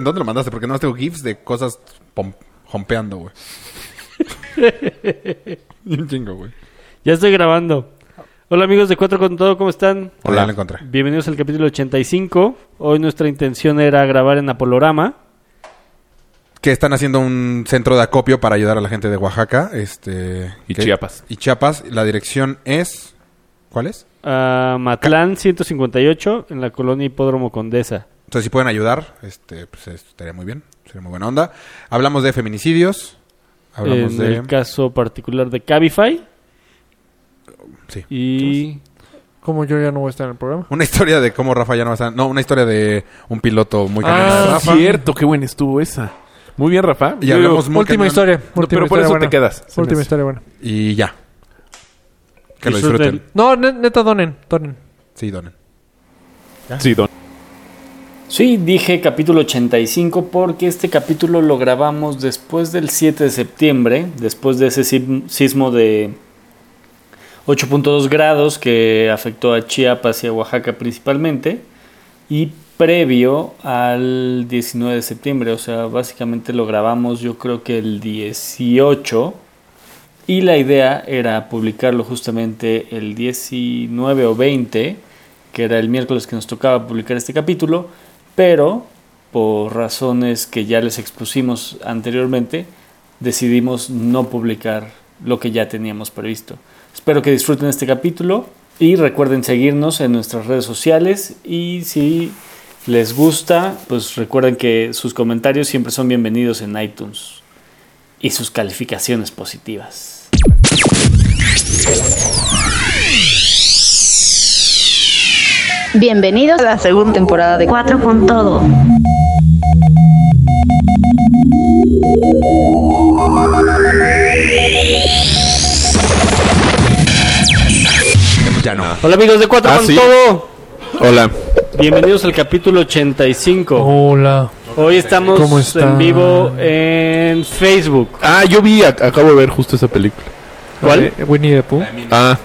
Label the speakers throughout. Speaker 1: ¿Dónde lo mandaste? Porque no más tengo GIFs de cosas pom- jompeando, güey. Y un chingo, güey.
Speaker 2: Ya estoy grabando. Hola amigos de Cuatro con Todo, ¿cómo están?
Speaker 1: Hola, lo encontré.
Speaker 2: Bienvenidos al capítulo 85. Hoy nuestra intención era grabar en Apolorama.
Speaker 1: Que están haciendo un centro de acopio para ayudar a la gente de Oaxaca. Este,
Speaker 3: Y
Speaker 1: que-
Speaker 3: Chiapas.
Speaker 1: Y Chiapas. La dirección es... ¿Cuál es?
Speaker 2: a Matlán 158, en la colonia Hipódromo Condesa.
Speaker 1: Entonces, si pueden ayudar, este, pues esto estaría muy bien. Sería muy buena onda. Hablamos de feminicidios. Hablamos
Speaker 2: en
Speaker 1: de...
Speaker 2: el caso particular de Cabify.
Speaker 1: Sí.
Speaker 2: Y
Speaker 4: Como yo ya no voy a estar en el programa.
Speaker 1: Una historia de cómo Rafa ya no va a estar- No, una historia de un piloto muy cañón.
Speaker 3: Ah,
Speaker 1: Rafa.
Speaker 3: cierto, qué buena estuvo esa. Muy bien, Rafa.
Speaker 1: Y
Speaker 3: Yo-
Speaker 1: hablamos muy
Speaker 4: última
Speaker 1: cañón.
Speaker 4: historia.
Speaker 3: Pues No,
Speaker 4: última
Speaker 3: pero por
Speaker 4: historia
Speaker 3: eso
Speaker 4: buena.
Speaker 3: te quedas. se me
Speaker 4: Última
Speaker 3: hace.
Speaker 4: historia buena.
Speaker 1: Y ya. Que lo
Speaker 2: Disfruten.
Speaker 1: disfruten.
Speaker 4: No, ne- neta, donen. Donen.
Speaker 1: Sí, donen.
Speaker 3: Sí, don.
Speaker 2: Sí, dije capítulo 85 porque este capítulo lo grabamos después del 7 de septiembre, después de ese sim- sismo de 8.2 grados que afectó a Chiapas y a Oaxaca principalmente, y previo al 19 de septiembre, o sea, básicamente lo grabamos yo creo que el 18, y la idea era publicarlo justamente el 19 o 20, que era el miércoles que nos tocaba publicar este capítulo, pero por razones que ya les expusimos anteriormente, decidimos no publicar lo que ya teníamos previsto. Espero que disfruten este capítulo y recuerden seguirnos en nuestras redes sociales y si les gusta, pues recuerden que sus comentarios siempre son bienvenidos en iTunes y sus calificaciones positivas.
Speaker 5: Bienvenidos a la segunda temporada de Cuatro con Todo.
Speaker 1: Ya no.
Speaker 2: Hola amigos de Cuatro
Speaker 3: Ah,
Speaker 2: con
Speaker 3: sí.
Speaker 2: Todo.
Speaker 3: Hola.
Speaker 2: Bienvenidos al capítulo 85.
Speaker 4: Hola.
Speaker 2: Hoy estamos
Speaker 4: Oh. ¿Cómo están?
Speaker 2: en vivo en Facebook.
Speaker 3: Ah, yo vi, ac- acabo de ver justo esa película.
Speaker 2: ¿Cuál?
Speaker 4: Eh, Winnie the Pooh.
Speaker 3: Ah,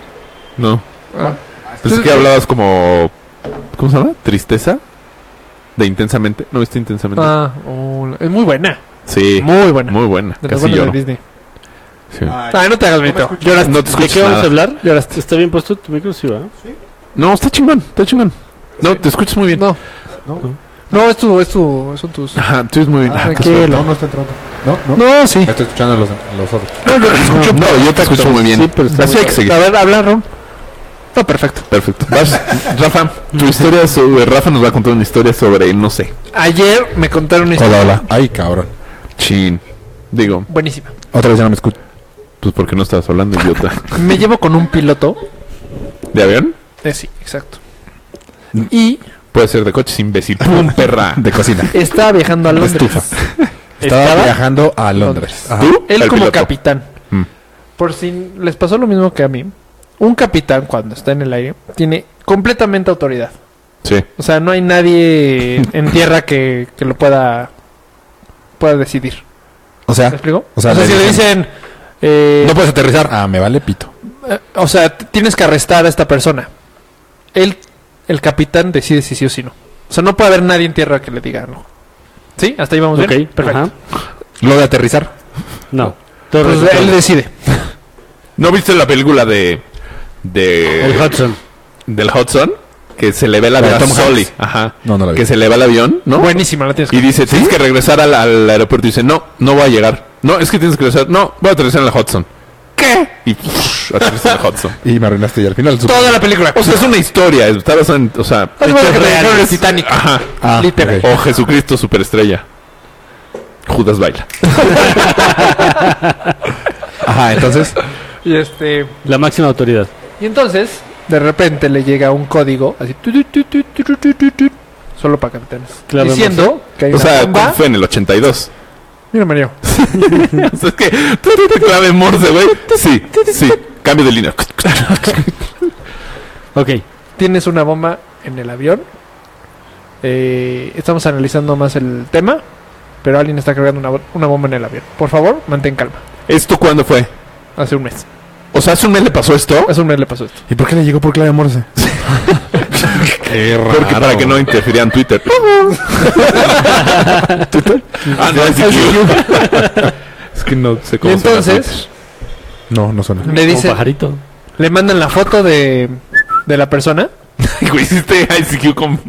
Speaker 3: no.
Speaker 4: Ah.
Speaker 3: Pensé que hablabas como. ¿Cómo se llama? ¿Tristeza? De intensamente. ¿No viste intensamente?
Speaker 4: Ah, hola. Es muy buena.
Speaker 3: sí. Muy,
Speaker 4: Muy buena.
Speaker 3: buena.
Speaker 4: De las
Speaker 3: Casi
Speaker 4: buenas
Speaker 3: lloro.
Speaker 4: de Disney.
Speaker 3: Sí.
Speaker 4: Ah, no te hagas mito.
Speaker 3: Lloras- no te
Speaker 2: ¿De
Speaker 3: escuchas
Speaker 2: qué vamos
Speaker 3: nada.
Speaker 2: a hablar?
Speaker 4: Lloraste.
Speaker 2: ¿Está bien puesto tu micro? Sí, va.
Speaker 3: No, está chingón, está chingón. No, te escuchas muy bien.
Speaker 4: No. No, es tu, es tu, son tus.
Speaker 3: Ajá, tú eres muy bien. Ah, qué
Speaker 4: Tranquilo.
Speaker 1: No, no está entrando. No, no.
Speaker 4: No, sí.
Speaker 1: Estoy escuchando los, los otros.
Speaker 3: No, yo te escucho, no, yo te escucho muy bien.
Speaker 4: Sí, pero está
Speaker 3: Así hay que seguir.
Speaker 4: A ver, habla, Ron. Está perfecto.
Speaker 3: Perfecto. Vas, Rafa, tu historia sobre. Rafa nos va a contar una historia sobre, no sé.
Speaker 4: Ayer me contaron una historia
Speaker 1: Hola, hola. Ay, cabrón.
Speaker 3: Chin. Digo,
Speaker 4: buenísima.
Speaker 1: Otra vez ya no me escucho.
Speaker 3: pues porque no estabas hablando, idiota.
Speaker 4: Me llevo con un piloto.
Speaker 3: ¿De avión?
Speaker 4: Eh, sí, exacto. Y
Speaker 3: Puede ser de coches, imbécil. ¡Pum, perra!
Speaker 1: De cocina.
Speaker 4: estaba viajando a Londres.
Speaker 1: Estaba,
Speaker 4: ¿Estaba?
Speaker 1: viajando a Londres. Ajá.
Speaker 3: ¿Tú?
Speaker 4: Él
Speaker 3: El
Speaker 4: como
Speaker 3: piloto.
Speaker 4: capitán.
Speaker 3: Mm.
Speaker 4: Por si les pasó lo mismo que a mí. Un capitán cuando está en el aire tiene completamente autoridad.
Speaker 3: Sí.
Speaker 4: O sea, no hay nadie en tierra que, que lo pueda pueda decidir.
Speaker 1: O
Speaker 3: Ah,
Speaker 4: ¿Me
Speaker 1: sea,
Speaker 4: explico?
Speaker 1: O
Speaker 4: O
Speaker 1: sea,
Speaker 4: sea,
Speaker 1: le
Speaker 4: si le
Speaker 1: dicen-
Speaker 4: dicen, eh,
Speaker 1: no puedes aterrizar. Ah, me vale pito.
Speaker 4: eh, o sea, t- tienes que arrestar a esta persona. Él, el capitán decide si sí o si no. O sea, no puede haber nadie en tierra que le diga no. ¿Sí? Hasta ahí vamos
Speaker 2: Ok,
Speaker 4: bien.
Speaker 2: ajá.
Speaker 1: Lo de aterrizar.
Speaker 2: No.
Speaker 4: Pues él decide.
Speaker 3: ¿No viste la película de. de.
Speaker 2: El Hudson.
Speaker 3: del Hudson? Que se le ve el
Speaker 1: de
Speaker 3: avión a
Speaker 1: Tom
Speaker 3: Sully.
Speaker 1: Hanks.
Speaker 3: Ajá.
Speaker 1: No, no la vi.
Speaker 3: Que se le va el avión, ¿no?
Speaker 4: Buenísima, la tienes que
Speaker 3: Y dice, tienes que regresar al, al aeropuerto. Y dice, no, no voy a llegar. No, es que tienes que regresar. No, voy a aterrizar en la Hudson. ¿Qué? Y pff, aterriza en la Hudson.
Speaker 1: Y me arruinaste ya al final. supongo.
Speaker 4: Toda la película.
Speaker 3: O sea, es una historia. Está basada en, o sea,
Speaker 4: Haz de cuenta que
Speaker 3: hechos
Speaker 4: te dijeron
Speaker 3: reales.
Speaker 4: el Titanic.
Speaker 3: Ajá.
Speaker 1: Ah,
Speaker 4: literal.
Speaker 1: ok.
Speaker 3: O Jesucristo superestrella. Judas baila.
Speaker 1: Ajá, entonces.
Speaker 4: Y este...
Speaker 2: La máxima autoridad.
Speaker 4: Y entonces, de repente le llega un código así, tu, tu, tu, tu, tu, tu, tu, tu, tu, solo para capitanes,
Speaker 2: Claro,
Speaker 4: diciendo que hay
Speaker 3: O
Speaker 4: una
Speaker 3: sea,
Speaker 4: bomba.
Speaker 3: fue en el 82.
Speaker 4: Mira, Mario.
Speaker 3: O sea, es que tú tú te clave morse, güey. Sí, sí. Cambio de línea.
Speaker 2: Ok.
Speaker 4: Tienes una bomba en el avión. Eh, estamos analizando más el tema, pero alguien está cargando una, bo- una bomba en el avión. Por favor, mantén calma.
Speaker 3: ¿Esto cuándo fue?
Speaker 4: Hace un mes.
Speaker 3: O sea, hace un mes le pasó esto.
Speaker 4: Hace un mes le pasó esto.
Speaker 1: ¿Y por qué le llegó por clave Morse? Qué raro.
Speaker 6: Porque para que no interfirieran Twitter. ¿Twitter? Ah, no, es ICQ. Es que no sé
Speaker 4: Y
Speaker 6: cómo se llama
Speaker 4: entonces
Speaker 1: No, no suena.
Speaker 4: le
Speaker 3: Como
Speaker 4: dice,
Speaker 3: pajarito.
Speaker 4: le mandan la foto de, de la persona.
Speaker 6: Twitter. Güey, hiciste ICQ con...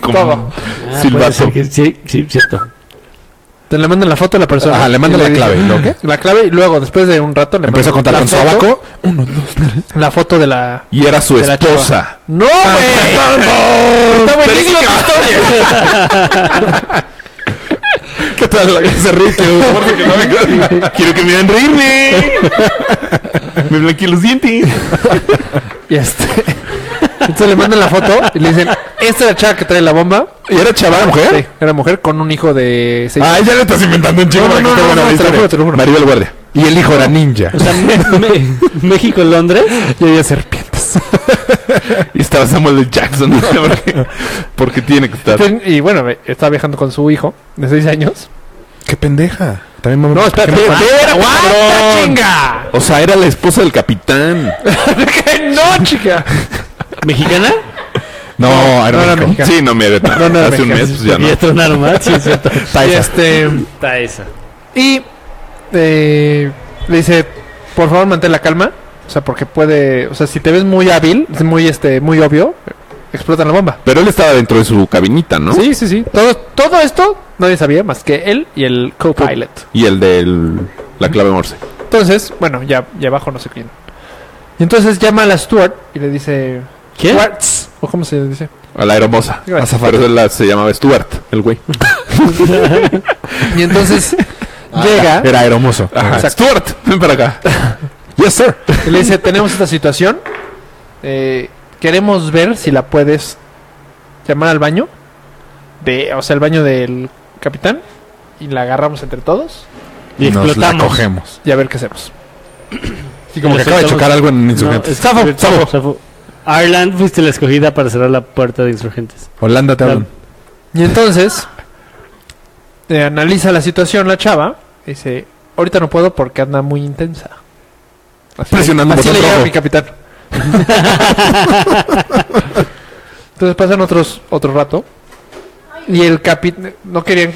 Speaker 6: con
Speaker 4: Todo.
Speaker 3: Ah, puede
Speaker 6: Silbato.
Speaker 3: ser que- sí, sí, cierto.
Speaker 4: Te le mandan la foto de la persona.
Speaker 1: Ah, le mandan
Speaker 4: Y
Speaker 1: la clave, ¿no? ¿Qué?
Speaker 4: La clave y luego, después de un rato, le
Speaker 1: Empezó a
Speaker 4: mandan
Speaker 1: contar con
Speaker 4: la foto-
Speaker 1: sobaco.
Speaker 4: La foto de la...
Speaker 6: Y era su
Speaker 4: De la chava.
Speaker 6: esposa.
Speaker 4: ¡No,
Speaker 1: Ah,
Speaker 4: güey! ¡Está buenísimo!
Speaker 6: ¿Qué tal? La que se ríe. Quiero, que no me- quiero que me vean reírme. Me blanqueé los dientes.
Speaker 4: Y este... Entonces le mandan la foto y le dicen, esta es la chava que trae la bomba.
Speaker 6: ¿Y era chaval
Speaker 1: ¿Eh?
Speaker 4: Sí,
Speaker 6: mujer?
Speaker 4: era mujer con un hijo de seis
Speaker 6: Ah, ya le estás inventando un chico
Speaker 4: No,
Speaker 6: para
Speaker 4: no,
Speaker 6: que
Speaker 4: no, no,
Speaker 6: esté buena la
Speaker 4: te lo
Speaker 6: historia.
Speaker 4: juro, te lo juro.
Speaker 6: Maribel Guardia.
Speaker 1: Y el hijo era ninja.
Speaker 3: O sea, me- me- México-Londres.
Speaker 4: y había serpientes.
Speaker 6: Y estaba Samuel L. Jackson. porque, porque tiene que estar.
Speaker 4: Entonces, y bueno, ve, estaba viajando con su hijo de seis años.
Speaker 1: Qué pendeja. También mamá.
Speaker 4: No, espérate, ¡Ah,
Speaker 6: Espera, cabrón.
Speaker 4: chinga!
Speaker 6: O sea, era la esposa del capitán.
Speaker 4: ¡No, chica!
Speaker 3: ¿Mexicana?
Speaker 1: No,
Speaker 4: no era
Speaker 1: era México.
Speaker 4: mexicana.
Speaker 6: Sí, no me
Speaker 4: No, no,
Speaker 6: Hace un
Speaker 4: me
Speaker 6: mes, pues ya
Speaker 3: Y
Speaker 6: no.
Speaker 3: esto es normal, sí, es cierto.
Speaker 4: Y este...
Speaker 3: Está esa.
Speaker 4: Y eh, le dice, por favor mantén la calma. O sea, porque puede, o sea, si te ves muy hábil, es muy este, muy obvio, explotan la bomba.
Speaker 6: Pero él estaba dentro de su cabinita, ¿no?
Speaker 4: Sí, sí, sí. Todo, todo esto nadie sabía más que él y el co-pilot.
Speaker 6: Y el de la clave Morse.
Speaker 4: Entonces, bueno, ya, ya abajo no sé quién. Y entonces llama a la Stuart y le dice,
Speaker 3: ¿Qué?
Speaker 4: Schwartz, o cómo se dice.
Speaker 6: A la hermosa.
Speaker 4: Gracias.
Speaker 6: Pero él la- se llamaba Stuart, el güey.
Speaker 4: Y entonces llega
Speaker 1: Era hermoso.
Speaker 6: Ajá.
Speaker 4: Exacto.
Speaker 6: Stuart, ven para acá. yes, sir.
Speaker 4: y le dice, tenemos esta situación, eh, queremos ver si la puedes llamar al baño, de, o sea, el baño del capitán, y la agarramos entre todos
Speaker 3: Y
Speaker 1: Nos la
Speaker 3: explotamos.
Speaker 1: cogemos.
Speaker 4: y a ver qué hacemos.
Speaker 1: Sí, como que acaba de chocar algo en Insurgentes.
Speaker 3: Zafo, zafo, Ireland fuiste la escogida para cerrar la puerta de insurgentes.
Speaker 1: Holanda te hablan.
Speaker 4: Y entonces, eh, analiza la situación la chava, y dice, ahorita no puedo porque anda muy intensa.
Speaker 1: Presionando un
Speaker 4: Así le
Speaker 1: botón
Speaker 4: llama
Speaker 1: rojo.
Speaker 4: mi capitán. Entonces pasan otros otro rato y el capitán no querían,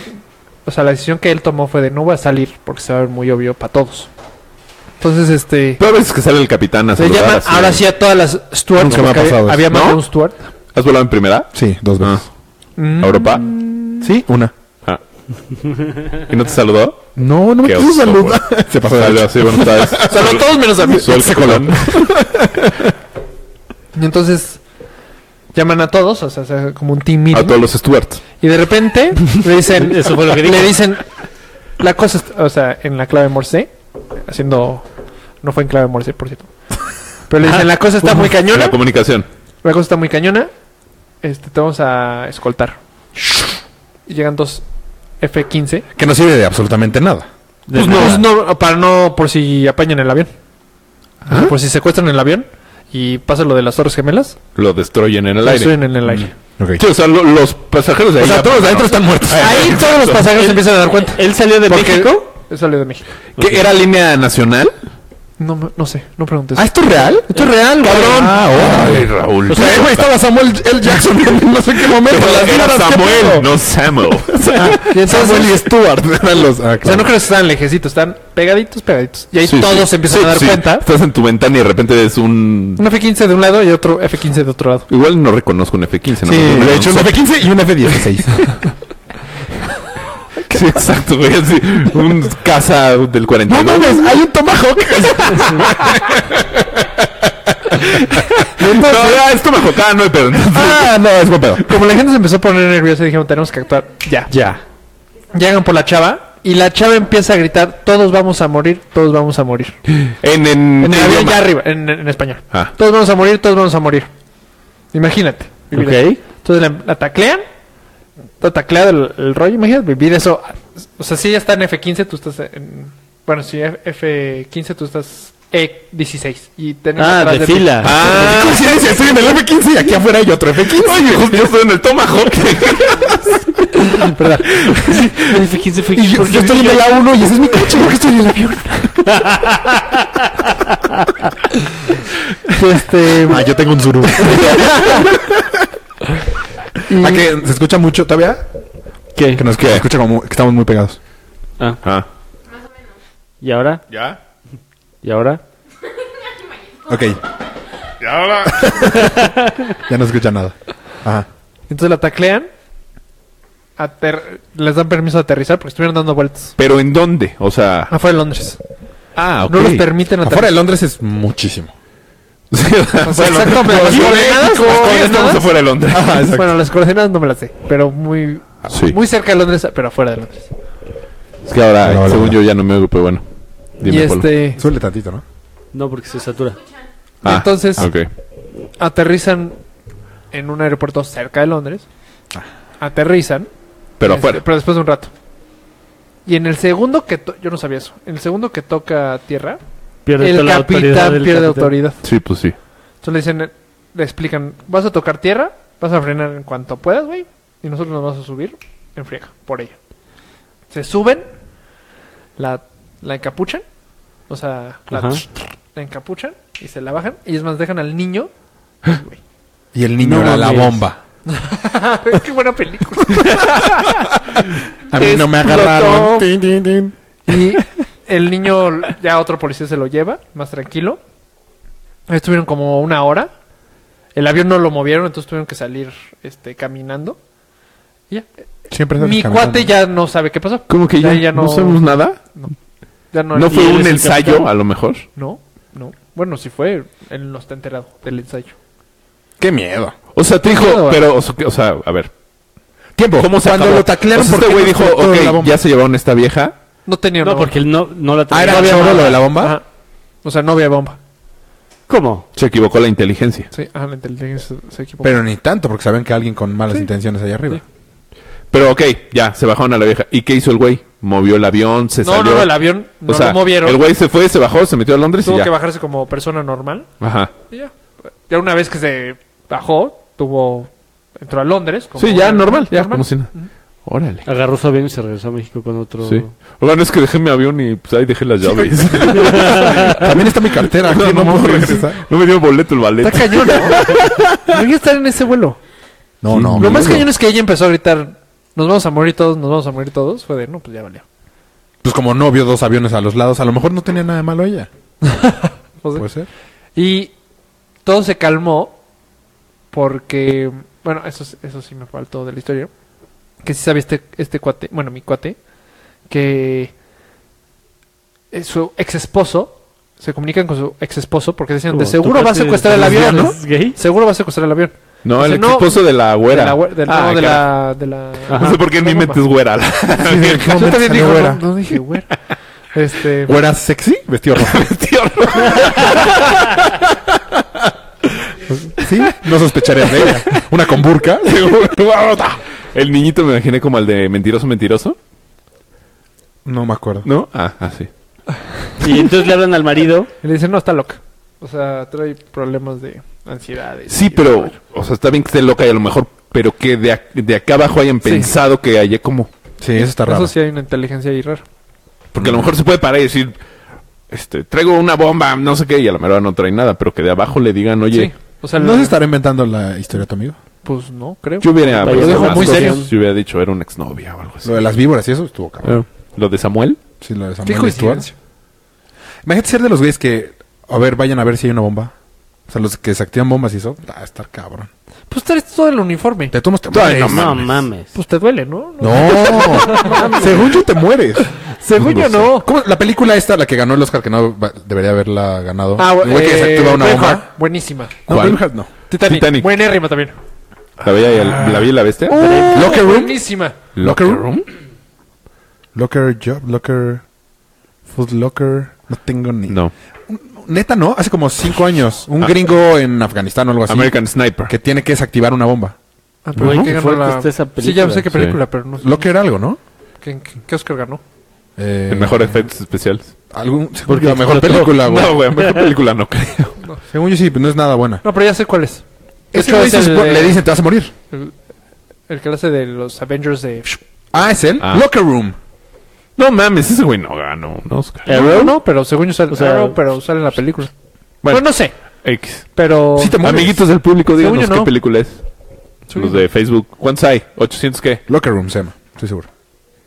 Speaker 4: o sea, la decisión que él tomó fue de no voy a salir porque se va a ver muy obvio para todos. Entonces este
Speaker 6: Pero a veces que sale el capitán a
Speaker 4: se
Speaker 6: saludar
Speaker 4: llama
Speaker 6: así.
Speaker 4: ahora sí a todas las Stuart
Speaker 1: Nunca me ha
Speaker 4: porque había-
Speaker 1: pasado
Speaker 4: había
Speaker 1: eso.
Speaker 4: más de
Speaker 6: ¿No?
Speaker 4: un Stuart.
Speaker 6: ¿Has volado en primera?
Speaker 1: Sí, dos
Speaker 6: Ah,
Speaker 1: veces.
Speaker 4: Mm.
Speaker 6: ¿A Europa?
Speaker 1: Sí, una.
Speaker 6: Ah. ¿Y no te saludó?
Speaker 1: No, no me
Speaker 6: Qué
Speaker 1: quiso
Speaker 6: oso,
Speaker 1: saludar. Se pasó de
Speaker 6: Salió
Speaker 1: lanza.
Speaker 6: así, bueno, sabes.
Speaker 4: Saludó a todos menos a mí.
Speaker 6: Soy el capitán.
Speaker 4: Y entonces llaman a todos, o sea, se- como un team meeting.
Speaker 6: A todos los Stuart.
Speaker 4: Y de repente le dicen,
Speaker 3: Eso fue lo que dijo.
Speaker 4: le dicen, la cosa, est- o sea, en la clave Morse, haciendo, no fue en clave Morse, por cierto. Pero le dicen, la cosa está muy
Speaker 6: En la
Speaker 4: cañona,
Speaker 6: comunicación.
Speaker 4: la cosa está muy cañona, este, te vamos a escoltar. Y llegan dos F-15.
Speaker 1: Que no sirve de absolutamente nada.
Speaker 4: Pues no, pues no, para no, por si apañan el avión. O sea, Por si secuestran el avión y pasa lo de las Torres Gemelas,
Speaker 6: Lo destruyen en el
Speaker 4: lo
Speaker 6: aire.
Speaker 4: destruyen en el aire.
Speaker 1: Ok.
Speaker 6: Sí, o sea, lo- los pasajeros de
Speaker 1: Mm. O sea,
Speaker 6: ya-
Speaker 1: todos adentro están muertos.
Speaker 4: Ahí todos los pasajeros se empiezan a dar cuenta.
Speaker 3: Él salió de
Speaker 4: Porque-
Speaker 3: México.
Speaker 4: Él salió de México.
Speaker 6: ¿Qué era línea nacional?
Speaker 4: No, me- no sé, no preguntes.
Speaker 1: Ah, ¿esto es real? Esto es real, cabrón. Ah,
Speaker 6: Ay, Raúl.
Speaker 1: O
Speaker 4: Pues,
Speaker 1: sea, güey, estaba Samuel L. Jackson en no sé qué momento. Las
Speaker 6: era
Speaker 1: vibras, ¿qué
Speaker 6: Samuel,
Speaker 1: pedo?
Speaker 6: no Samuel.
Speaker 4: Y entonces-
Speaker 1: Samuel y Stuart eran los. Ah,
Speaker 4: O sea,
Speaker 1: claro.
Speaker 4: no creo que están lejecitos, están pegaditos, pegaditos. Y ahí
Speaker 6: Sí,
Speaker 4: todos
Speaker 6: sí.
Speaker 4: se empiezan
Speaker 6: Sí,
Speaker 4: a dar
Speaker 6: sí.
Speaker 4: cuenta.
Speaker 6: Estás en tu ventana y de repente ves un...
Speaker 4: Un F-15 de un lado y otro F-15 de otro lado.
Speaker 6: Igual no reconozco un F-15, ¿no?
Speaker 1: Sí,
Speaker 6: Porque no
Speaker 1: de hecho, un
Speaker 6: son-
Speaker 1: F-15 y un F-16.
Speaker 6: Sí, exacto, güey. Así, un casa del 42.
Speaker 1: ¡No mames! ¡Hay un Tomahawk!
Speaker 6: no, ya, es Tomahawk. Ah, no, pero...
Speaker 1: ¡Ah, no! Es buen pedo.
Speaker 4: Como la gente se empezó a poner nerviosa, dijeron, tenemos que actuar ya.
Speaker 1: Ya.
Speaker 4: Llegan por la chava y la chava empieza a gritar, todos vamos a morir, todos vamos a morir.
Speaker 6: En,
Speaker 4: En
Speaker 6: en,
Speaker 4: el
Speaker 6: ¿qué
Speaker 4: avión
Speaker 6: idioma?
Speaker 4: ya arriba, en, en español.
Speaker 6: Ah.
Speaker 4: Todos vamos a morir, todos vamos a morir. Imagínate. vivir
Speaker 3: Ok.
Speaker 4: eso. Entonces la, la taclean. Está tacleado el, el rollo, imagínate, vivir eso. O sea, si ella está en F15, tú estás en... Bueno, si F- F15, tú estás E16. Y tenemos
Speaker 3: Ah,
Speaker 4: atrás
Speaker 3: de
Speaker 4: ti-
Speaker 3: fila.
Speaker 6: Ah,
Speaker 1: ¿Qué coincidencia? Estoy en el F-15 y aquí afuera hay otro F-15.
Speaker 6: Oye, justo yo estoy en el Tomahawk.
Speaker 3: El F-15 fue-
Speaker 1: Y yo,
Speaker 3: ¿por qué
Speaker 1: yo estoy en el A1 y ese es mi coche. ¿Por qué estoy en el avión?
Speaker 4: Este,
Speaker 1: Ah, yo tengo un suru. ¿A que se escucha mucho todavía?
Speaker 3: ¿Qué?
Speaker 1: Que nos que se escucha como muy- que estamos muy pegados.
Speaker 3: Ah,
Speaker 6: Ah.
Speaker 3: ¿Y ahora?
Speaker 6: ¿Ya?
Speaker 3: ¿Y ahora?
Speaker 1: Ok,
Speaker 6: ¿Y ahora?
Speaker 1: ya no se escucha nada. Ajá.
Speaker 4: entonces la taclean. ater- les dan permiso de aterrizar porque estuvieron dando vueltas.
Speaker 6: ¿Pero en dónde? O sea...
Speaker 4: Afuera de Londres.
Speaker 6: Ah, ok.
Speaker 4: No les permiten
Speaker 1: Afuera de
Speaker 4: aterrizar.
Speaker 1: Londres es muchísimo.
Speaker 6: Sí, o sea,
Speaker 4: O sea,
Speaker 6: bueno,
Speaker 4: exacto, pero
Speaker 6: aquí
Speaker 4: las coordenadas,
Speaker 6: México,
Speaker 4: las
Speaker 6: aquí
Speaker 4: coordenadas.
Speaker 6: estamos afuera de Londres.
Speaker 4: Bueno, las coordenadas no me las sé, pero muy,
Speaker 6: Ah, Sí.
Speaker 4: muy cerca de Londres, pero afuera de Londres.
Speaker 6: Es que ahora,
Speaker 1: No, no,
Speaker 6: según
Speaker 1: no.
Speaker 6: yo, ya no me oigo, pero bueno. Dime,
Speaker 4: y
Speaker 6: Polo.
Speaker 4: este,
Speaker 1: Suele tantito, ¿no?
Speaker 3: No, porque se satura.
Speaker 6: Ah,
Speaker 4: entonces-
Speaker 6: ok.
Speaker 4: aterrizan en un aeropuerto cerca de Londres. Aterrizan.
Speaker 6: Pero
Speaker 4: Este,
Speaker 6: afuera.
Speaker 4: Pero después de un rato. Y en el segundo que... to- Yo no sabía eso. En el segundo que toca tierra,
Speaker 3: Pierde
Speaker 4: el
Speaker 3: toda la autoridad
Speaker 4: capitán
Speaker 3: del
Speaker 4: pierde
Speaker 3: capitán.
Speaker 4: autoridad.
Speaker 6: Sí, pues sí.
Speaker 4: Entonces le dicen... Le explican, vas a tocar tierra, vas a frenar en cuanto puedas, güey. Y nosotros nos vamos a subir en friega, por ella. Se suben, la, la encapuchan, o sea, la,
Speaker 3: Ajá.
Speaker 4: la encapuchan y se la bajan. Y es más, dejan al niño. Güey.
Speaker 1: Y el niño
Speaker 3: No
Speaker 1: era la
Speaker 3: mames.
Speaker 1: bomba.
Speaker 4: ¡Qué buena película!
Speaker 1: A mí no me
Speaker 4: Explotó.
Speaker 1: agarraron. Tin, tin, tin.
Speaker 4: Y el niño, ya otro policía se lo lleva, más tranquilo. Estuvieron como una hora. El avión no lo movieron, entonces tuvieron que salir este, caminando. Y ya.
Speaker 1: Siempre sales
Speaker 4: Mi
Speaker 1: caminando.
Speaker 4: cuate ya no sabe qué pasó.
Speaker 6: ¿Cómo que
Speaker 4: Ya-
Speaker 6: ya,
Speaker 4: ya
Speaker 6: no...
Speaker 4: no-
Speaker 6: sabemos nada?
Speaker 4: Ya no,
Speaker 6: ¿No
Speaker 3: ¿Y
Speaker 6: fue
Speaker 3: eres
Speaker 6: un
Speaker 3: el
Speaker 6: ensayo,
Speaker 3: capitán?
Speaker 6: a lo mejor?
Speaker 4: No, no. Bueno, si fue, él no está enterado del ensayo.
Speaker 1: Qué miedo.
Speaker 6: O sea, te dijo,
Speaker 4: Claro.
Speaker 6: pero, o sea, que- o sea, a ver.
Speaker 1: Tiempo.
Speaker 6: ¿Cómo se
Speaker 1: Cuando
Speaker 6: acabó?
Speaker 1: lo taclearon,
Speaker 6: O sea,
Speaker 1: ¿por
Speaker 6: este
Speaker 1: qué
Speaker 6: güey
Speaker 1: no
Speaker 6: dijo,
Speaker 1: explotó la
Speaker 6: ok,
Speaker 1: bomba?
Speaker 6: ya se llevaron esta vieja.
Speaker 4: No tenía Ah. una
Speaker 3: No, porque él no, no la
Speaker 1: Ah,
Speaker 3: traía.
Speaker 1: era
Speaker 3: No había
Speaker 1: choro lo
Speaker 3: nada.
Speaker 1: de la bomba.
Speaker 4: bomba. Ajá. O sea, no había bomba.
Speaker 3: ¿Cómo?
Speaker 6: Se equivocó la inteligencia.
Speaker 4: Sí, ah, ajá, la inteligencia se- se equivocó.
Speaker 1: Pero ni tanto, porque saben que alguien con malas intenciones allá arriba.
Speaker 6: Pero, ok, ya, se bajaron a la vieja. ¿Y qué hizo el güey? Movió el avión, se
Speaker 4: no,
Speaker 6: salió.
Speaker 4: no, el avión no
Speaker 6: o sea,
Speaker 4: lo movieron.
Speaker 6: el güey se fue, se bajó, se metió a Londres y
Speaker 4: Tuvo
Speaker 6: ya.
Speaker 4: que bajarse como persona normal.
Speaker 6: Ajá.
Speaker 4: Y ya. Ya una vez que se bajó, tuvo. Entró a Londres. como- Mm.
Speaker 6: Sí, ya, normal, ya, como si nada. Órale.
Speaker 3: Agarró su avión y se regresó a México con otro.
Speaker 6: Sí. Bueno, es que dejé mi avión y pues ahí dejé las llaves.
Speaker 1: También está mi cartera.
Speaker 6: no,
Speaker 1: aquí,
Speaker 6: no,
Speaker 1: mames.
Speaker 6: puedo regresar. no me dio boleto el
Speaker 4: Está
Speaker 6: ballet.
Speaker 4: cañón, ¿no? Debería estar en ese vuelo.
Speaker 1: No, no.
Speaker 4: Lo más
Speaker 1: seguro.
Speaker 4: cañón es que ella empezó a gritar: Nos vamos a morir todos, nos vamos a morir todos. Fue de, no, pues ya valió.
Speaker 1: Pues como no vio dos aviones a los lados, a lo mejor no tenía nada de malo ella.
Speaker 4: No sé.
Speaker 1: Puede ser.
Speaker 4: Y todo se calmó porque, bueno, eso, es- eso sí me faltó de la historia. Que sí sabía este, este cuate, bueno, mi cuate, que eh, su ex esposo, se comunican con su ex esposo porque decían, de
Speaker 3: ¿Tu
Speaker 4: seguro va a
Speaker 3: cuate
Speaker 4: secuestrar el
Speaker 3: de-
Speaker 4: avión, ¿no?
Speaker 3: ¿Es gay?
Speaker 4: Seguro va a secuestrar el avión.
Speaker 6: No, el
Speaker 4: Dice, no,
Speaker 6: esposo de la
Speaker 4: De
Speaker 6: güera.
Speaker 4: la, güe- del-
Speaker 6: Ah,
Speaker 4: no, de
Speaker 6: claro.
Speaker 4: la, de la-
Speaker 6: No sé por qué en mi
Speaker 4: bomba.
Speaker 6: mente es güera.
Speaker 4: Yo también digo,
Speaker 1: güera.
Speaker 4: no, no dije güera. Este,
Speaker 1: ¿Güera sexy? Vestido rojo.
Speaker 6: Tío, no.
Speaker 1: ¿Sí? No sospecharías de ella. Una con burka.
Speaker 6: el niñito me imaginé como el de mentiroso, mentiroso.
Speaker 1: No me acuerdo.
Speaker 6: ¿No? Ah, ah, sí.
Speaker 3: Y entonces le hablan al marido.
Speaker 4: y le dicen, no, está loca. O sea, trae problemas de ansiedad. y-
Speaker 6: Sí,
Speaker 4: y-
Speaker 6: pero, o sea, está bien que esté loca y a lo mejor, pero que de, ac- de acá abajo hayan pensado que haya como.
Speaker 1: Sí, eso está raro.
Speaker 4: Eso sí hay una inteligencia ahí rara.
Speaker 6: Porque a lo mejor se puede parar y decir, este, traigo una bomba, no sé qué, y a la mera no trae nada, pero que de abajo le digan, oye,
Speaker 4: Sí. O sea,
Speaker 1: ¿No
Speaker 4: la-
Speaker 1: se estará inventando la historia tu amigo?
Speaker 4: pues no, creo.
Speaker 6: yo hubiera.
Speaker 3: Lo dejo
Speaker 6: más
Speaker 4: muy
Speaker 6: cosas.
Speaker 4: serio.
Speaker 6: Yo hubiera dicho, era una exnovia o algo así.
Speaker 1: Lo de las víboras y eso estuvo cabrón.
Speaker 6: Eh, Lo de Samuel.
Speaker 1: Sí, lo de
Speaker 4: Qué
Speaker 1: Samuel Stuart.
Speaker 4: coincidencia.
Speaker 1: Imagínate ser de los güeyes que, a ver, vayan a ver si hay una bomba. O sea, los que desactivan bombas y eso, va a estar cabrón.
Speaker 4: Pues traes todo el uniforme.
Speaker 1: Te tomas te
Speaker 6: Ay,
Speaker 1: mueres.
Speaker 3: No
Speaker 6: no
Speaker 3: mames.
Speaker 4: Pues te duele, ¿no? No.
Speaker 1: No, según yo te mueres.
Speaker 4: Según yo, no.
Speaker 1: sé. ¿Cómo? La película esta, la que ganó el Oscar, que no va- debería haberla ganado.
Speaker 4: Ah,
Speaker 1: El güey que
Speaker 4: eh,
Speaker 1: desactiva una
Speaker 4: Braveheart,
Speaker 1: bomba.
Speaker 4: Buenísima.
Speaker 1: No,
Speaker 6: ¿Cuál?
Speaker 1: Braveheart no.
Speaker 4: Titanic.
Speaker 6: Titanic.
Speaker 4: Buenérrima también.
Speaker 6: La vi, y la, la vi y la bestia.
Speaker 1: Locker Room.
Speaker 4: Buenísima.
Speaker 1: Locker Room. Locker Job, Locker. Food Locker. No tengo ni.
Speaker 6: No.
Speaker 1: Neta, no. Hace como cinco años. Un gringo en Afganistán o algo así.
Speaker 6: American Sniper.
Speaker 1: Que tiene que desactivar una bomba.
Speaker 4: Ah,
Speaker 3: Güey,
Speaker 4: ¿no?
Speaker 3: qué
Speaker 4: que ganó
Speaker 3: fuerte
Speaker 4: la-
Speaker 3: está esa
Speaker 4: Sí, ya
Speaker 3: película.
Speaker 4: sé qué
Speaker 6: Sí.
Speaker 4: película, pero no sé.
Speaker 1: Locker algo, ¿no?
Speaker 4: ¿Qué, qué- qué Oscar ganó?
Speaker 1: Eh,
Speaker 6: El mejor efectos especiales.
Speaker 1: Algún, según
Speaker 3: Porque
Speaker 1: yo, mejor
Speaker 3: explotó.
Speaker 1: película, güey.
Speaker 6: No, güey, mejor película no creo.
Speaker 1: Según yo sí, pero no es nada buena.
Speaker 4: No, pero ya sé cuál es.
Speaker 1: Es
Speaker 4: Este
Speaker 1: que
Speaker 4: es el de-
Speaker 1: le dicen, te vas a morir.
Speaker 4: El, el que hace de los Avengers de...
Speaker 1: Ah, es él.
Speaker 6: Ah.
Speaker 1: Locker Room.
Speaker 6: No mames, ese güey no ganó un Oscar.
Speaker 4: No,
Speaker 3: Arrow.
Speaker 4: no, pero según yo sale,
Speaker 3: O sea-
Speaker 4: Arrow, pero sale en la película.
Speaker 6: Bueno.
Speaker 4: Pues no sé,
Speaker 6: X.
Speaker 4: pero...
Speaker 6: Sí te mueves. Amiguitos del público,
Speaker 4: Según
Speaker 6: díganos
Speaker 4: yo,
Speaker 6: qué
Speaker 4: no.
Speaker 6: película es.
Speaker 4: Sí.
Speaker 6: Los de Facebook. ¿Cuántos hay? ¿800 qué?
Speaker 1: Locker Room se llama, estoy seguro.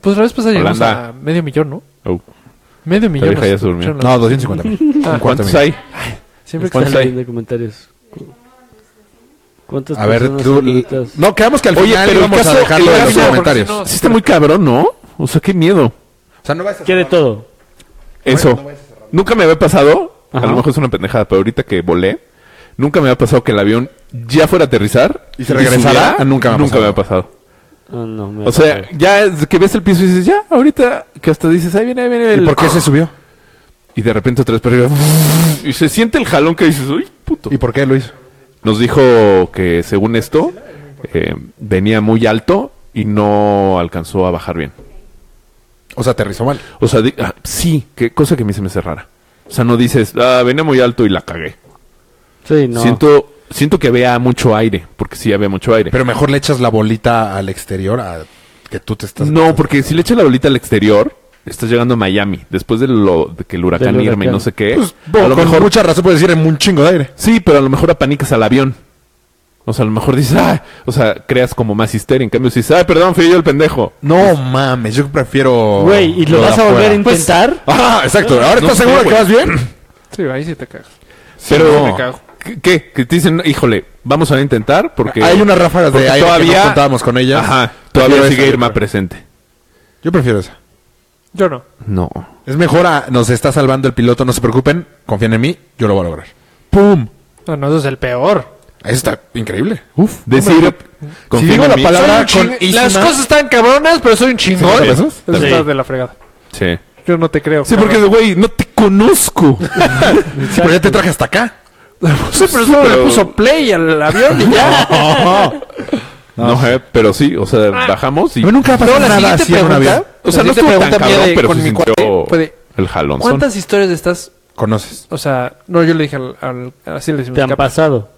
Speaker 4: Pues la vez pasada llegamos
Speaker 6: Holanda.
Speaker 4: a medio millón, ¿no?
Speaker 6: Oh.
Speaker 4: Medio millón.
Speaker 6: vieja
Speaker 4: nos
Speaker 6: ya se durmió.
Speaker 4: escucharon
Speaker 1: No, 250 mil.
Speaker 4: Ah.
Speaker 6: ¿Cuántos hay?
Speaker 4: Siempre que
Speaker 6: ¿Cuántos
Speaker 4: sale-
Speaker 6: hay?
Speaker 2: de comentarios. ¿Cuántas
Speaker 1: A ver,
Speaker 2: personas
Speaker 1: tú...
Speaker 2: bonitas?
Speaker 1: No, quedamos que al
Speaker 6: Oye,
Speaker 1: final
Speaker 6: pero el
Speaker 1: íbamos a
Speaker 6: caso-
Speaker 1: dejarlo
Speaker 6: el
Speaker 1: en los
Speaker 6: caso-
Speaker 1: comentarios.
Speaker 4: porque si no-
Speaker 6: Sí está muy cabrón, ¿no? O sea, qué miedo.
Speaker 1: O sea, no vas a...
Speaker 2: ¿Qué de todo?
Speaker 6: Eso. Nunca me había pasado, a
Speaker 2: Ajá.
Speaker 6: lo mejor es una pendejada, pero ahorita que volé, nunca me había pasado que el avión ya fuera a aterrizar
Speaker 1: Y se regresara, Ah,
Speaker 6: subiera.
Speaker 1: nunca me ha
Speaker 6: nunca
Speaker 1: pasado.
Speaker 6: me había pasado.
Speaker 2: Ah, no, me
Speaker 6: O sea, ya es que ves el piso y dices, ya, ahorita que hasta dices, ahí viene, ahí viene
Speaker 1: ¿Y
Speaker 6: el...
Speaker 1: por qué se subió?
Speaker 6: Y de repente otra vez para arriba. Y se siente el jalón que dices, uy, puto.
Speaker 1: ¿Y por qué lo hizo?
Speaker 6: Nos dijo que según esto, eh, venía muy alto y no alcanzó a bajar bien.
Speaker 1: O sea, aterrizó mal.
Speaker 6: O sea, di- ah, sí, que cosa que a mí se me cerrara. O sea, no dices, ah, venía muy alto y la cagué.
Speaker 2: sí, no.
Speaker 6: Siento, siento que había mucho aire, porque sí había mucho aire.
Speaker 1: Pero mejor le echas la bolita al exterior a que tú te estás...
Speaker 6: no, porque si le echas la bolita al exterior, estás llegando a Miami. Después de, lo, de que el huracán,
Speaker 2: Del
Speaker 6: Irma y
Speaker 2: huracán.
Speaker 6: no sé qué.
Speaker 1: Pues,
Speaker 6: a lo
Speaker 1: con
Speaker 6: mejor,
Speaker 1: mucha razón puedes decir en un chingo de aire.
Speaker 6: Sí, pero a lo mejor apanicas al avión. O sea, a lo mejor dices, ah, o sea, creas como más histeria. En cambio, dices, ah, perdón, fui yo el pendejo.
Speaker 1: No mames, yo prefiero...
Speaker 2: Güey, ¿y lo
Speaker 1: de
Speaker 2: vas a volver a
Speaker 1: afuera.
Speaker 2: intentar?
Speaker 1: Ah, exacto. Ahora
Speaker 6: No
Speaker 1: estás
Speaker 6: sé,
Speaker 1: seguro que
Speaker 6: güey.
Speaker 1: vas bien.
Speaker 4: Sí, ahí sí te cagas.
Speaker 6: pero,
Speaker 4: me cago.
Speaker 6: ¿qué- ¿qué? Que te dicen, híjole, vamos a intentar porque.
Speaker 1: Hay unas ráfagas de
Speaker 6: porque
Speaker 1: aire que
Speaker 6: todavía-
Speaker 1: no contábamos con ellas.
Speaker 6: Ajá,
Speaker 1: Prefiero
Speaker 6: todavía
Speaker 1: esa,
Speaker 6: sigue
Speaker 1: yo
Speaker 6: Irma
Speaker 1: creo.
Speaker 6: presente.
Speaker 1: Yo prefiero esa.
Speaker 4: Yo no.
Speaker 6: No.
Speaker 1: Es mejor a- nos está salvando el piloto, no se preocupen, confíen en mí, yo lo voy a lograr. ¡Pum!
Speaker 4: No, no, eso es el peor.
Speaker 1: Eso está increíble.
Speaker 6: Uf, decir.
Speaker 1: Si digo la palabra
Speaker 4: Soy un
Speaker 1: con
Speaker 4: ching- Las
Speaker 1: isma-
Speaker 4: cosas están cabronas, pero soy un chingón.
Speaker 1: Sí,
Speaker 4: Eso
Speaker 1: ¿eso?
Speaker 4: está de la fregada.
Speaker 6: Sí.
Speaker 4: Yo no te creo.
Speaker 6: Sí, porque,
Speaker 4: cabrón.
Speaker 6: güey, no te conozco.
Speaker 1: Sí, pero ya te traje hasta acá.
Speaker 4: Sí, pero solo le puso play al avión y ya.
Speaker 6: No, eh, pero sí, o sea, bajamos y.
Speaker 1: Yo nunca ha pasado nada así en un avión.
Speaker 6: o sea,
Speaker 4: la
Speaker 6: no
Speaker 4: siguiente
Speaker 6: estuvo tan
Speaker 4: pregunta mía
Speaker 6: cabrón,
Speaker 4: de-
Speaker 6: pero
Speaker 4: con
Speaker 6: sí
Speaker 4: mi cuate
Speaker 6: sintió
Speaker 4: fue de,
Speaker 6: el jalón.
Speaker 4: ¿Cuántas historias estás?
Speaker 1: Conoces.
Speaker 4: O sea, no, yo le dije al... al- así le decimos.
Speaker 2: Te han
Speaker 4: capi.
Speaker 2: pasado.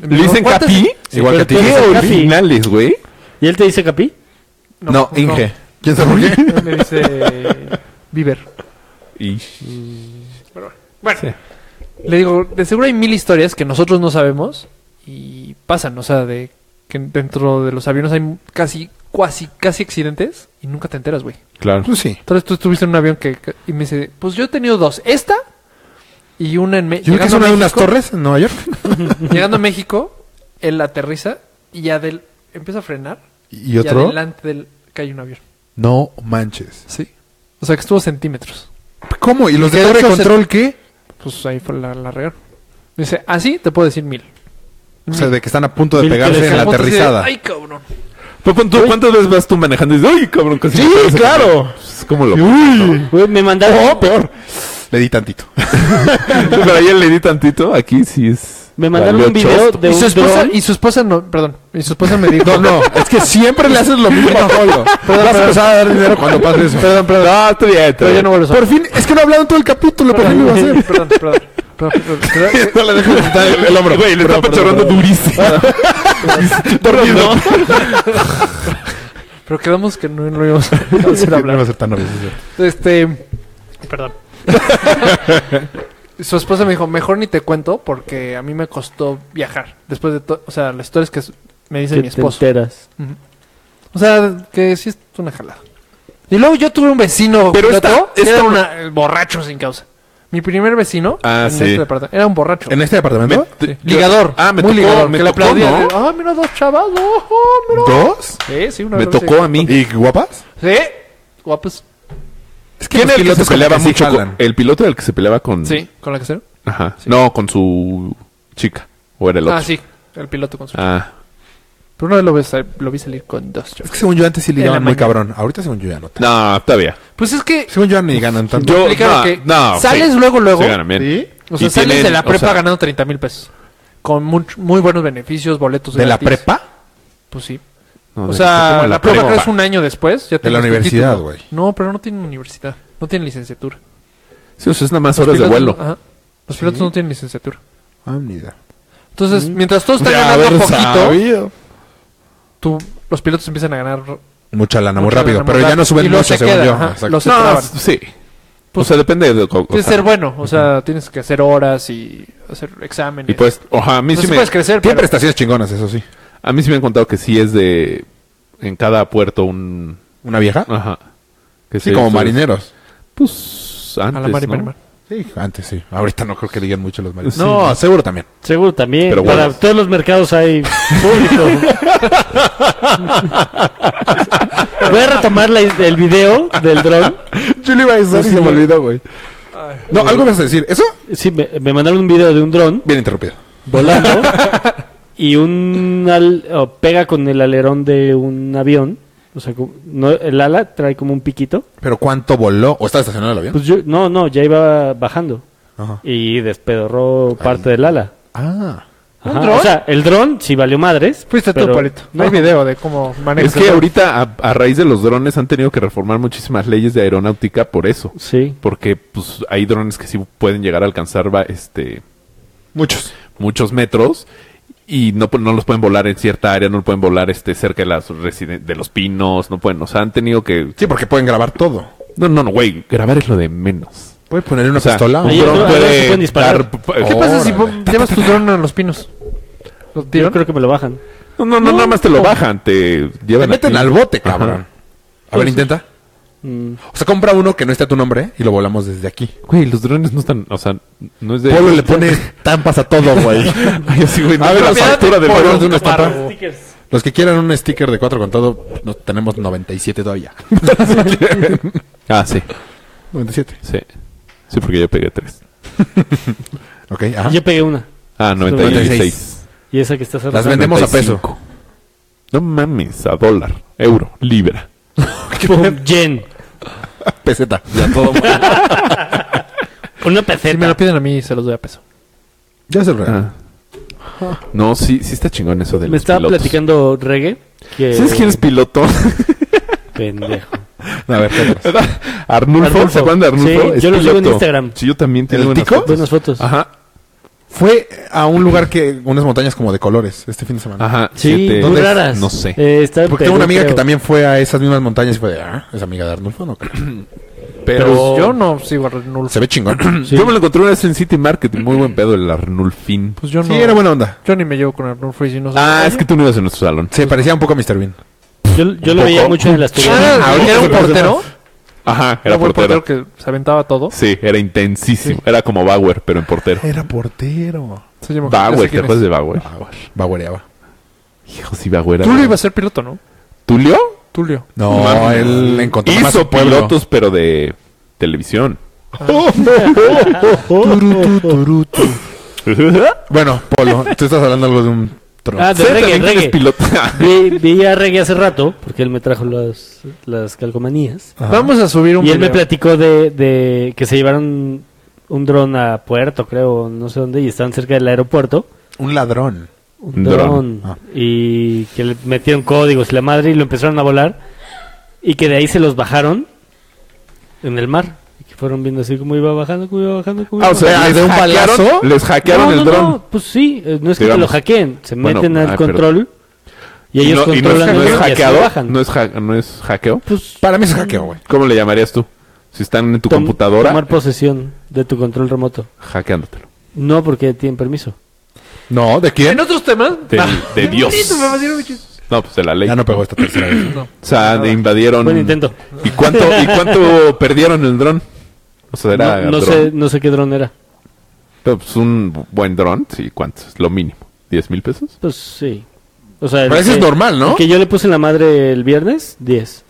Speaker 6: ¿Le dicen
Speaker 4: ¿Cuántas-
Speaker 6: capi?
Speaker 1: Igual que a ti.
Speaker 2: pero tú
Speaker 6: Qué
Speaker 2: eres el capi.
Speaker 6: originales, güey.
Speaker 2: ¿Y él te dice capi?
Speaker 1: No, Inge. ¿Quién sabe por qué?
Speaker 4: no. Me dice... Bieber.
Speaker 6: Y
Speaker 4: Bueno, le digo, de seguro hay mil historias que nosotros no sabemos y pasan, o sea, de que dentro de los aviones hay casi, casi, casi accidentes y nunca te enteras, güey.
Speaker 6: claro.
Speaker 1: Pues sí.
Speaker 4: Entonces tú estuviste en un avión que, que- y me dice, pues yo he tenido dos, esta y una en México.
Speaker 1: Yo creo que es una de unas torres en Nueva York.
Speaker 4: Llegando a México, él aterriza y ya del empieza a frenar
Speaker 1: ¿Y otro?
Speaker 4: adelante del cae un avión.
Speaker 1: No manches.
Speaker 4: Sí. O sea, que estuvo centímetros.
Speaker 1: ¿Cómo? ¿Y los
Speaker 4: Que
Speaker 1: de
Speaker 4: de
Speaker 1: torre
Speaker 4: hecho se-
Speaker 1: control qué?
Speaker 4: Pues ahí fue la, la regaron. Me dice, así te puedo decir mil.
Speaker 1: O sea, de que están a punto de
Speaker 2: Mil que
Speaker 1: pegarse
Speaker 2: les
Speaker 1: en la
Speaker 4: Entonces,
Speaker 1: aterrizada.
Speaker 4: Ay, cabrón.
Speaker 6: Pero pon tú, ¿cuántas veces vas tú manejando y dices, uy, cabrón, casi
Speaker 1: Sí,
Speaker 6: me pasa?
Speaker 1: claro.
Speaker 6: Es como lo.
Speaker 1: Uy,
Speaker 2: Güey, me mandaron.
Speaker 1: no, peor. Le di tantito.
Speaker 6: Pero ayer le di tantito, aquí sí es.
Speaker 2: Me mandaron
Speaker 6: Valió
Speaker 2: un video
Speaker 6: chosto.
Speaker 2: de
Speaker 4: y
Speaker 2: un
Speaker 4: su esposa
Speaker 2: dron.
Speaker 4: y su esposa no perdón y su esposa me dijo
Speaker 1: No, no, es que siempre le haces lo mismo a Polo. Vas a empezar a dar dinero cuando pase eso.
Speaker 4: perdón perdón
Speaker 6: No, está bien, está
Speaker 4: pero yo
Speaker 6: bien.
Speaker 4: no vuelvo a usar.
Speaker 1: Por fin, es que no hablaron todo el capítulo, por fin lo iba a
Speaker 4: perdón,
Speaker 1: hacer.
Speaker 4: perdón, perdón, perdón, perdón, perdón.
Speaker 6: No le dejo quitar el, el hombro. Güey, le está pachorrando durísimo. Dormido.
Speaker 4: pero quedamos que no lo íbamos a hacer
Speaker 1: No iba
Speaker 4: hablar
Speaker 1: a ser tan obvio, sí, sí.
Speaker 4: este perdón su esposa me dijo mejor ni te cuento porque a mí me costó viajar después de todo o sea las historias que me dice
Speaker 2: que te
Speaker 4: mi esposo
Speaker 2: enteras.
Speaker 4: o sea que sí es una jalada y luego yo tuve un vecino
Speaker 6: Pero
Speaker 4: que
Speaker 6: esta-
Speaker 4: era todo,
Speaker 6: esta
Speaker 4: era
Speaker 6: una-
Speaker 4: una- borracho sin causa mi primer vecino
Speaker 6: Ah,
Speaker 4: en
Speaker 6: sí.
Speaker 4: este departamento, era un borracho
Speaker 1: ¿En este departamento?
Speaker 4: Ligador.
Speaker 6: Ah, me
Speaker 4: muy
Speaker 6: tocó,
Speaker 4: ligador.
Speaker 6: me
Speaker 4: que le
Speaker 6: tocó,
Speaker 4: aplaudía.
Speaker 6: ¿no?
Speaker 4: de, Ah, mira dos chavas. Oh, oh, mira.
Speaker 1: ¿Dos?
Speaker 4: Sí, sí, una
Speaker 6: Me
Speaker 4: vez
Speaker 6: tocó a mí.
Speaker 1: ¿Y guapas?
Speaker 4: Sí. Sí. Guapos.
Speaker 1: Es
Speaker 6: ¿Quién era el que se peleaba
Speaker 1: sí
Speaker 6: mucho
Speaker 1: jalan.
Speaker 6: con... El piloto era el que se peleaba con...
Speaker 4: Sí. Ah, ¿Con la que se
Speaker 6: Ajá. No, con su chica. O era el otro.
Speaker 4: Ah, sí. El piloto con su.
Speaker 6: Ah.
Speaker 4: Pero una vez lo vi, sal- lo vi salir con dos
Speaker 1: Es
Speaker 4: chavas.
Speaker 1: que según yo antes sí ligaban
Speaker 4: En la
Speaker 1: muy
Speaker 4: mañana.
Speaker 1: cabrón. Ahorita según yo ya no.
Speaker 6: No, todavía.
Speaker 4: Pues es que.
Speaker 1: Según yo ya ni ganan tanto.
Speaker 6: Yo,
Speaker 4: explicaron
Speaker 6: no,
Speaker 4: que
Speaker 6: no,
Speaker 4: sales
Speaker 6: sí.
Speaker 4: luego, luego.
Speaker 6: Se ganan bien.
Speaker 1: ¿Sí?
Speaker 4: O sea,
Speaker 6: Y
Speaker 4: sales
Speaker 6: tienen-
Speaker 4: de la
Speaker 6: o
Speaker 4: prepa
Speaker 6: sea-
Speaker 4: ganando 30 mil pesos. Con much- muy buenos beneficios, boletos.
Speaker 1: ¿De la
Speaker 4: gratis.
Speaker 1: prepa?
Speaker 4: Pues sí.
Speaker 6: No,
Speaker 4: O
Speaker 6: de-
Speaker 4: sea,
Speaker 6: ¿cómo
Speaker 4: la, prepa creo
Speaker 6: prepa?
Speaker 4: es un año después. Ya
Speaker 1: De la
Speaker 4: tienes tu
Speaker 1: universidad,
Speaker 4: título.
Speaker 1: güey.
Speaker 4: No, pero no tienen universidad. No tienen licenciatura.
Speaker 6: Sí, o sea, es nada más horas de
Speaker 4: Pilotos-
Speaker 6: vuelo.
Speaker 4: ajá. Los pilotos no tienen licenciatura.
Speaker 1: Ah, ni idea.
Speaker 4: Entonces, mientras todos están
Speaker 6: De
Speaker 4: ganando
Speaker 6: haber
Speaker 4: poquito,
Speaker 6: sabido.
Speaker 4: tú- los pilotos empiezan a ganar
Speaker 1: Mucha lana, muy
Speaker 4: Mucha
Speaker 1: rápido.
Speaker 4: lana, muy
Speaker 1: pero ya no
Speaker 4: rápido.
Speaker 1: suben
Speaker 4: Y luego
Speaker 1: mucho,
Speaker 4: se
Speaker 1: según
Speaker 4: queda,
Speaker 1: yo.
Speaker 4: ajá.
Speaker 1: Exacto.
Speaker 4: Los-
Speaker 6: No,
Speaker 4: Claro.
Speaker 6: sí. O sea, depende de... o
Speaker 4: Tienes que
Speaker 6: sea,
Speaker 4: Pues ser bueno, o sea, tienes que hacer horas y hacer exámenes.
Speaker 6: Y pues, oja, a mí
Speaker 4: No
Speaker 6: sí
Speaker 4: sí
Speaker 6: me...
Speaker 4: puedes crecer,
Speaker 1: Tiene
Speaker 4: pero-
Speaker 1: prestaciones chingonas, eso sí.
Speaker 6: A mí sí me han contado que sí es de... En cada puerto un...
Speaker 1: ¿Una vieja?
Speaker 6: Ajá. Que
Speaker 1: sí, como
Speaker 6: eso es-
Speaker 1: marineros.
Speaker 6: Pues antes,
Speaker 4: a la Mari
Speaker 6: ¿no?
Speaker 4: Merman.
Speaker 1: Sí, antes sí. Ahorita no creo que digan mucho los marineros.
Speaker 6: Sí.
Speaker 1: No, seguro también.
Speaker 2: Seguro también.
Speaker 6: Pero
Speaker 2: Para
Speaker 6: huevos.
Speaker 2: todos los mercados hay público. Voy a retomar la- el video del dron.
Speaker 1: Yo le iba a decir y se me olvidó, güey. No, algo vas a decir. ¿Eso?
Speaker 2: Sí, me, me mandaron un video de un dron
Speaker 1: Bien interrumpido.
Speaker 2: volando y un al- o pega con el alerón de un avión. O sea, como- no, el ala trae como un piquito.
Speaker 1: ¿Pero cuánto voló? ¿O estaba estacionado el avión?
Speaker 2: Pues yo, no, no, ya iba bajando
Speaker 1: Ajá.
Speaker 2: y despedorró parte del ala.
Speaker 1: Ah.
Speaker 2: Ajá,
Speaker 4: dron?
Speaker 2: O sea, el dron sí valió madres.
Speaker 4: Fuiste tú,
Speaker 2: pero-
Speaker 4: Polito.
Speaker 2: No,
Speaker 4: No hay video de cómo manejas.
Speaker 6: Es que
Speaker 4: el-
Speaker 6: ahorita, a, a raíz de los drones, han tenido que reformar muchísimas leyes de aeronáutica por eso.
Speaker 2: Sí.
Speaker 6: Porque pues hay drones que sí pueden llegar a alcanzar va, este
Speaker 1: Muchos.
Speaker 6: muchos metros y no, pu- no los pueden volar en cierta área, no pueden volar este cerca de las residen- de los pinos, no pueden, o sea, han tenido que
Speaker 1: Sí, porque pueden grabar todo.
Speaker 6: No, no, no, güey, grabar es lo de menos.
Speaker 1: Puedes ponerle una
Speaker 6: O sea,
Speaker 1: pistola.
Speaker 6: un
Speaker 2: Ahí
Speaker 6: dron
Speaker 2: otro- ahí otro
Speaker 6: puede
Speaker 2: pueden disparar.
Speaker 6: dar- p-
Speaker 4: ¿Qué pasa si
Speaker 1: Órale.
Speaker 4: po- llevas tu dron a los pinos? ¿Lo
Speaker 2: Yo
Speaker 4: tiran?
Speaker 2: creo que me lo bajan.
Speaker 6: No, no, no, nada más te lo bajan, te
Speaker 1: Te
Speaker 6: llevan
Speaker 1: meten
Speaker 6: aquí.
Speaker 1: al bote, cabrón. A ver, intenta.
Speaker 2: Mm,
Speaker 1: O sea, compra uno que no esté a tu nombre y lo volamos desde aquí.
Speaker 6: Güey, los drones no están, o sea, no es de
Speaker 1: Pueblo le pone estampas a todo, güey.
Speaker 6: Ay, así, güey, no
Speaker 1: A ver,
Speaker 6: es de la
Speaker 1: espérate,
Speaker 6: factura del
Speaker 1: Polo,
Speaker 6: dron.
Speaker 1: de una estampa. Los que quieran un sticker de cuatro con todo, no, tenemos 97 todavía.
Speaker 6: Ah, sí,
Speaker 1: 97.
Speaker 6: sí. Sí, porque yo pegué tres.
Speaker 1: Ok, ajá.
Speaker 2: Yo pegué una.
Speaker 6: Ah, 96.
Speaker 1: 96.
Speaker 2: Y esa que está cerrada.
Speaker 1: Las vendemos a peso.
Speaker 6: 95. No mames, a dólar, euro, libra.
Speaker 2: Pum, yen.
Speaker 1: Peseta. Ya todo.
Speaker 2: Una
Speaker 4: Si me
Speaker 2: peceta.
Speaker 4: lo piden a mí, se los doy a peso.
Speaker 1: ya es el real.
Speaker 6: Ah. No, sí, sí está chingón eso de
Speaker 2: me
Speaker 6: los
Speaker 2: estaba
Speaker 6: pilotos.
Speaker 2: platicando reggae. Que...
Speaker 6: ¿Sabes quién es piloto?
Speaker 2: Pendejo.
Speaker 1: A ver, ¿qué otros?
Speaker 6: Arnulfo,
Speaker 2: Arnulfo.
Speaker 6: ¿se acuerdan de Arnulfo?
Speaker 2: Sí,
Speaker 6: Es
Speaker 2: yo lo sigo en
Speaker 6: piloto.
Speaker 2: Instagram.
Speaker 6: Sí, yo también
Speaker 1: ¿El
Speaker 6: tengo unas
Speaker 1: tico?
Speaker 6: fotos.
Speaker 2: Buenas fotos.
Speaker 6: Ajá,
Speaker 1: Fue a un lugar que, unas montañas como de colores este fin de
Speaker 3: Ah,
Speaker 1: semana.
Speaker 6: ajá.
Speaker 2: Sí,
Speaker 6: siete-
Speaker 2: muy raras.
Speaker 6: No sé.
Speaker 2: Eh, está en
Speaker 1: Porque tengo una
Speaker 2: Perú,
Speaker 1: amiga que
Speaker 2: creo.
Speaker 1: también fue a esas mismas montañas y fue de, ah, es amiga de Arnulfo, no creo.
Speaker 6: pero
Speaker 4: Pero Pues yo no sigo a Renulfo.
Speaker 1: Se ve chingón.
Speaker 2: Sí.
Speaker 6: Yo me lo encontré una vez en City Market. Muy buen pedo el Arnulfín.
Speaker 4: Pues yo no.
Speaker 1: Sí, era buena onda.
Speaker 4: Yo ni me llevo con Arnold Freeze. No sé.
Speaker 6: Ah, es que tú no ibas en nuestro salón.
Speaker 1: Se parecía un poco a Mr. Bean.
Speaker 2: Yo, yo lo veía mucho en las tuberías.
Speaker 4: Ah,
Speaker 1: ahorita
Speaker 4: era un
Speaker 1: se parece
Speaker 4: portero.
Speaker 6: Ajá,
Speaker 4: Era
Speaker 6: era
Speaker 4: un buen
Speaker 6: portero.
Speaker 4: portero que se aventaba todo.
Speaker 6: Sí, era intensísimo. Era como Bauer, pero en portero.
Speaker 1: Era portero.
Speaker 4: Sí, yo me acuerdo. Ya
Speaker 6: Bauer,
Speaker 4: sé
Speaker 6: ¿te
Speaker 4: quién es.
Speaker 6: acuerdas de Bauer?
Speaker 1: Baguareaba.
Speaker 6: Hijo, sí, Bauer. era
Speaker 4: Tulio
Speaker 6: bravo.
Speaker 4: iba a ser piloto, ¿no?
Speaker 6: ¿Tulio?
Speaker 4: Tulio.
Speaker 1: No,
Speaker 6: Mami.
Speaker 1: él encontró más
Speaker 6: Hizo
Speaker 1: su pueblo.
Speaker 6: pilotos, pero de televisión.
Speaker 1: Turu, turu, tu. Bueno, Polo, tú estás hablando algo de un tron.
Speaker 2: Ah, de
Speaker 6: Sí,
Speaker 2: reggae,
Speaker 6: también tienes
Speaker 2: reggae.
Speaker 6: piloto.
Speaker 2: Vi, vi a reggae hace rato, porque él me trajo las, las calcomanías.
Speaker 1: Ajá.
Speaker 4: Vamos a subir un
Speaker 2: Y él me
Speaker 4: video.
Speaker 2: platicó de, de que se llevaron un dron a Puerto, creo, no sé dónde, y estaban cerca del aeropuerto.
Speaker 1: Un ladrón.
Speaker 2: Un
Speaker 6: Dron.
Speaker 2: dron.
Speaker 1: Ah.
Speaker 2: Y que le metieron códigos y la madre y lo empezaron a volar. Y que de ahí se los bajaron en el mar. Y que fueron viendo así como iba bajando, como iba bajando, como
Speaker 6: Ah,
Speaker 2: iba
Speaker 6: o sea,
Speaker 1: Ah,
Speaker 6: les
Speaker 1: ¿de un
Speaker 6: hackearon-
Speaker 1: balazo?
Speaker 6: Les hackearon
Speaker 2: No,
Speaker 6: el
Speaker 2: no,
Speaker 6: dron.
Speaker 2: no, pues sí, eh, no es que te
Speaker 6: Digamos.
Speaker 2: lo hackeen, se
Speaker 6: Bueno,
Speaker 2: meten al
Speaker 6: ay, pero-
Speaker 2: control y ellos
Speaker 6: no, no es,
Speaker 2: controlan
Speaker 6: no
Speaker 2: el
Speaker 6: es
Speaker 2: dron y así lo
Speaker 6: hackeado,
Speaker 2: bajan.
Speaker 6: no es, ha- no es hackeo.
Speaker 2: Pues,
Speaker 1: Para mí es hackeo, güey.
Speaker 6: ¿Cómo le llamarías tú? Si están en tu
Speaker 2: tom-
Speaker 6: computadora,
Speaker 2: tomar posesión de tu control remoto.
Speaker 6: hackeándotelo.
Speaker 2: No porque tienen permiso.
Speaker 1: No, ¿de quién?
Speaker 4: En otros temas.
Speaker 6: De,
Speaker 4: Ah,
Speaker 6: de Dios.
Speaker 4: bonito, me fascinó mi chiste.
Speaker 6: No, pues de la ley.
Speaker 1: Ya no pegó esta tercera vez.
Speaker 6: O sea, de invadieron.
Speaker 2: Buen intento.
Speaker 6: ¿Y cuánto, ¿Y cuánto perdieron el dron? O sea, era
Speaker 2: no, no
Speaker 6: dron.
Speaker 2: sé, no sé qué dron era.
Speaker 6: Pero, pues, un buen dron, sí, ¿cuánto? Es Lo mínimo. ¿10 mil pesos?
Speaker 2: Pues sí. O sea, el
Speaker 1: Pero ese es
Speaker 2: que-
Speaker 1: normal, ¿no?
Speaker 2: el Que yo le puse en la madre el viernes, 10.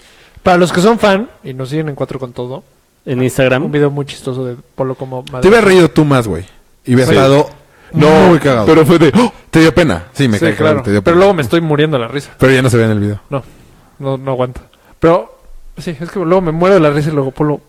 Speaker 4: Para los que son fan y nos siguen en cuatro con todo,
Speaker 2: En
Speaker 4: un
Speaker 2: Instagram.
Speaker 4: video muy chistoso de Polo como madre.
Speaker 1: Te hubieras reído tú más, güey. Y hubieras
Speaker 6: Sí.
Speaker 1: estado
Speaker 6: No,
Speaker 1: muy cagado.
Speaker 6: pero fue de,
Speaker 1: ¡oh! Te dio pena. Sí, me
Speaker 4: Sí,
Speaker 1: cae
Speaker 4: claro.
Speaker 1: Te dio
Speaker 4: Pero
Speaker 1: pena.
Speaker 4: luego me estoy muriendo de la risa.
Speaker 1: Pero ya no se ve en el video.
Speaker 4: No, no, no aguanto. Pero sí, es que luego me muero de la risa y luego Polo.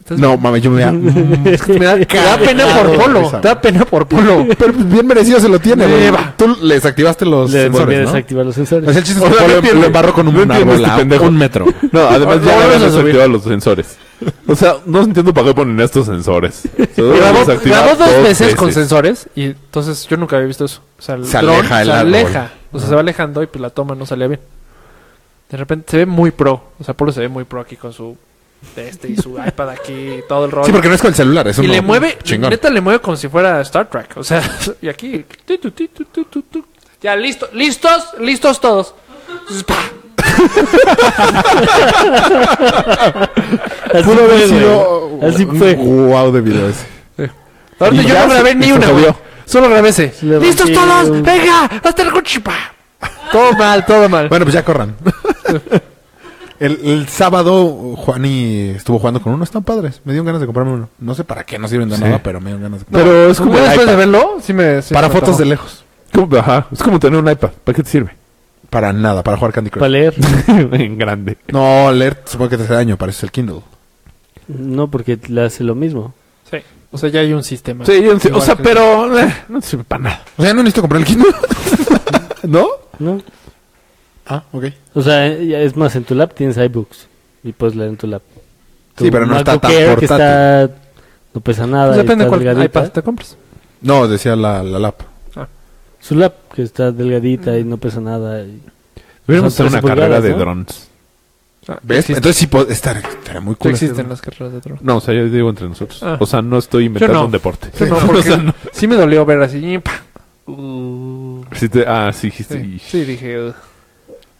Speaker 4: ¿Estás-
Speaker 1: No, mames, yo me da...
Speaker 4: Es que me da, te da pena
Speaker 1: Cagado
Speaker 4: por
Speaker 1: de
Speaker 4: Polo.
Speaker 1: risa,
Speaker 4: Te da pena por Polo.
Speaker 1: Pero pues bien merecido se lo tiene, güey.
Speaker 4: Lleva.
Speaker 1: Tú le desactivaste los
Speaker 2: Le volví a
Speaker 1: sensores, ¿no?
Speaker 2: desactivar los
Speaker 1: O sea,
Speaker 2: sensores.
Speaker 1: el chiste
Speaker 6: O
Speaker 1: es que
Speaker 6: sea, no
Speaker 1: Polo
Speaker 6: entiendo.
Speaker 1: lo embarró con
Speaker 6: No
Speaker 1: un
Speaker 6: entiendo
Speaker 1: árbol
Speaker 6: este
Speaker 1: a
Speaker 6: pendejo.
Speaker 1: un metro.
Speaker 6: No, además
Speaker 4: Lo
Speaker 6: ya habían
Speaker 4: vuelves a subir.
Speaker 6: desactivado los sensores. O sea, no entiendo para qué ponen estos sensores. O sea,
Speaker 4: Grabó,
Speaker 6: desactivar
Speaker 4: grabó dos, veces, con sensores y entonces yo nunca había visto eso. O sea, el
Speaker 1: Se
Speaker 4: dron
Speaker 1: aleja el
Speaker 4: se
Speaker 1: árbol.
Speaker 4: aleja. O sea, se va alejando y pues la toma no salía bien. De repente se ve muy pro. O sea, Polo se ve muy pro aquí con su. de Este y su iPad aquí y todo el rollo.
Speaker 1: Sí, porque no es con el celular, es un
Speaker 4: y le
Speaker 1: nuevo-
Speaker 4: mueve,
Speaker 1: chingón.
Speaker 4: neta le mueve como si fuera Star Trek. O sea, y aquí. tu, tu, tu, tu, tu, tu, tu. Ya, listo, listos, listos todos. Entonces, ¡pa!
Speaker 2: Así
Speaker 6: Pudo
Speaker 2: fue,
Speaker 6: haber
Speaker 2: güey.
Speaker 6: sido
Speaker 2: Así
Speaker 6: un
Speaker 2: fue.
Speaker 6: wow
Speaker 1: Este
Speaker 6: de video ese.
Speaker 4: Ahorita
Speaker 6: Y
Speaker 4: yo
Speaker 6: ya
Speaker 4: no
Speaker 6: se-
Speaker 4: grabé ni
Speaker 6: se
Speaker 4: una, güey.
Speaker 6: jodió.
Speaker 4: Solo grabé ese.
Speaker 2: Le
Speaker 4: ¡Listos
Speaker 2: rompí
Speaker 4: todos!
Speaker 2: un-
Speaker 4: ¡Venga! ¡Hasta el coche! ¡pa! Todo mal, todo mal.
Speaker 1: Bueno, pues ya corran. El, el sábado Juani estuvo jugando con uno, están padres. Me dieron ganas de comprarme uno. No sé para qué, no sirven de nada, pero me dieron ganas de comprarme
Speaker 6: Pero es como
Speaker 4: Como
Speaker 6: el
Speaker 4: después de
Speaker 6: iPad.
Speaker 4: verlo, sí me. sí
Speaker 1: Para
Speaker 4: me
Speaker 1: fotos
Speaker 4: antojó.
Speaker 1: de lejos.
Speaker 6: Como- Ajá, es como tener un iPad. ¿Para qué te sirve?
Speaker 1: Para nada, para jugar Candy Crush.
Speaker 2: Para leer.
Speaker 6: en grande.
Speaker 1: No, leer supongo que te hace daño, parece el Kindle.
Speaker 2: No, porque le hace lo mismo.
Speaker 4: Sí. O sea, ya hay un sistema.
Speaker 6: Sí, yo no sé- o
Speaker 4: Igual
Speaker 6: sea,
Speaker 4: que-
Speaker 6: pero eh, no te sirve para nada.
Speaker 1: O sea, no necesito comprar el Kindle.
Speaker 6: ¿No?
Speaker 2: ¿No?
Speaker 1: ah, ok.
Speaker 2: O sea, ya es más, en tu lab tienes iBooks y puedes leer en tu lab. Tu
Speaker 1: Sí, pero no está tan
Speaker 2: MacBook Air, que
Speaker 1: portátil.
Speaker 2: está- no pesa nada.
Speaker 4: Pues
Speaker 2: y
Speaker 4: depende
Speaker 2: está
Speaker 4: cuál
Speaker 2: delgadita.
Speaker 4: iPad te compras.
Speaker 1: No, decía la, la lap.
Speaker 2: Su lab, que está delgadita y no pesa nada. y-
Speaker 6: Deberíamos
Speaker 2: Son
Speaker 6: hacer una
Speaker 2: trece
Speaker 6: carrera
Speaker 2: pulgadas,
Speaker 6: de
Speaker 2: ¿no?
Speaker 6: drones.
Speaker 1: ¿Ves?
Speaker 4: Existe-
Speaker 1: Entonces sí po- estar, estaría muy
Speaker 4: Sí
Speaker 1: cool.
Speaker 4: existen las carreras de otro.
Speaker 6: No, o sea, yo digo entre nosotros.
Speaker 4: Ah.
Speaker 6: O sea, no estoy inventando
Speaker 4: Yo no.
Speaker 6: un deporte.
Speaker 4: Sí, no,
Speaker 6: O
Speaker 4: porque
Speaker 6: sea, no.
Speaker 4: sí me dolió ver así. ¡pa!
Speaker 6: Sí te- ah, sí, dijiste.
Speaker 4: Sí,
Speaker 6: "Ish".
Speaker 4: sí, dije. uh. "Ugh".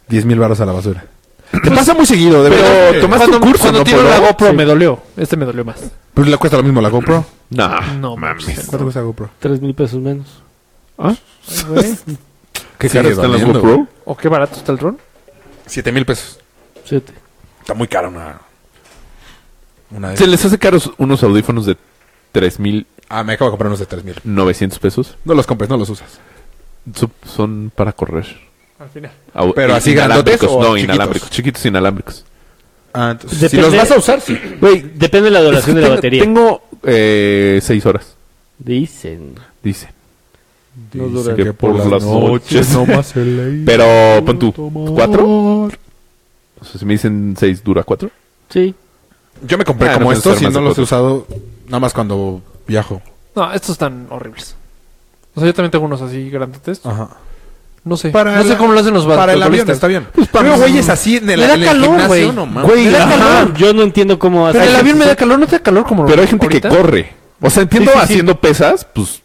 Speaker 1: 10 mil baros a la basura. Te pasa muy seguido, de verdad.
Speaker 6: Pero
Speaker 1: que-
Speaker 6: Oh, tomaste un curso,
Speaker 4: Cuando
Speaker 6: ¿no?
Speaker 4: tiro
Speaker 6: Polo?
Speaker 4: la GoPro
Speaker 2: Sí.
Speaker 4: me dolió. Este me dolió más.
Speaker 1: Pues le cuesta lo mismo la GoPro.
Speaker 6: Nah,
Speaker 4: No,
Speaker 6: mames.
Speaker 1: ¿Cuánto cuesta la GoPro?
Speaker 2: Tres mil pesos menos.
Speaker 1: ¿Qué
Speaker 6: ¿Qué caras están las GoPro?
Speaker 4: ¿O Oh, qué barato está el dron?
Speaker 1: 7 mil pesos.
Speaker 2: Siete.
Speaker 1: Está muy cara una. Una de
Speaker 6: Se les hace caros unos audífonos de 3.900
Speaker 1: Ah, me acabo de comprar unos de 3 mil.
Speaker 6: pesos.
Speaker 1: No los compres, no los usas.
Speaker 6: Son- Son para correr.
Speaker 4: Al final.
Speaker 6: Au-
Speaker 1: Pero así
Speaker 6: inalámbricos,
Speaker 1: grandotes o
Speaker 6: No,
Speaker 1: chiquitos?
Speaker 6: inalámbricos. Chiquitos inalámbricos.
Speaker 1: Ah, entonces, si
Speaker 2: Depende-
Speaker 1: los vas a usar, sí.
Speaker 2: Güey, depende de la duración de la
Speaker 6: tengo,
Speaker 2: batería.
Speaker 6: Tengo eh, seis horas,
Speaker 2: Dicen.
Speaker 6: dice.
Speaker 2: No
Speaker 1: Dice
Speaker 2: dura.
Speaker 6: que por las noches
Speaker 1: no más se leía
Speaker 6: Pero pon tú,
Speaker 1: tomar.
Speaker 6: ¿cuatro? O sea, si me dicen seis, ¿dura cuatro?
Speaker 2: Sí.
Speaker 1: Yo me compré
Speaker 6: Ah, no
Speaker 1: como
Speaker 6: pensé
Speaker 1: estos
Speaker 6: ser
Speaker 1: y
Speaker 6: más
Speaker 1: no
Speaker 6: de
Speaker 1: los he
Speaker 6: cuatro.
Speaker 1: usado nada más cuando viajo.
Speaker 4: No, estos están horribles. O sea, yo también tengo unos así grandotes.
Speaker 1: Ajá.
Speaker 4: No sé.
Speaker 1: Para
Speaker 4: no
Speaker 1: el-
Speaker 4: sé cómo lo hacen los
Speaker 1: Para el avión
Speaker 4: basquetbolistas.
Speaker 1: está bien. Pero güey, es así en el,
Speaker 4: Me da
Speaker 1: en el
Speaker 4: calor,
Speaker 1: gimnasio,
Speaker 4: güey.
Speaker 1: no mames.
Speaker 6: Güey,
Speaker 4: da
Speaker 6: ajá.
Speaker 4: calor.
Speaker 2: Yo no entiendo cómo hace
Speaker 4: Pero el
Speaker 2: ejercicio.
Speaker 4: avión me da calor, no te da calor como
Speaker 6: Pero hay gente
Speaker 4: ahorita?
Speaker 6: que corre. O sea, entiendo
Speaker 2: Sí, sí, sí.
Speaker 6: haciendo pesas, pues...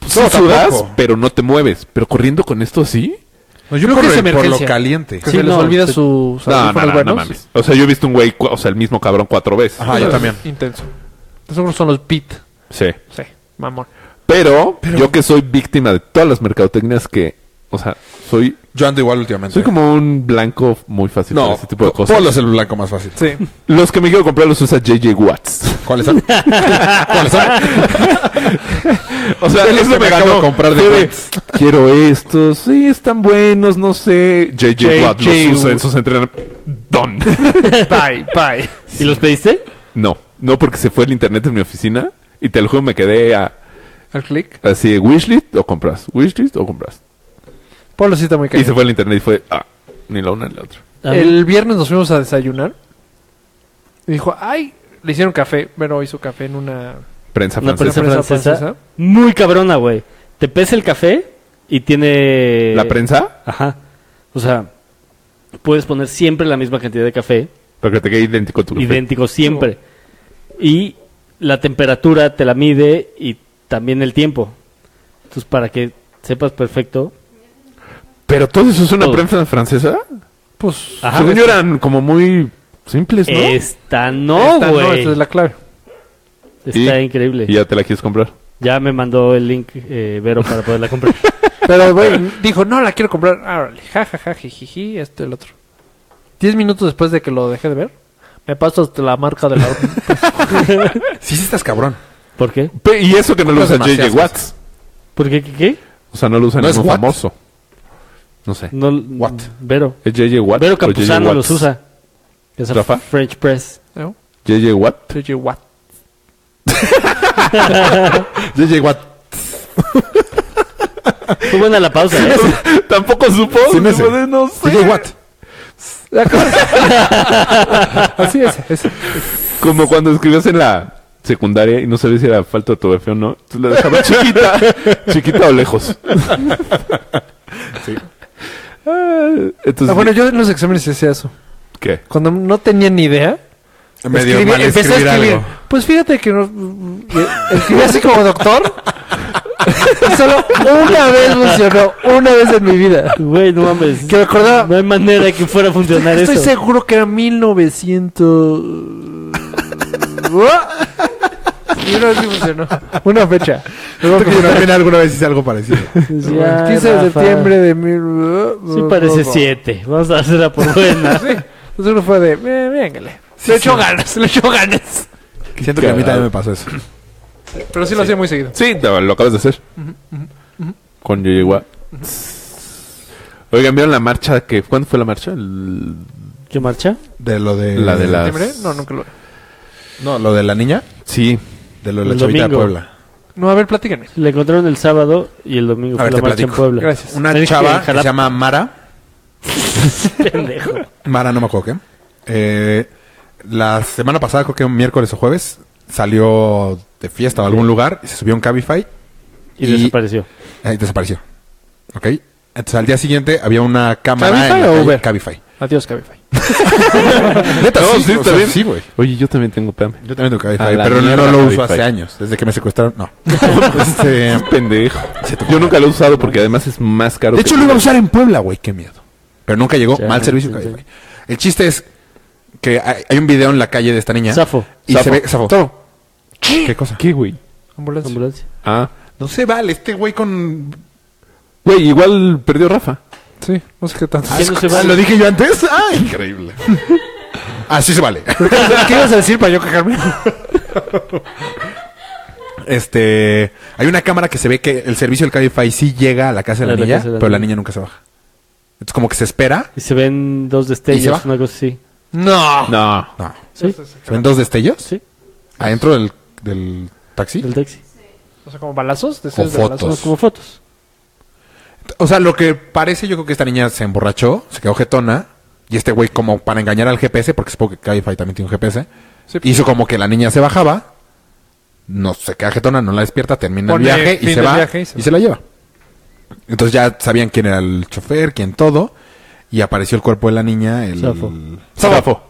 Speaker 6: pues sí
Speaker 1: No,
Speaker 6: sudas,
Speaker 1: tampoco.
Speaker 6: pero no te mueves. Pero corriendo con esto así...
Speaker 1: No, yo
Speaker 4: Creo que
Speaker 1: por,
Speaker 4: es
Speaker 1: el- por lo
Speaker 4: emergencia.
Speaker 1: caliente.
Speaker 4: Que
Speaker 2: Sí,
Speaker 4: se les
Speaker 2: no,
Speaker 4: olvida
Speaker 2: te-
Speaker 4: sus
Speaker 6: No, no,
Speaker 4: audífonos
Speaker 6: no, no
Speaker 4: buenos.
Speaker 6: mames. O sea, yo he visto un güey, cu- o sea, el mismo cabrón cuatro veces.
Speaker 4: Ah,
Speaker 1: Ajá, yo también.
Speaker 4: Intenso. Esos seguro son los beat.
Speaker 6: Sí.
Speaker 4: Sí, mamón.
Speaker 6: Pero, yo que soy víctima de todas las mercadotecnias que... O sea, soy...
Speaker 1: Yo ando igual últimamente.
Speaker 6: Soy como un blanco muy fácil para
Speaker 1: no,
Speaker 6: ese tipo de
Speaker 1: po-
Speaker 6: cosas.
Speaker 1: Polo es el blanco más fácil.
Speaker 4: Sí.
Speaker 6: Los que me quiero comprar los usa JJ Watts.
Speaker 1: ¿Cuáles son? ¿Cuáles son?
Speaker 6: O sea,
Speaker 1: De los
Speaker 6: eso
Speaker 1: que me acabo de comprar de
Speaker 6: Fue de,
Speaker 1: Watts.
Speaker 6: Quiero estos, sí, están buenos, no sé. JJ Watt los
Speaker 4: JJ
Speaker 6: usa en sus entrenamientos. Don.
Speaker 4: bye, bye.
Speaker 2: ¿Y los pediste?
Speaker 6: No, no porque se fue el internet en mi oficina y te lo juro me quedé a-
Speaker 4: Al click.
Speaker 6: así, wishlist o compras, wishlist o compras.
Speaker 4: Polo sí está muy
Speaker 6: Y se
Speaker 4: caliente.
Speaker 6: fue el internet y fue, ah, ni la una ni la otra.
Speaker 2: A mí-
Speaker 4: El viernes nos fuimos a desayunar. Y dijo, ay, le hicieron café. Bueno, hizo café en una
Speaker 6: Prensa
Speaker 2: Una
Speaker 6: francesa.
Speaker 2: prensa francesa. Muy cabrona, güey. Te pesa el café y tiene...
Speaker 6: ¿La prensa?
Speaker 2: Ajá. O sea, puedes poner siempre la misma cantidad de café.
Speaker 6: Para que te quede idéntico a tu café.
Speaker 2: idéntico siempre. Y la temperatura te la mide y también el tiempo. Entonces, para que sepas perfecto.
Speaker 6: Pero todo eso es una
Speaker 2: Todo.
Speaker 6: prensa francesa.
Speaker 4: Pues,
Speaker 2: Ajá.
Speaker 6: Según yo eran como muy simples, ¿no?
Speaker 2: Esta no,
Speaker 4: esta no,
Speaker 2: güey.
Speaker 4: esta es la clave.
Speaker 2: Está
Speaker 6: Y-
Speaker 2: increíble.
Speaker 6: Y
Speaker 2: Ya.
Speaker 6: ya te la quieres comprar.
Speaker 2: me mandó el link eh, Vero para poderla comprar.
Speaker 4: Pero, güey, dijo, no, la quiero comprar. Ah, Órale, ja, ja, ja, jijiji, esto, el otro. Diez minutos después de que lo dejé de ver, me paso hasta la marca de la...
Speaker 1: Sí, sí estás cabrón.
Speaker 2: ¿Por qué?
Speaker 6: Pe- y eso que no lo
Speaker 1: Compras
Speaker 6: usa JJ
Speaker 1: demasiadas
Speaker 6: Watts.
Speaker 2: ¿Por qué? ¿Qué? qué?
Speaker 6: O sea, no lo usa
Speaker 1: No es
Speaker 6: ningún
Speaker 1: Watt.
Speaker 6: famoso. No sé.
Speaker 2: No,
Speaker 1: What?
Speaker 2: Vero.
Speaker 6: ¿Es JJ Watt?
Speaker 2: Vero
Speaker 6: o JJ
Speaker 2: Campuzano
Speaker 6: Watts?
Speaker 2: los usa. Esa
Speaker 6: ¿Rafa?
Speaker 2: French Press.
Speaker 4: ¿No?
Speaker 6: JJ Watt.
Speaker 4: Soy yo, what?
Speaker 1: JJ Watt.
Speaker 2: Fue buena la pausa, ¿eh?
Speaker 6: Tampoco supo.
Speaker 1: Sí me sé.
Speaker 6: supo de- no sé.
Speaker 1: JJ Watt.
Speaker 4: Así es, es.
Speaker 6: Como cuando escribías en la secundaria y no sabías si era falta de ortografía o no. Entonces la dejabas chiquita. chiquita o lejos.
Speaker 1: Sí.
Speaker 6: Entonces,
Speaker 4: Ah, bueno, yo en los exámenes hacía eso.
Speaker 6: ¿qué?
Speaker 4: Cuando no tenía ni idea,
Speaker 1: Medio
Speaker 4: escribí-
Speaker 1: mal
Speaker 4: empecé
Speaker 1: escribir
Speaker 4: a escribir.
Speaker 1: algo.
Speaker 4: Pues fíjate que no, escribí así como doctor. Y Solo una vez funcionó, una vez en mi vida.
Speaker 2: Güey, no mames.
Speaker 4: Que me acordaba,
Speaker 2: No hay manera que fuera a funcionar
Speaker 4: Estoy
Speaker 2: eso.
Speaker 4: seguro que era 1900. y una vez sí funcionó. Una fecha.
Speaker 1: Creo que yo también alguna vez hice algo parecido.
Speaker 2: Ya,
Speaker 4: 15 de
Speaker 2: Rafa.
Speaker 4: septiembre de mil.
Speaker 2: Sí parece 7. Vamos a hacerla por buena.
Speaker 4: Entonces uno fue de. "Eh, véngale.
Speaker 1: Sí,
Speaker 4: le echó
Speaker 1: sí.
Speaker 4: ganas, le echó ganas.
Speaker 1: Siento que a mí también me pasó eso.
Speaker 4: Pero sí lo hacía muy seguido.
Speaker 6: Sí, no, lo acabas de hacer. Con Yoyegua. Oigan, ¿vieron la marcha? Que, ¿Cuándo fue la marcha? El-
Speaker 2: ¿Qué marcha?
Speaker 1: De lo de...
Speaker 6: La de la-
Speaker 4: ¿Septiembre? No, nunca lo.
Speaker 1: No, lo de la niña.
Speaker 6: Sí.
Speaker 1: De lo de la
Speaker 2: El
Speaker 1: chavita de
Speaker 2: domingo.
Speaker 1: Puebla.
Speaker 4: No, a ver, platíquenme.
Speaker 2: La encontraron el sábado y el domingo
Speaker 1: A
Speaker 2: fue
Speaker 1: ver,
Speaker 2: la
Speaker 1: te
Speaker 2: marcha en
Speaker 1: platico.
Speaker 2: Puebla.
Speaker 4: Gracias.
Speaker 1: Una
Speaker 2: Tenés que
Speaker 1: chava que se
Speaker 2: jalar-
Speaker 1: llama Mara.
Speaker 2: Pendejo.
Speaker 1: Mara, no me acuerdo qué. Eh, la semana pasada, creo que un miércoles o jueves, salió de fiesta a algún lugar y se subió a un Cabify
Speaker 2: Y,
Speaker 1: Y-
Speaker 2: desapareció.
Speaker 1: eh, y desapareció. ¿Ok? Entonces al día siguiente había una cámara
Speaker 4: ¿Cabify
Speaker 1: en la
Speaker 4: o
Speaker 1: calle-
Speaker 4: Uber?
Speaker 1: Cabify.
Speaker 4: Adiós, Cabify.
Speaker 1: Neta,
Speaker 6: No,
Speaker 1: sí,
Speaker 6: sí,
Speaker 1: o
Speaker 6: está
Speaker 1: sea,
Speaker 6: bien.
Speaker 1: sí, güey.
Speaker 6: Oye, yo también tengo PM.
Speaker 1: Yo también tengo
Speaker 6: A
Speaker 1: Cabify,
Speaker 6: la
Speaker 1: pero no
Speaker 6: mierda
Speaker 1: lo uso
Speaker 6: Cabify.
Speaker 1: hace años. Desde que me secuestraron, no. Este,
Speaker 6: Pendejo. Yo nunca lo he usado porque además es más caro.
Speaker 1: de
Speaker 6: que-
Speaker 1: hecho, lo iba a usar en Puebla, güey. Qué miedo. Pero nunca llegó.
Speaker 2: Ya,
Speaker 1: Mal servicio
Speaker 2: sí,
Speaker 1: Cabify. El chiste es que hay, hay un video en la calle de esta niña.
Speaker 2: Zafo.
Speaker 1: Y
Speaker 6: Zafo.
Speaker 1: se ve... Zafo. ¿Qué cosa?
Speaker 6: ¿Qué, güey?
Speaker 4: Ambulancia.
Speaker 2: Ambulancia.
Speaker 6: Ah.
Speaker 1: No se vale, este güey con.
Speaker 6: Güey, igual perdió Rafa.
Speaker 4: Sí, no sé qué tanto.
Speaker 2: ¿Qué no se
Speaker 1: ¿Lo
Speaker 2: vale?
Speaker 1: dije yo antes? ¡Ah! Increíble. Así se vale.
Speaker 4: ¿Qué ibas a decir para yo cagarme?
Speaker 1: Este. Hay una cámara que se ve que el servicio del Cabify sí llega a la casa de la,
Speaker 2: A la
Speaker 1: niña,
Speaker 2: casa de la
Speaker 1: pero la
Speaker 2: niña.
Speaker 1: niña nunca se baja. Es como que se espera.
Speaker 2: Y se ven dos
Speaker 1: ¿Y se
Speaker 2: destellos,
Speaker 1: va?
Speaker 2: una cosa así.
Speaker 4: No.
Speaker 6: No.
Speaker 1: No.
Speaker 2: ¿Sí?
Speaker 1: ¿Se ven dos destellos?
Speaker 2: Sí.
Speaker 1: Adentro del, del taxi.
Speaker 2: Del taxi.
Speaker 4: O sea, como balazos.
Speaker 1: Con
Speaker 4: deseos de balazos.
Speaker 1: fotos.
Speaker 2: Como fotos.
Speaker 1: O sea, lo que parece, yo creo que esta niña se emborrachó, se quedó jetona. Y este güey, como para engañar al GPS, porque supongo que Cabify también tiene un GPS,
Speaker 4: Sí.
Speaker 1: hizo como que la niña se bajaba. No se queda jetona, no la despierta, termina
Speaker 4: Pone
Speaker 1: el viaje
Speaker 4: fin
Speaker 1: y se
Speaker 4: del
Speaker 1: va.
Speaker 4: viaje y se
Speaker 1: y se la lleva. Entonces ya sabían quién era el chofer, quién todo. Y apareció el cuerpo de la niña, el.
Speaker 2: Zafo.
Speaker 6: Zafo.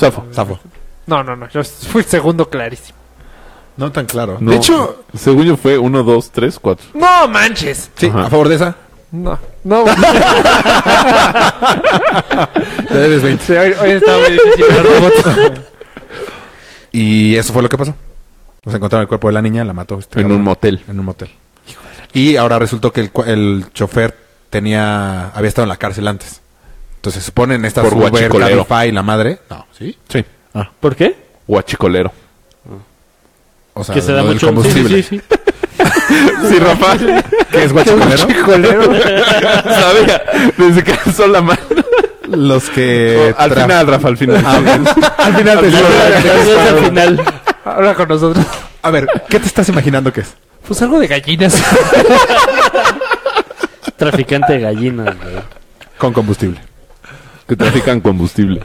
Speaker 6: Zafo.
Speaker 1: Zafo.
Speaker 4: No, no, no. Yo fui segundo clarísimo.
Speaker 1: No tan claro.
Speaker 6: No.
Speaker 1: De hecho,
Speaker 6: según yo fue 1, 2, 3, 4.
Speaker 4: No manches.
Speaker 1: sí,
Speaker 6: Ajá.
Speaker 1: a favor de esa.
Speaker 4: No, no.
Speaker 1: Te debes 20.
Speaker 4: Sí, hoy, hoy estaba muy difícil.
Speaker 1: Y eso fue lo que pasó. Nos encontraron el cuerpo de la niña, la mató. este
Speaker 6: En
Speaker 1: cabrón.
Speaker 6: un motel.
Speaker 1: En un motel. Y ahora resultó que el, cua- el chofer tenía había estado en la cárcel antes. Entonces se supone en estas
Speaker 6: Por
Speaker 1: Uber,
Speaker 6: guachicolero.
Speaker 1: Cabify, la madre. No, ¿sí?
Speaker 6: Sí.
Speaker 2: ¿Por qué?
Speaker 6: Guachicolero.
Speaker 1: O sea,
Speaker 2: que se
Speaker 1: Ah, lo
Speaker 2: da
Speaker 1: del
Speaker 2: mucho.
Speaker 1: combustible.
Speaker 2: Sí, sí, sí.
Speaker 6: Sí, Rafa.
Speaker 1: ¿Qué es guachicolero?
Speaker 6: Sabía. Desde que alzó la mano.
Speaker 1: Los que...
Speaker 6: al
Speaker 1: tra-
Speaker 6: final, Rafa, al final.
Speaker 1: al final te digo.
Speaker 2: Entonces, al final.
Speaker 4: Ahora con nosotros.
Speaker 1: A ver, ¿qué te estás imaginando que es?
Speaker 4: Pues algo de gallinas.
Speaker 2: Traficante de gallinas, güey.
Speaker 1: Con combustible.
Speaker 6: Que trafican combustible.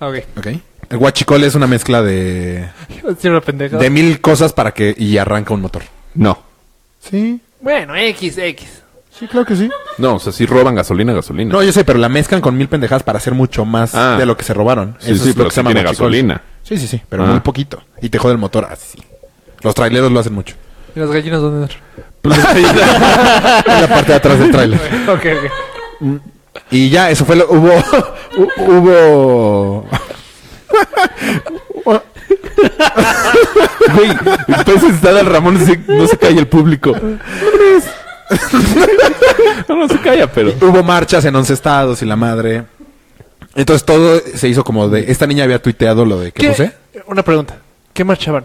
Speaker 4: ok.
Speaker 1: ¿Ok? El guachicol es una mezcla de...
Speaker 4: Iba a decir una pendejada.
Speaker 1: De mil cosas para que... Y arranca un motor.
Speaker 6: No.
Speaker 1: Sí.
Speaker 4: Bueno, X, X.
Speaker 1: Sí, claro que sí.
Speaker 6: No, o sea, sí roban gasolina, gasolina.
Speaker 1: No, yo sé, pero la mezclan con mil pendejadas para hacer mucho más
Speaker 6: Ah.
Speaker 1: de lo que se robaron.
Speaker 6: Sí, sí,
Speaker 1: es lo
Speaker 6: pero
Speaker 1: que
Speaker 6: sí
Speaker 1: se llama
Speaker 6: tiene
Speaker 1: guachicol.
Speaker 6: gasolina.
Speaker 1: Sí, sí, sí, pero
Speaker 6: Ah.
Speaker 1: muy poquito. Y te jode el motor así. Los traileros lo hacen mucho.
Speaker 4: ¿Y las gallinas dónde entran?
Speaker 1: En la parte de atrás del trailer.
Speaker 4: Ok, ok.
Speaker 1: Y ya, eso fue lo... Hubo... hu- hubo...
Speaker 6: Güey, entonces está el Ramón, no se, no se calla el público. No, no se calla, pero.
Speaker 1: Hubo marchas en 11 estados y la madre. Entonces todo se hizo como de... Esta niña había tuiteado lo de... ¿Qué, puse?
Speaker 4: Una pregunta. ¿Qué marchaban?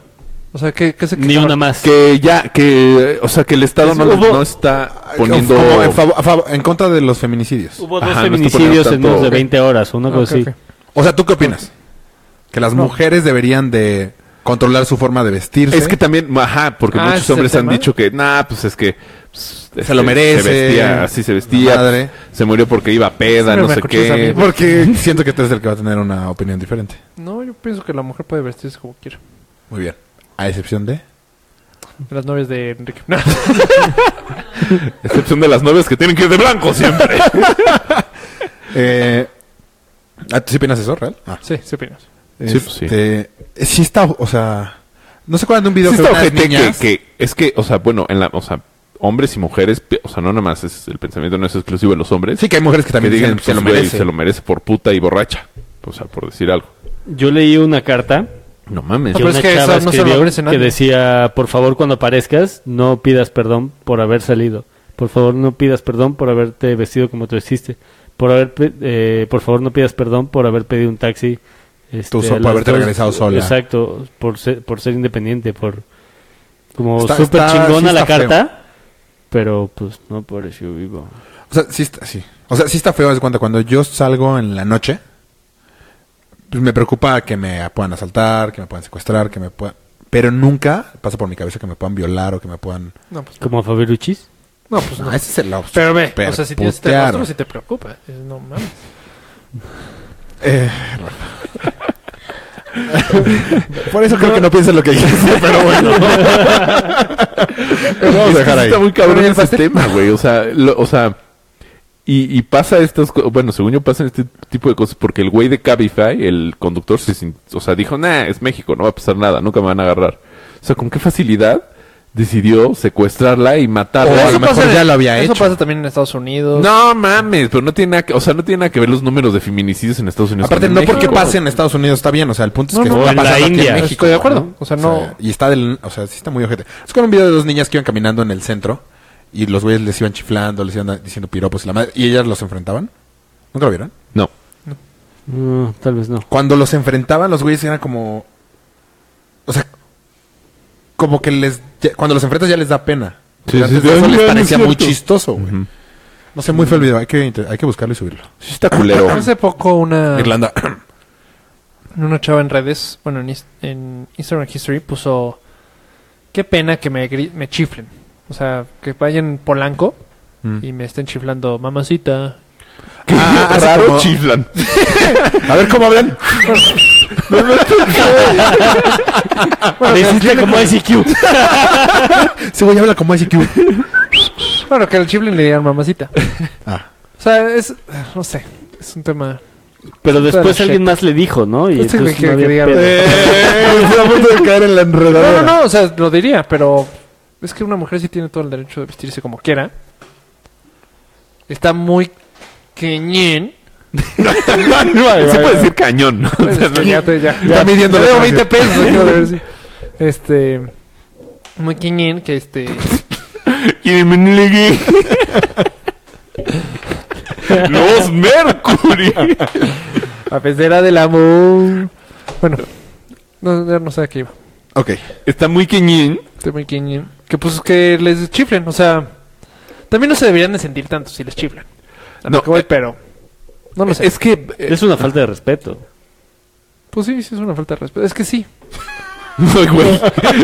Speaker 4: O sea, ¿qué, qué se
Speaker 2: Ni
Speaker 4: quejaban?
Speaker 2: una más.
Speaker 6: Que ya, que. O sea, que el Estado no,
Speaker 2: Hubo-
Speaker 6: no está poniendo.
Speaker 1: Como en, fav- a fav- en contra de los feminicidios.
Speaker 2: Hubo dos
Speaker 6: Ajá, no estoy
Speaker 2: feminicidios
Speaker 6: poniendo
Speaker 2: en menos de
Speaker 6: tanto-
Speaker 2: 20 horas, una
Speaker 4: Ok,
Speaker 2: cosa así.
Speaker 4: ok.
Speaker 1: O sea, ¿tú qué opinas? Que las mujeres deberían de controlar su forma de vestirse.
Speaker 6: Es que también, ajá, porque
Speaker 4: Ah, ese
Speaker 6: muchos
Speaker 4: es el
Speaker 6: hombres han
Speaker 4: tema.
Speaker 6: dicho que, nah, pues es que pues, este,
Speaker 1: lo merece,
Speaker 6: Se vestía, así se vestía.
Speaker 1: la madre.
Speaker 6: pues, Se murió porque iba a peda,
Speaker 4: Siempre
Speaker 6: no
Speaker 4: me
Speaker 6: sé
Speaker 4: escuchas a
Speaker 6: qué.
Speaker 4: mí.
Speaker 1: Porque siento que tú eres el que va a tener una opinión diferente.
Speaker 4: No, yo pienso que la mujer puede vestirse como quiera.
Speaker 1: Muy bien. A excepción de...
Speaker 4: De las novias de Enrique. No.
Speaker 6: Excepción de las novias que tienen que ir de blanco siempre.
Speaker 1: Eh, ah, ¿tú ¿Sí opinas eso, real? Ah.
Speaker 4: Sí, sí opinas.
Speaker 6: Sí, pues, sí.
Speaker 1: Este, eh, sí está, o sea... ¿No se acuerdan de un video
Speaker 6: Sí
Speaker 1: que
Speaker 6: está
Speaker 1: unas
Speaker 6: ojete que,
Speaker 1: niñas-
Speaker 6: que es que, o sea, bueno, en la, o sea, hombres y mujeres, pi- o sea, no nada más es el pensamiento no es exclusivo de los hombres.
Speaker 1: Sí, que hay mujeres que
Speaker 6: que
Speaker 1: también
Speaker 6: digan
Speaker 1: dicen, se lo
Speaker 6: pues, güey,
Speaker 1: merece.
Speaker 6: se lo merece por puta y borracha, o sea, por decir algo.
Speaker 2: Yo leí una carta
Speaker 6: No mames.
Speaker 4: No,
Speaker 2: que
Speaker 4: pero
Speaker 2: una
Speaker 4: es que
Speaker 2: chava
Speaker 4: eso no se lo
Speaker 2: escribió
Speaker 4: merece nadie.
Speaker 2: que decía, por favor, cuando aparezcas, no pidas perdón por haber salido. Por favor, no pidas perdón por haberte vestido como tú vestiste. Por haber, pe- eh, por favor, no pidas perdón por haber pedido un taxi. este,
Speaker 1: Tú so-
Speaker 2: a
Speaker 1: por
Speaker 2: las
Speaker 1: haberte
Speaker 2: dos-
Speaker 1: regresado sola.
Speaker 2: Exacto, por ser, por ser independiente, por como
Speaker 1: Está-
Speaker 2: súper
Speaker 1: está- sí
Speaker 2: chingona la
Speaker 1: está feo.
Speaker 2: carta, pero pues no por eso vivo.
Speaker 1: O sea, sí está, sí. O sea, sí está feo, haz de cuenta. Cuando yo salgo en la noche, pues me preocupa que me puedan asaltar, que me puedan secuestrar, que me puedan... Pero nunca pasa por mi cabeza que me puedan violar o que me puedan...
Speaker 4: No, pues
Speaker 2: Como Fabio Luchis.
Speaker 4: no. Pues, no.
Speaker 1: Ah, ese es el lobster.
Speaker 4: Pero ve, o sea, si tienes este
Speaker 1: Perputear.
Speaker 4: rostro, si te preocupa. Dices, No mames.
Speaker 1: Eh, por eso creo que no pienses lo que dijiste, pero bueno. Lo vamos a dejar ahí.
Speaker 6: Está muy cabrón
Speaker 4: Pero,
Speaker 6: ese
Speaker 4: pastel.
Speaker 6: tema, güey. O sea, lo- o sea, y, y pasa estas cosas. Bueno, según yo pasan este tipo de cosas porque el güey de Cabify, el conductor, se, sin- o sea, dijo, nah, es México, no va a pasar nada, nunca me van a agarrar. O sea, con qué facilidad decidió secuestrarla y
Speaker 1: O
Speaker 6: matarla.
Speaker 1: a lo mejor
Speaker 4: en-
Speaker 1: ya lo había
Speaker 4: Eso
Speaker 1: hecho.
Speaker 4: pasa también en Estados Unidos.
Speaker 6: No mames, pero no tiene nada que, o sea, no tiene nada que ver los números de feminicidios en Estados Unidos.
Speaker 1: Aparte,
Speaker 6: con
Speaker 1: no
Speaker 6: México.
Speaker 1: porque pase en Estados Unidos está bien, o sea, el punto es
Speaker 4: No,
Speaker 1: que
Speaker 4: no,
Speaker 1: está
Speaker 2: en la
Speaker 1: pasando aquí
Speaker 2: India.
Speaker 1: en México.
Speaker 4: Estoy de acuerdo. O sea, no-
Speaker 1: y está del, o sea, sí está muy ojete. Es como un video de dos niñas que iban caminando en el centro y los güeyes les iban chiflando, les iban diciendo piropos y la madre, y ellas los enfrentaban. ¿Nunca lo vieron?
Speaker 6: No.
Speaker 2: No, tal vez no.
Speaker 1: Cuando los enfrentaban, los güeyes eran como o sea, como que les ya- cuando los enfrentas ya les da pena.
Speaker 6: Sí,
Speaker 1: Pero
Speaker 6: sí,
Speaker 1: antes de
Speaker 6: sí,
Speaker 1: eso
Speaker 6: sí,
Speaker 1: les
Speaker 6: sí,
Speaker 1: parecía
Speaker 6: es
Speaker 1: muy
Speaker 6: cierto.
Speaker 1: chistoso, güey.
Speaker 6: Ujú.
Speaker 1: No sé, muy feo el video, hay que inter- hay que buscarlo y subirlo.
Speaker 6: Sí está culero.
Speaker 4: Hace poco
Speaker 2: Ah.
Speaker 4: una,
Speaker 1: Irlanda.
Speaker 4: una chava en redes, bueno, en, Ins- en Instagram History puso, qué pena que me, gri- me chiflen. O sea, que vayan Polanco
Speaker 1: Mm.
Speaker 4: y me estén chiflando, mamacita.
Speaker 1: Ah,
Speaker 6: Qué
Speaker 1: hace
Speaker 6: raro
Speaker 1: como-
Speaker 6: chiflan.
Speaker 1: A ver cómo hablan.
Speaker 4: Ah,
Speaker 2: Le hiciste como ICQ.
Speaker 1: Ese güey habla como SQ.
Speaker 4: Bueno, que al chiflen le digan mamacita.
Speaker 1: Ah.
Speaker 4: O sea, es, no sé, es un tema.
Speaker 2: Pero
Speaker 4: Pero
Speaker 2: después
Speaker 4: shit.
Speaker 2: alguien más le dijo, ¿no? Y
Speaker 4: Este güey
Speaker 2: entonces no
Speaker 4: quiere que
Speaker 2: había
Speaker 4: diga-
Speaker 2: pedo.
Speaker 6: Eh,
Speaker 1: a punto de caer en la
Speaker 4: No, no,
Speaker 1: enredadera.
Speaker 4: no, o sea, lo diría, pero es que una mujer sí tiene todo el derecho de vestirse como quiera. Está muy queñén.
Speaker 6: Sí puede decir cañón.
Speaker 4: Pues, este, ya, te- ya,
Speaker 1: Está midiendo
Speaker 4: Te
Speaker 1: la
Speaker 4: debo
Speaker 1: canción.
Speaker 4: 20 pesos. acabo de ver, sí. Este. Muy quiñín, que este.
Speaker 6: Los Mercury.
Speaker 4: A pesar del amor. Bueno, no, ya no sé a qué iba.
Speaker 1: Ok.
Speaker 6: Está muy queñín.
Speaker 4: Este muy quiñín. Que pues que les chiflen, o sea. También no se deberían de sentir tanto si les chiflan.
Speaker 6: No,
Speaker 4: Que voy, pero. No lo sé.
Speaker 6: es que eh,
Speaker 2: Es una falta de respeto.
Speaker 4: Pues sí, sí es una falta de respeto. Es que sí.
Speaker 6: no, güey.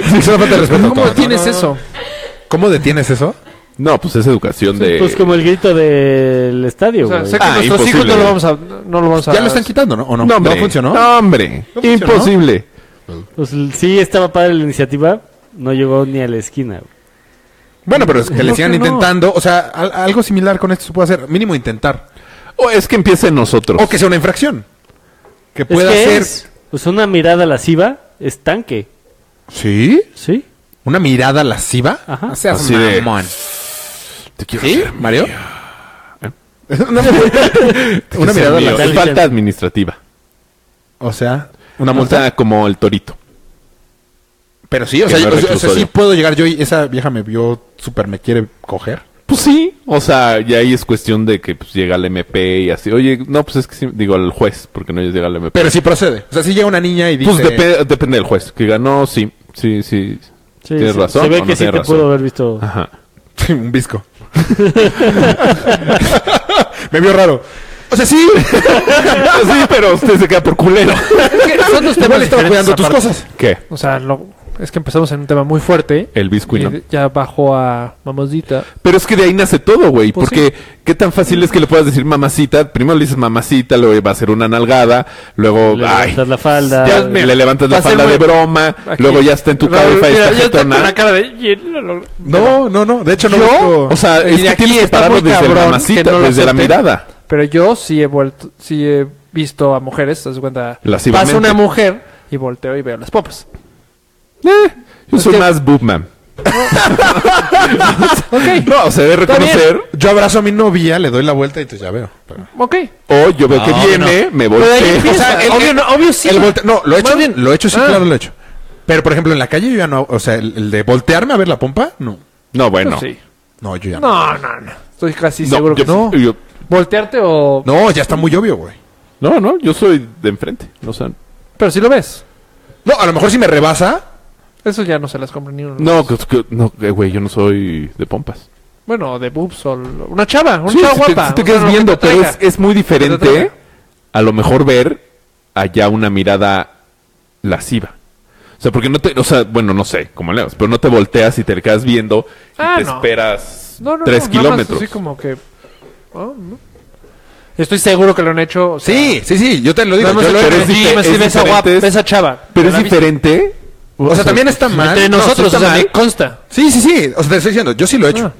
Speaker 1: Sí, es una falta de respeto.
Speaker 4: ¿Cómo
Speaker 1: todo, ¿no?
Speaker 4: tienes eso?
Speaker 1: ¿Cómo detienes eso?
Speaker 6: No, pues es educación de.
Speaker 2: Pues como el grito del estadio,
Speaker 4: O sea,
Speaker 2: güey.
Speaker 4: sé que
Speaker 6: Ah,
Speaker 4: nuestros
Speaker 6: imposible.
Speaker 4: hijos no lo vamos a. No lo vamos a
Speaker 1: Ya lo están quitando, ¿no? ¿O no?
Speaker 6: No,
Speaker 1: ¿No
Speaker 6: hombre.
Speaker 1: funcionó?
Speaker 6: No, hombre.
Speaker 1: funcionó?
Speaker 6: Imposible.
Speaker 2: Pues, sí, estaba padre la iniciativa, no llegó ni a la esquina. güey.
Speaker 1: Bueno, pero es que le
Speaker 4: No,
Speaker 1: sigan
Speaker 4: que no.
Speaker 1: intentando. O sea, al- algo similar con esto se puede hacer. Mínimo intentar.
Speaker 6: O es que empiece en nosotros.
Speaker 1: O que sea una infracción. Que pueda
Speaker 2: es que
Speaker 1: ser.
Speaker 2: es, pues una mirada lasciva es tanque,
Speaker 1: ¿Sí?
Speaker 2: ¿sí?
Speaker 1: ¿Una mirada lasciva?
Speaker 2: Ajá.
Speaker 1: No seas
Speaker 6: Así de-
Speaker 1: mamón. ¿Eh?
Speaker 6: Te quiero
Speaker 1: ¿Sí,
Speaker 6: hacer-
Speaker 1: Mario? una
Speaker 6: Una mirada
Speaker 1: lasciva.
Speaker 6: lateral. Es falta administrativa.
Speaker 1: O sea,
Speaker 6: Una multa como el torito.
Speaker 1: Pero sí, o
Speaker 6: Que
Speaker 1: sea,
Speaker 6: no
Speaker 1: yo-
Speaker 6: es
Speaker 1: o sea, sí
Speaker 6: reclusorio.
Speaker 1: puedo llegar yo y esa vieja me vio súper me quiere coger.
Speaker 6: Pues sí, o sea, ya ahí es cuestión de que pues, llega el MP y así. Oye, no, pues es que sí, digo al juez, porque no llega el MP.
Speaker 1: Pero sí procede. O sea, si llega una niña y dice...
Speaker 6: pues depe- depende del juez, que diga, no, sí, sí, sí.
Speaker 2: Sí,
Speaker 6: Tienes
Speaker 2: sí.
Speaker 6: razón,
Speaker 2: Se ve
Speaker 6: o no
Speaker 2: que sí te
Speaker 6: tienes razón. Ah.
Speaker 2: pudo haber visto.
Speaker 6: Ajá.
Speaker 1: Sí, un visco. me vio raro. O sea, sí.
Speaker 6: sí, pero usted se queda por culero.
Speaker 4: Son
Speaker 1: Igual
Speaker 4: dos temas
Speaker 1: estaba
Speaker 4: diferentes
Speaker 1: cuidando tus
Speaker 4: aparte.
Speaker 1: cosas.
Speaker 6: ¿Qué?
Speaker 4: O sea, lo- es que empezamos en un tema muy fuerte.
Speaker 6: El
Speaker 4: Y
Speaker 6: biscuit.
Speaker 4: de- ya bajó a mamosita.
Speaker 6: Pero es que de ahí nace todo, güey.
Speaker 4: Pues
Speaker 6: porque qué tan fácil es que le puedas decir mamacita. Primero le dices mamacita, luego va a ser una nalgada. Luego,
Speaker 2: Le
Speaker 6: ay,
Speaker 2: levantas la falda. eh,
Speaker 6: ya le levantas
Speaker 4: va
Speaker 6: la
Speaker 4: a ser
Speaker 6: falda
Speaker 4: muy-
Speaker 6: de broma.
Speaker 4: Aquí.
Speaker 6: Luego ya está en tu
Speaker 4: Raúl,
Speaker 6: cabeza y
Speaker 4: mira,
Speaker 6: está
Speaker 4: ya está con
Speaker 6: jetona.
Speaker 4: la cara de... "Y él no lo-".
Speaker 1: No, no, no. De hecho, no.
Speaker 4: ¿Yo?
Speaker 1: busco-
Speaker 6: O sea, es
Speaker 4: Y de
Speaker 6: que
Speaker 4: aquí
Speaker 6: tienes que
Speaker 4: está
Speaker 6: pararlo
Speaker 4: muy
Speaker 6: desde
Speaker 4: cabrón
Speaker 6: la
Speaker 4: que
Speaker 6: mamacita,
Speaker 4: no lo
Speaker 6: desde la
Speaker 4: acepten.
Speaker 6: mirada.
Speaker 4: Pero yo sí he vuelto, sí he visto a mujeres, ¿te das cuenta?
Speaker 6: Lascivamente.
Speaker 4: Pasa una mujer y volteo y veo las pompas.
Speaker 6: Eh, yo
Speaker 4: Es
Speaker 6: soy
Speaker 4: que-
Speaker 6: más boobman.
Speaker 4: Ok,
Speaker 6: No, se debe
Speaker 4: Está bien.
Speaker 6: reconocer.
Speaker 1: Yo abrazo a mi novia, le doy la vuelta y pues ya veo. Pero-
Speaker 4: ok.
Speaker 6: O yo veo que
Speaker 1: No,
Speaker 6: viene, me
Speaker 4: Pero ahí
Speaker 6: volteo.
Speaker 4: empieza.
Speaker 1: O sea, el-
Speaker 4: obvio,
Speaker 1: el-
Speaker 4: no, obvio sí.
Speaker 1: El volte- no, lo he hecho,
Speaker 4: Más bien-
Speaker 1: lo he hecho, sí,
Speaker 4: Ah.
Speaker 1: claro, lo he hecho. Pero, por ejemplo, en la calle yo ya no, o sea, el, el de voltearme a ver la pompa, no.
Speaker 6: No, bueno.
Speaker 4: Sí.
Speaker 1: No, yo ya no.
Speaker 4: No, no, no. Estoy casi
Speaker 6: No,
Speaker 4: seguro
Speaker 6: yo-
Speaker 4: que no.
Speaker 6: yo-
Speaker 4: Voltearte o...
Speaker 1: No, ya está muy obvio, güey.
Speaker 6: no, no, yo soy de enfrente. No, sé.
Speaker 4: Pero si lo ves.
Speaker 1: No, a lo mejor si me rebasa,
Speaker 4: Eso ya no se las compra ni uno.
Speaker 6: no, que- que- no, eh, güey, yo no soy de pompas.
Speaker 4: Bueno, de boobs o... lo- Una chava, una
Speaker 6: Sí,
Speaker 4: chava
Speaker 6: si te-
Speaker 4: guapa.
Speaker 6: si te
Speaker 4: una
Speaker 6: quedas
Speaker 4: que
Speaker 6: viendo, pero
Speaker 4: atraiga.
Speaker 6: es, es muy diferente
Speaker 4: atraiga.
Speaker 6: a lo mejor ver allá una mirada lasciva. O sea, porque no te, o sea, bueno, no sé, como leas, pero no te volteas y te quedas viendo y
Speaker 4: Ah,
Speaker 6: te
Speaker 4: no.
Speaker 6: esperas
Speaker 4: No, no, no, nada
Speaker 6: tres
Speaker 4: más
Speaker 6: kilómetros.
Speaker 4: así como que... oh, no. Estoy seguro que lo han hecho. o sea,
Speaker 1: sí, sí, sí, yo te lo digo.
Speaker 4: nada más
Speaker 1: yo lo he
Speaker 4: pero
Speaker 1: hecho.
Speaker 4: es dife-
Speaker 6: es
Speaker 4: sí ves a guapa,
Speaker 6: diferente.
Speaker 4: ves a chava.
Speaker 6: Pero es
Speaker 4: La viste.
Speaker 6: diferente.
Speaker 1: O sea, también está mal.
Speaker 4: Entre
Speaker 1: No, sí
Speaker 4: nosotros,
Speaker 1: está
Speaker 4: o sea, Ah.
Speaker 1: mal.
Speaker 4: me consta.
Speaker 1: Sí, sí, sí. O sea, te estoy diciendo, yo sí lo he hecho.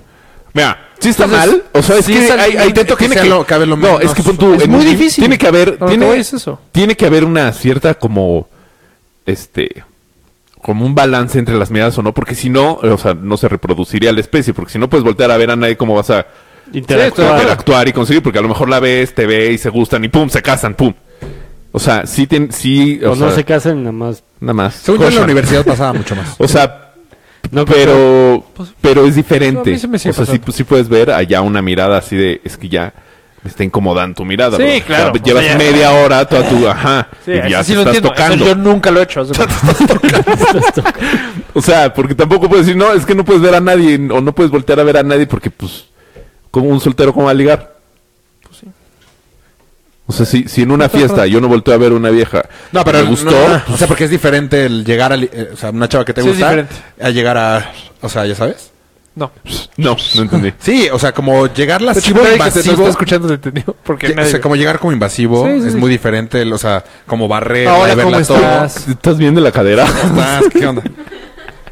Speaker 6: Mira, sí está
Speaker 4: Entonces,
Speaker 6: mal. O sea, es
Speaker 4: sí
Speaker 6: que
Speaker 4: está
Speaker 6: hay,
Speaker 4: bien
Speaker 6: hay tanto
Speaker 1: que
Speaker 6: que,
Speaker 1: sea
Speaker 6: tiene
Speaker 1: lo- cabe lo
Speaker 6: No,
Speaker 1: menos.
Speaker 6: es que pon tú,
Speaker 4: Es
Speaker 6: en
Speaker 4: muy
Speaker 6: un-
Speaker 4: difícil.
Speaker 6: Tiene que haber,
Speaker 4: A lo que
Speaker 6: tiene,
Speaker 4: voy es eso.
Speaker 6: tiene que haber una cierta como, este, como un balance entre las miradas o no, porque si no, eh, o sea, no se reproduciría la especie, porque si no puedes voltear a ver a nadie cómo vas a
Speaker 2: Interactuar.
Speaker 6: interactuar y conseguir, porque a lo mejor la ves, te ve y se gustan y pum, se casan, pum. O sea, sí, tien- sí,
Speaker 2: o
Speaker 6: o
Speaker 2: Pues no
Speaker 6: sea,
Speaker 2: se casan nada más.
Speaker 6: nada más.
Speaker 1: Según yo en la
Speaker 6: Cosas.
Speaker 1: universidad pasaba mucho más.
Speaker 6: O sea,
Speaker 2: No,
Speaker 6: pero, pero es
Speaker 4: Pues, a
Speaker 6: diferente.
Speaker 4: mí se me sigue
Speaker 6: o sea, sí,
Speaker 4: pasando.
Speaker 6: sí puedes ver allá una mirada así de, es que ya me está incomodando tu mirada.
Speaker 4: Sí,
Speaker 6: bro. O sea,
Speaker 4: claro.
Speaker 6: llevas
Speaker 4: O sea, ya-
Speaker 6: media hora toda tu, ajá,
Speaker 4: Sí,
Speaker 6: y ya
Speaker 4: eso sí
Speaker 6: te
Speaker 4: lo
Speaker 6: estás
Speaker 4: entiendo. Eso
Speaker 6: tocando.
Speaker 4: yo nunca lo he hecho. o sea,
Speaker 6: O sea, porque tampoco puedes decir, no, es que no puedes ver a nadie o no puedes voltear a ver a nadie porque, pues, como un soltero, ¿cómo va a ligar?
Speaker 4: Pues
Speaker 6: O sea, si, si en una fiesta yo no volteo a ver a una vieja,
Speaker 1: No, pero
Speaker 6: me gustó,
Speaker 1: no, no, o sea, porque es diferente el llegar a, li- eh, o sea, una chava que te
Speaker 4: Sí, es
Speaker 1: gusta
Speaker 4: diferente.
Speaker 1: a llegar a, o sea, ya sabes.
Speaker 4: no.
Speaker 6: pues, no, no entendí.
Speaker 1: Sí, o sea, como llegar
Speaker 4: Pero
Speaker 1: lascivo,
Speaker 4: Chimberry, que te- no
Speaker 1: invasivo.
Speaker 4: está escuchando te entendió. Porque
Speaker 1: o
Speaker 4: nadie-
Speaker 1: sea, como llegar como invasivo
Speaker 4: Sí, sí,
Speaker 1: es
Speaker 4: sí.
Speaker 1: muy diferente, el- o sea, como barrer,
Speaker 4: Ahora,
Speaker 1: y verla
Speaker 4: ¿cómo
Speaker 1: todo.
Speaker 4: estás?
Speaker 6: ¿Estás bien de la cadera?
Speaker 1: Estás, ¿Qué onda?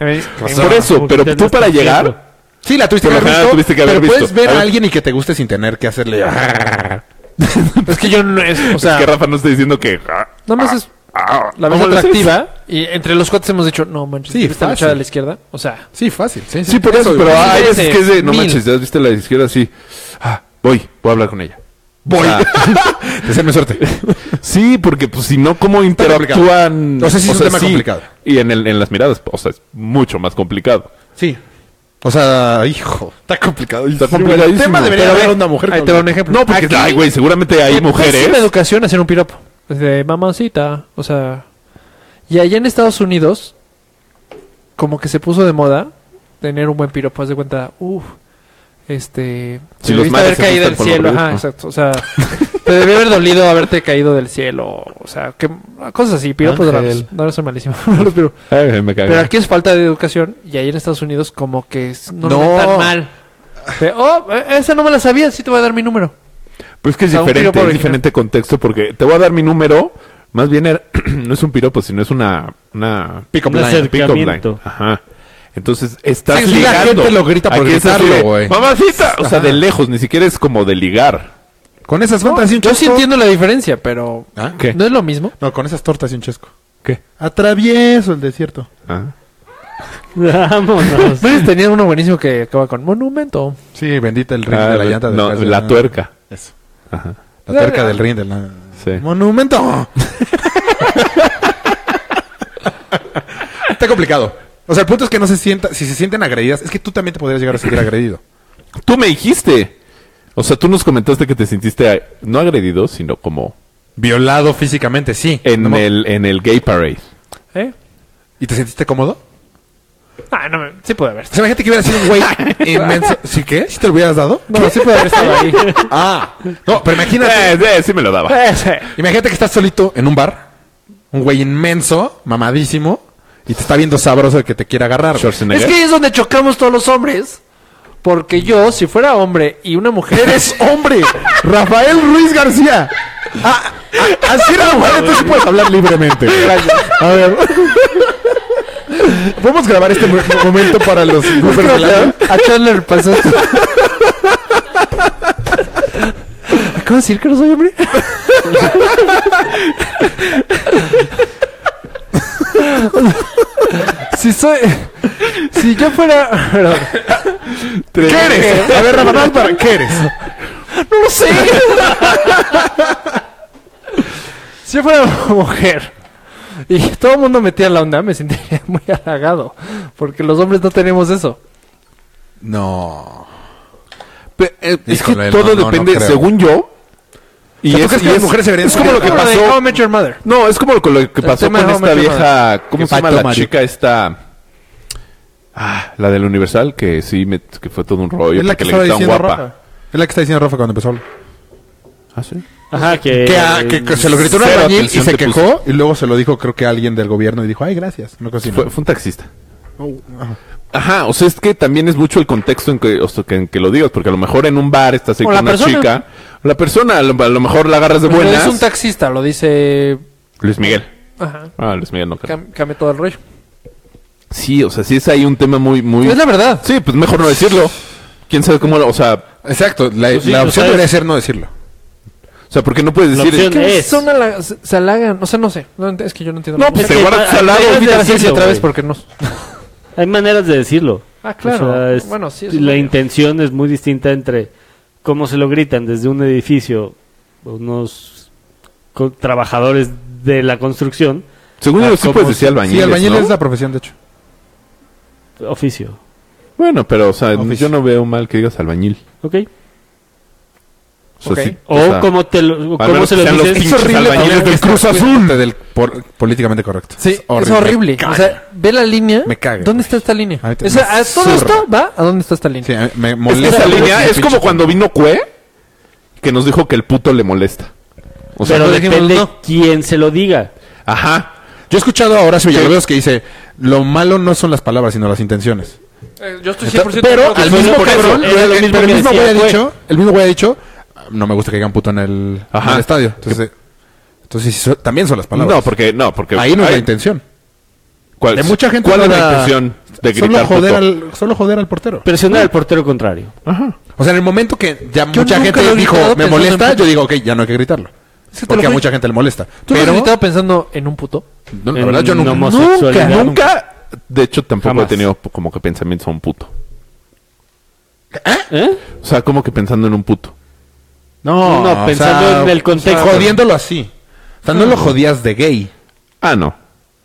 Speaker 4: A mí-
Speaker 1: pasó?
Speaker 6: Por eso,
Speaker 2: Como que
Speaker 6: pero
Speaker 2: te
Speaker 6: tú
Speaker 2: andas
Speaker 6: para llegar,
Speaker 2: paseando.
Speaker 1: Sí, la tuviste
Speaker 6: Por
Speaker 1: que
Speaker 6: lo
Speaker 1: haber
Speaker 6: general
Speaker 1: visto,
Speaker 6: tuviste que haber
Speaker 1: pero puedes
Speaker 6: visto.
Speaker 1: ver
Speaker 6: A
Speaker 1: a
Speaker 6: ver.
Speaker 1: alguien y que te guste sin tener que hacerle.
Speaker 4: Es que yo no es, o sea,
Speaker 6: es que Rafa no está diciendo que. ah,
Speaker 4: nada más es la ves
Speaker 6: ¿Cómo lo haces?
Speaker 4: atractiva y entre los cuates hemos dicho, no manches,
Speaker 1: Sí,
Speaker 4: ¿viste a la
Speaker 1: fácil.
Speaker 4: chava de la izquierda? O sea,
Speaker 1: Sí, fácil. Sí,
Speaker 6: Sí, por eso, pero
Speaker 1: güey.
Speaker 6: hay
Speaker 4: Ese,
Speaker 6: veces que es de. No
Speaker 4: mil.
Speaker 6: manches, ya viste la izquierda así. Ah, voy, voy a hablar con ella.
Speaker 1: Voy.
Speaker 6: Ah.
Speaker 1: Deseame suerte.
Speaker 6: Sí, porque pues si no, ¿cómo interactúan?
Speaker 1: complicado. O sea, sí es un tema complicado.
Speaker 6: Y en, el- en las miradas, o sea, es mucho más complicado.
Speaker 1: Sí. O sea, hijo, está complicado. Está
Speaker 6: complicadísimo.
Speaker 1: El tema debería
Speaker 6: Pero
Speaker 1: haber
Speaker 6: ve,
Speaker 1: una mujer.
Speaker 4: ahí
Speaker 1: con-
Speaker 4: te va un ejemplo.
Speaker 6: No, porque,
Speaker 4: Aquí,
Speaker 6: ay, güey, seguramente hay
Speaker 4: qué pésima
Speaker 6: mujeres.
Speaker 4: pues, educación hacer un piropo. Pues, De mamacita, o sea, y allá en Estados Unidos como que se puso de moda tener un buen piropo, haz de cuenta, uff, este,
Speaker 6: Si
Speaker 4: te
Speaker 6: los
Speaker 4: debiste
Speaker 6: mares
Speaker 4: haber
Speaker 6: se
Speaker 4: caído del
Speaker 6: juntan con
Speaker 4: cielo,
Speaker 6: los
Speaker 4: ajá,
Speaker 6: ríos,
Speaker 4: exacto, o sea, te debió haber dolido haberte caído del cielo, o sea, que cosas así, piropos raros,
Speaker 2: Ángel.
Speaker 4: no, no soy malísimo, no los piro-
Speaker 6: Ay, me cago.
Speaker 4: Pero aquí es falta de educación y ahí en Estados Unidos como que es- no,
Speaker 1: No.
Speaker 4: lo ven tan mal. De, oh, eh, esa no me la sabía, sí te voy a dar mi número.
Speaker 6: Pero Pues es que es
Speaker 4: O sea, un
Speaker 6: diferente,
Speaker 4: piropo
Speaker 6: es
Speaker 4: original.
Speaker 6: diferente contexto, porque te voy a dar mi número. Más bien era- no es un piropo, sino es una. una
Speaker 1: Pick up
Speaker 2: Un
Speaker 1: line.
Speaker 2: acercamiento.
Speaker 6: pick-up line. Ajá. Entonces estás
Speaker 1: Sí, sí, la
Speaker 6: ligando.
Speaker 1: gente lo grita por
Speaker 6: Aquí es así
Speaker 1: gritarlo,
Speaker 6: de,
Speaker 1: güey.
Speaker 6: Mamacita. O sea,
Speaker 1: Ajá.
Speaker 6: de lejos, ni siquiera es como de ligar.
Speaker 1: Con esas fantas y un
Speaker 4: Yo sí
Speaker 1: chesco.
Speaker 4: entiendo la diferencia, pero
Speaker 1: ¿Ah?
Speaker 6: ¿Qué?
Speaker 4: no es lo mismo.
Speaker 1: No, con esas tortas y un chesco.
Speaker 6: ¿Qué?
Speaker 1: Atravieso el desierto.
Speaker 6: Ah.
Speaker 2: Vámonos.
Speaker 4: Ustedes tenían Pues uno buenísimo que acaba con monumento.
Speaker 1: Sí, bendita el ring
Speaker 6: Ah,
Speaker 1: de la llanta.
Speaker 6: no,
Speaker 1: después de
Speaker 6: la tuerca.
Speaker 1: Eso.
Speaker 6: Ajá.
Speaker 1: La tuerca del ring de la...
Speaker 6: Sí.
Speaker 1: ¡Monumento! Está complicado. O sea, el punto es que no se sienta... Si se sienten agredidas, es que tú también te podrías llegar a sentir agredido.
Speaker 6: Tú me dijiste. O sea, tú nos comentaste que te sentiste ah, no agredido, sino como
Speaker 1: Violado físicamente, sí.
Speaker 6: en
Speaker 1: No,
Speaker 6: el en el gay parade.
Speaker 4: ¿Eh?
Speaker 1: ¿Y te sentiste cómodo?
Speaker 4: Ah, no, me- sí puede haber.
Speaker 1: O sea, imagínate que hubiera sido un güey inmenso. ¿Sí qué? ¿Sí te lo hubieras dado?
Speaker 4: No, sí puede haber estado ahí.
Speaker 1: Ah. No, pero imagínate...
Speaker 6: Eh, eh, sí me lo daba.
Speaker 4: Eh, sí.
Speaker 1: Imagínate que estás solito en un bar, un güey inmenso, mamadísimo, y te está viendo sabroso el que te quiere agarrar. güey.
Speaker 6: Schwarzenegger.
Speaker 4: Es que ahí es donde chocamos todos los hombres. Porque yo, si fuera hombre y una mujer es...
Speaker 1: ¡Eres hombre! ¡Rafael Ruiz García! Ah, ah, así era mujer, entonces sí puedes hablar libremente. güey. A ver. ¿Podemos grabar este mo- momento para los bloopers de la-
Speaker 4: A Chandler pasó esto. acabo de decir que no soy hombre? si soy... Si yo fuera... perdón.
Speaker 1: ¿Qué eres? A ver, Ramadán, ¿para qué eres?
Speaker 4: ¡No lo sé! si yo fuera mujer y todo el mundo metía la onda, me sentiría muy halagado. Porque los hombres no tenemos eso.
Speaker 1: No.
Speaker 6: Pe- eh, es que
Speaker 1: Híjole, no,
Speaker 6: todo
Speaker 1: no, no
Speaker 6: depende,
Speaker 1: creo.
Speaker 6: según yo. Y
Speaker 1: ¿tú crees que
Speaker 6: y
Speaker 1: las mujeres se verían
Speaker 6: es como lo que
Speaker 4: Como la de
Speaker 6: pasó.
Speaker 4: How I Met Your Mother.
Speaker 6: No, es como lo, que- lo que pasó
Speaker 4: tema
Speaker 6: con
Speaker 4: de
Speaker 6: esta
Speaker 4: Homer
Speaker 6: vieja. ¿Cómo
Speaker 1: Que
Speaker 6: se llama
Speaker 1: pato
Speaker 6: la
Speaker 1: Mario.
Speaker 6: chica esta? Ah, la del Universal, que sí, me- que fue todo un rollo.
Speaker 1: Es la
Speaker 6: porque
Speaker 1: que
Speaker 6: le
Speaker 1: estaba
Speaker 6: gritaban
Speaker 1: diciendo
Speaker 6: guapa.
Speaker 1: Rafa. Es la que está diciendo Rafa cuando empezó.
Speaker 6: Ah, sí.
Speaker 2: Ajá, que...
Speaker 1: Que, ah, que- que se lo gritó un
Speaker 6: Cero
Speaker 1: albañil y
Speaker 6: atención
Speaker 1: se
Speaker 6: te
Speaker 1: quejó. Y luego se lo dijo, creo que alguien del gobierno. Y dijo, ay, gracias. No cocina.
Speaker 6: Fue, fue un taxista.
Speaker 1: Oh, ah.
Speaker 6: Ajá, o sea, es que también es mucho el contexto en que, o sea, que, en que lo digas, porque a lo mejor en un bar estás ahí
Speaker 4: O
Speaker 6: con
Speaker 4: la
Speaker 6: una
Speaker 4: persona.
Speaker 6: chica. La persona, a lo, a lo mejor la agarras de
Speaker 4: Lo
Speaker 6: buenas.
Speaker 4: dice un taxista, lo dice...
Speaker 6: Luis Miguel.
Speaker 4: Ajá.
Speaker 6: Ah, Luis Miguel no creo.
Speaker 4: Cam- Cambia todo el rollo.
Speaker 6: Sí, o sea, sí es ahí un tema muy, muy...
Speaker 4: Es la verdad.
Speaker 6: Sí, pues mejor no decirlo. ¿Quién sabe cómo lo...? O sea,
Speaker 1: Exacto. La,
Speaker 2: Pues sí,
Speaker 1: la
Speaker 2: pues
Speaker 1: opción
Speaker 2: sabes.
Speaker 1: debería ser no decirlo.
Speaker 6: o sea porque no puedes
Speaker 2: La
Speaker 6: decir...
Speaker 2: opción
Speaker 6: ¿Qué?
Speaker 4: ¿Qué
Speaker 2: Es.
Speaker 4: son halaga- se, se halagan? O sea, no sé. No ent- es que yo no entiendo.
Speaker 6: No,
Speaker 4: la
Speaker 6: pues
Speaker 2: Es que
Speaker 6: te guardas
Speaker 2: hay-
Speaker 6: al lado.
Speaker 2: hay maneras de
Speaker 4: Ahorita la ciencia
Speaker 2: decirlo,
Speaker 4: otra
Speaker 2: güey.
Speaker 4: vez porque no.
Speaker 2: Hay maneras de decirlo.
Speaker 4: Ah, claro.
Speaker 2: O sea, es-
Speaker 4: Bueno, sí, es
Speaker 2: la
Speaker 4: una-
Speaker 2: intención es muy distinta entre cómo se lo gritan desde un edificio, unos co- trabajadores de la construcción,
Speaker 6: Según
Speaker 2: Ah,
Speaker 6: yo sí
Speaker 2: ¿cómo?
Speaker 6: puedes decir albañil,
Speaker 1: Sí, pues, albañil es la profesión, de hecho.
Speaker 2: oficio.
Speaker 6: Bueno, pero, o sea,
Speaker 1: Oficio.
Speaker 6: yo no veo mal que digas albañil.
Speaker 2: ¿Ok?
Speaker 6: O sea,
Speaker 4: Ok.
Speaker 6: sí,
Speaker 2: O,
Speaker 6: sea,
Speaker 2: como te lo, o
Speaker 6: al
Speaker 2: cómo
Speaker 6: menos
Speaker 2: se
Speaker 6: que
Speaker 2: lo
Speaker 6: sean los
Speaker 2: dices.
Speaker 6: pinches albañiles del Cruz
Speaker 1: Azul. Del por- políticamente correcto.
Speaker 4: Sí, es horrible.
Speaker 1: Me
Speaker 4: O
Speaker 1: caga.
Speaker 4: sea, ve la línea.
Speaker 1: Me caga,
Speaker 4: ¿Dónde
Speaker 1: güey.
Speaker 4: está esta línea?
Speaker 1: A mí te-
Speaker 4: O sea,
Speaker 1: me
Speaker 4: a todo
Speaker 1: zurra.
Speaker 4: esto va a dónde está esta
Speaker 1: Sí,
Speaker 4: línea.
Speaker 1: a mí me
Speaker 6: Es que
Speaker 1: molesta.
Speaker 6: esa
Speaker 1: mucho
Speaker 6: línea
Speaker 1: mi
Speaker 6: es como
Speaker 1: pinche-
Speaker 6: cuando vino Cue, que nos dijo que el puto le molesta. O sea,
Speaker 2: Pero
Speaker 6: no dijimos,
Speaker 2: depende
Speaker 6: "No".
Speaker 2: quién se lo diga.
Speaker 6: Ajá.
Speaker 1: Yo he escuchado a Horacio Villalobos que dice, lo malo no son las palabras, sino las intenciones.
Speaker 4: Eh, yo estoy
Speaker 1: Pero al mismo
Speaker 2: por eso,
Speaker 1: cabrón,
Speaker 2: era
Speaker 1: pero
Speaker 2: lo
Speaker 1: el
Speaker 2: mismo
Speaker 1: pero el
Speaker 2: que
Speaker 1: mismo
Speaker 2: decía,
Speaker 1: güey ha
Speaker 2: güey.
Speaker 1: dicho, el mismo güey ha dicho, no me gusta que digan puto en el,
Speaker 6: Ajá.
Speaker 1: en el estadio. Entonces, entonces sí, so- también son las palabras.
Speaker 6: No, porque, no, porque.
Speaker 1: ahí no es
Speaker 6: hay-
Speaker 1: la intención.
Speaker 6: ¿Cuál,
Speaker 1: De mucha gente
Speaker 6: ¿Cuál
Speaker 1: no
Speaker 6: es la
Speaker 1: era-
Speaker 6: intención de gritar
Speaker 1: solo joder,
Speaker 6: puto?
Speaker 1: al, solo joder al portero.
Speaker 2: Presionar al portero contrario.
Speaker 1: O sea, en el momento que ya
Speaker 4: Yo
Speaker 1: mucha
Speaker 4: nunca lo
Speaker 1: gente
Speaker 4: he
Speaker 1: dijo,
Speaker 4: gritado
Speaker 1: me
Speaker 4: pensando en
Speaker 1: molesta,
Speaker 4: puto.
Speaker 1: yo digo, ok, ya no hay que gritarlo.
Speaker 4: que te
Speaker 1: porque
Speaker 4: lo
Speaker 1: a
Speaker 4: juro.
Speaker 1: mucha gente le molesta.
Speaker 4: ¿Tú no has
Speaker 1: pero,
Speaker 4: gritado pensando en un puto?
Speaker 1: no, la verdad, yo
Speaker 2: En
Speaker 1: nunca.
Speaker 2: homosexualidad,
Speaker 6: Nunca, nunca. De hecho, tampoco
Speaker 2: Jamás.
Speaker 6: he tenido como que pensamientos a un puto.
Speaker 2: ¿Eh?
Speaker 6: O sea, como que pensando en un puto.
Speaker 1: No,
Speaker 2: No, pensando en el contexto.
Speaker 1: Jodiéndolo así. O sea, no lo jodías de gay.
Speaker 6: Ah, no.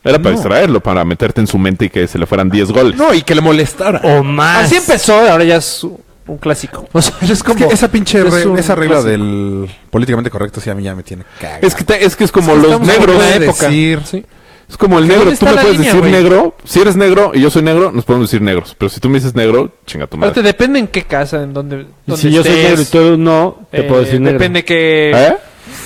Speaker 6: Era para
Speaker 1: No.
Speaker 6: distraerlo, para meterte en su mente y que se le fueran 10 goles.
Speaker 1: No, y que le molestara.
Speaker 2: O más.
Speaker 4: Así empezó, ahora ya es un clásico. O sea, es
Speaker 1: Es
Speaker 4: como...
Speaker 1: que esa pinche
Speaker 4: es
Speaker 1: re-
Speaker 4: un
Speaker 1: esa regla
Speaker 4: clásico.
Speaker 1: del políticamente correcto sí a mí ya me tiene cagado.
Speaker 6: Es que, te- es que es como los
Speaker 4: estamos en
Speaker 6: negros.
Speaker 4: una
Speaker 1: puede
Speaker 4: época.
Speaker 1: decir-
Speaker 4: Sí.
Speaker 6: Es como el negro.
Speaker 4: ¿Dónde
Speaker 6: Tú
Speaker 4: está
Speaker 6: me
Speaker 4: la
Speaker 6: puedes
Speaker 4: línea,
Speaker 6: decir
Speaker 4: güey?
Speaker 6: negro. Si eres negro y yo soy negro, nos podemos decir negros. Pero si tú me dices negro, chinga tu
Speaker 4: Aparte,
Speaker 6: madre.
Speaker 4: depende en qué casa, en dónde,
Speaker 2: Y
Speaker 4: dónde
Speaker 2: si yo soy
Speaker 4: estés,
Speaker 2: negro y tú no, te
Speaker 4: eh,
Speaker 2: puedo decir negro.
Speaker 4: Depende que...
Speaker 6: ¿Eh?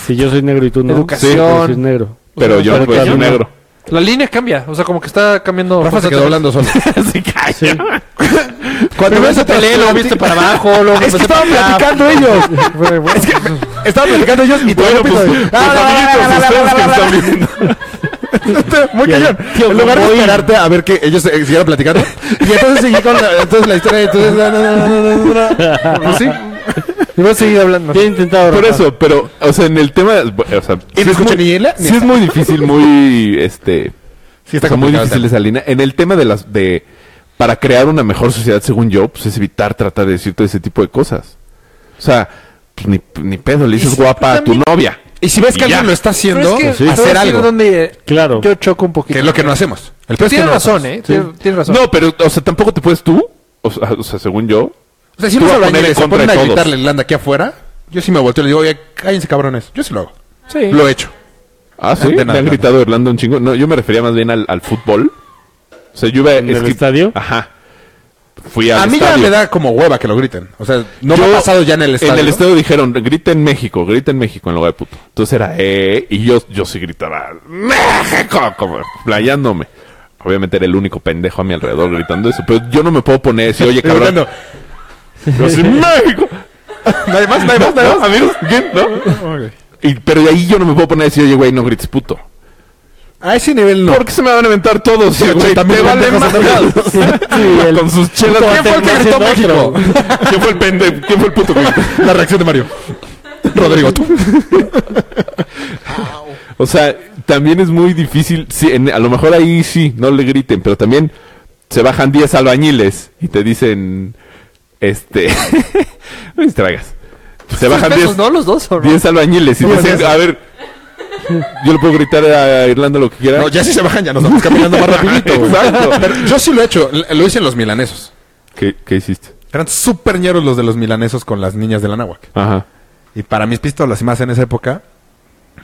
Speaker 2: Si yo soy negro y tú no,
Speaker 4: Educación.
Speaker 2: te puedo decir negro.
Speaker 6: Pero yo no puedo
Speaker 2: claro,
Speaker 6: decir
Speaker 2: no.
Speaker 6: negro.
Speaker 4: La línea cambia. O sea, como que está cambiando...
Speaker 1: Rafa se
Speaker 4: constantemente.
Speaker 1: quedó hablando solo.
Speaker 6: Se calla.
Speaker 1: Cuando
Speaker 4: Primero se peleó, luego viste para abajo, luego...
Speaker 1: Es que estaban platicando ellos. Es que estaban platicando ellos y
Speaker 6: Bueno, pues,
Speaker 1: pues,
Speaker 6: pues,
Speaker 4: ah,
Speaker 6: amiguitos, ustedes que están viendo.
Speaker 1: muy cañón. En lugar de esperarte a ver que ellos eh, siguieran platicando y entonces seguí con la, entonces la historia entonces na, na, na, na, na, na. Pues sí.
Speaker 4: Y voy a seguir hablando.
Speaker 2: Yo he intentado
Speaker 6: Por
Speaker 2: robar.
Speaker 6: eso, pero, o sea, en el tema, o sea, sí
Speaker 1: no
Speaker 6: es
Speaker 1: escucha
Speaker 6: muy-
Speaker 1: ni él, ni
Speaker 6: sí es muy difícil, muy, este,
Speaker 1: Sí está
Speaker 6: o sea, muy
Speaker 1: complicado
Speaker 6: difícil
Speaker 1: el
Speaker 6: esa línea. En el tema de las, de, para crear una mejor sociedad, según yo, pues es evitar tratar de decir todo ese tipo de cosas. O sea, pues, ni, ni pedo, le dices
Speaker 4: sí,
Speaker 6: guapa
Speaker 4: pues,
Speaker 6: a tu
Speaker 4: también-
Speaker 6: novia.
Speaker 1: Y si ves que
Speaker 6: Y ya.
Speaker 1: alguien lo está haciendo,
Speaker 4: Pero es que te voy
Speaker 1: hacer
Speaker 4: a decir
Speaker 1: algo,
Speaker 4: Donde eh,
Speaker 2: Claro.
Speaker 4: Yo choco un poquito.
Speaker 1: que es lo que no hacemos. El peor es que
Speaker 4: Tienes
Speaker 1: no lo
Speaker 4: razón,
Speaker 1: hacemos.
Speaker 4: ¿eh? Tienes, tienes razón.
Speaker 6: No, pero, o sea, tampoco te puedes tú, o sea, o sea, según yo,
Speaker 1: O sea, si
Speaker 6: Tú
Speaker 1: unos
Speaker 6: vas a poner
Speaker 1: albañiles
Speaker 6: en
Speaker 1: se
Speaker 6: contra
Speaker 1: ponen
Speaker 6: de
Speaker 1: a
Speaker 6: todos.
Speaker 1: gritarle landa aquí afuera, yo sí me volteo y le digo, oye, cállense cabrones. Yo sí lo hago.
Speaker 4: Sí.
Speaker 1: Lo he hecho.
Speaker 6: Ah,
Speaker 1: De
Speaker 6: sí, me
Speaker 1: nada,
Speaker 6: han
Speaker 1: claro.
Speaker 6: gritado Irlanda un chingo. No, yo me refería más bien al, al fútbol. O sea, yo iba
Speaker 2: ¿En
Speaker 6: es
Speaker 2: el
Speaker 6: que-
Speaker 2: estadio?
Speaker 6: Ajá. Fui al
Speaker 1: A mí ya
Speaker 6: estadio.
Speaker 1: me da como hueva que lo griten. O sea, no me
Speaker 6: Yo-
Speaker 1: ha pasado ya en el estadio.
Speaker 6: En el estadio dijeron, grita en México, grita en México en lugar de puto. Entonces era, eh, y yo, yo sí gritaba, México, como playándome. Obviamente era el único pendejo a mi alrededor gritando eso, pero yo no me puedo poner así, oye,
Speaker 1: Y gritando,
Speaker 6: cabrón. Yo soy México.
Speaker 1: Nadie más, nadie más, nadie
Speaker 6: ¿No?
Speaker 1: más.
Speaker 6: Amigos, ¿qué? ¿No? Y- pero de ahí yo no me puedo poner así, oye, güey, no grites puto.
Speaker 1: A ese nivel no.
Speaker 6: ¿Por qué se me van a aventar todos?
Speaker 1: Sí, güey,
Speaker 6: güey,
Speaker 1: también
Speaker 6: te vale
Speaker 1: pendejos
Speaker 6: madre.
Speaker 1: atacados.
Speaker 2: Sí, el
Speaker 6: Con sus chelas.
Speaker 1: ¿Quién fue el que gritó México?
Speaker 6: ¿Quién fue el pendejo? ¿Quién fue el puto? güey?
Speaker 1: La reacción de Mario. Rodrigo, tú.
Speaker 6: O sea, también es muy difícil. Sí, en- a lo mejor ahí sí, no le griten, pero también se bajan 10 albañiles y te dicen. Este. no distraigas. Se bajan 10
Speaker 4: pesos, ¿no? Los dos, ¿o no?
Speaker 6: 10 albañiles y
Speaker 4: No,
Speaker 6: dicen,
Speaker 4: no.
Speaker 6: a ver. Yo le puedo gritar a Irlanda lo que quiera.
Speaker 1: No, ya si se bajan, ya nos vamos caminando más rapidito. güey.
Speaker 6: Exacto.
Speaker 1: Pero yo sí lo he hecho. Lo hice en los milanesos.
Speaker 6: ¿Qué, qué hiciste?
Speaker 1: Eran súper ñeros los de los milanesos con las niñas de la náhuac.
Speaker 6: Ajá.
Speaker 1: Y para mis pistolas, y más en esa época,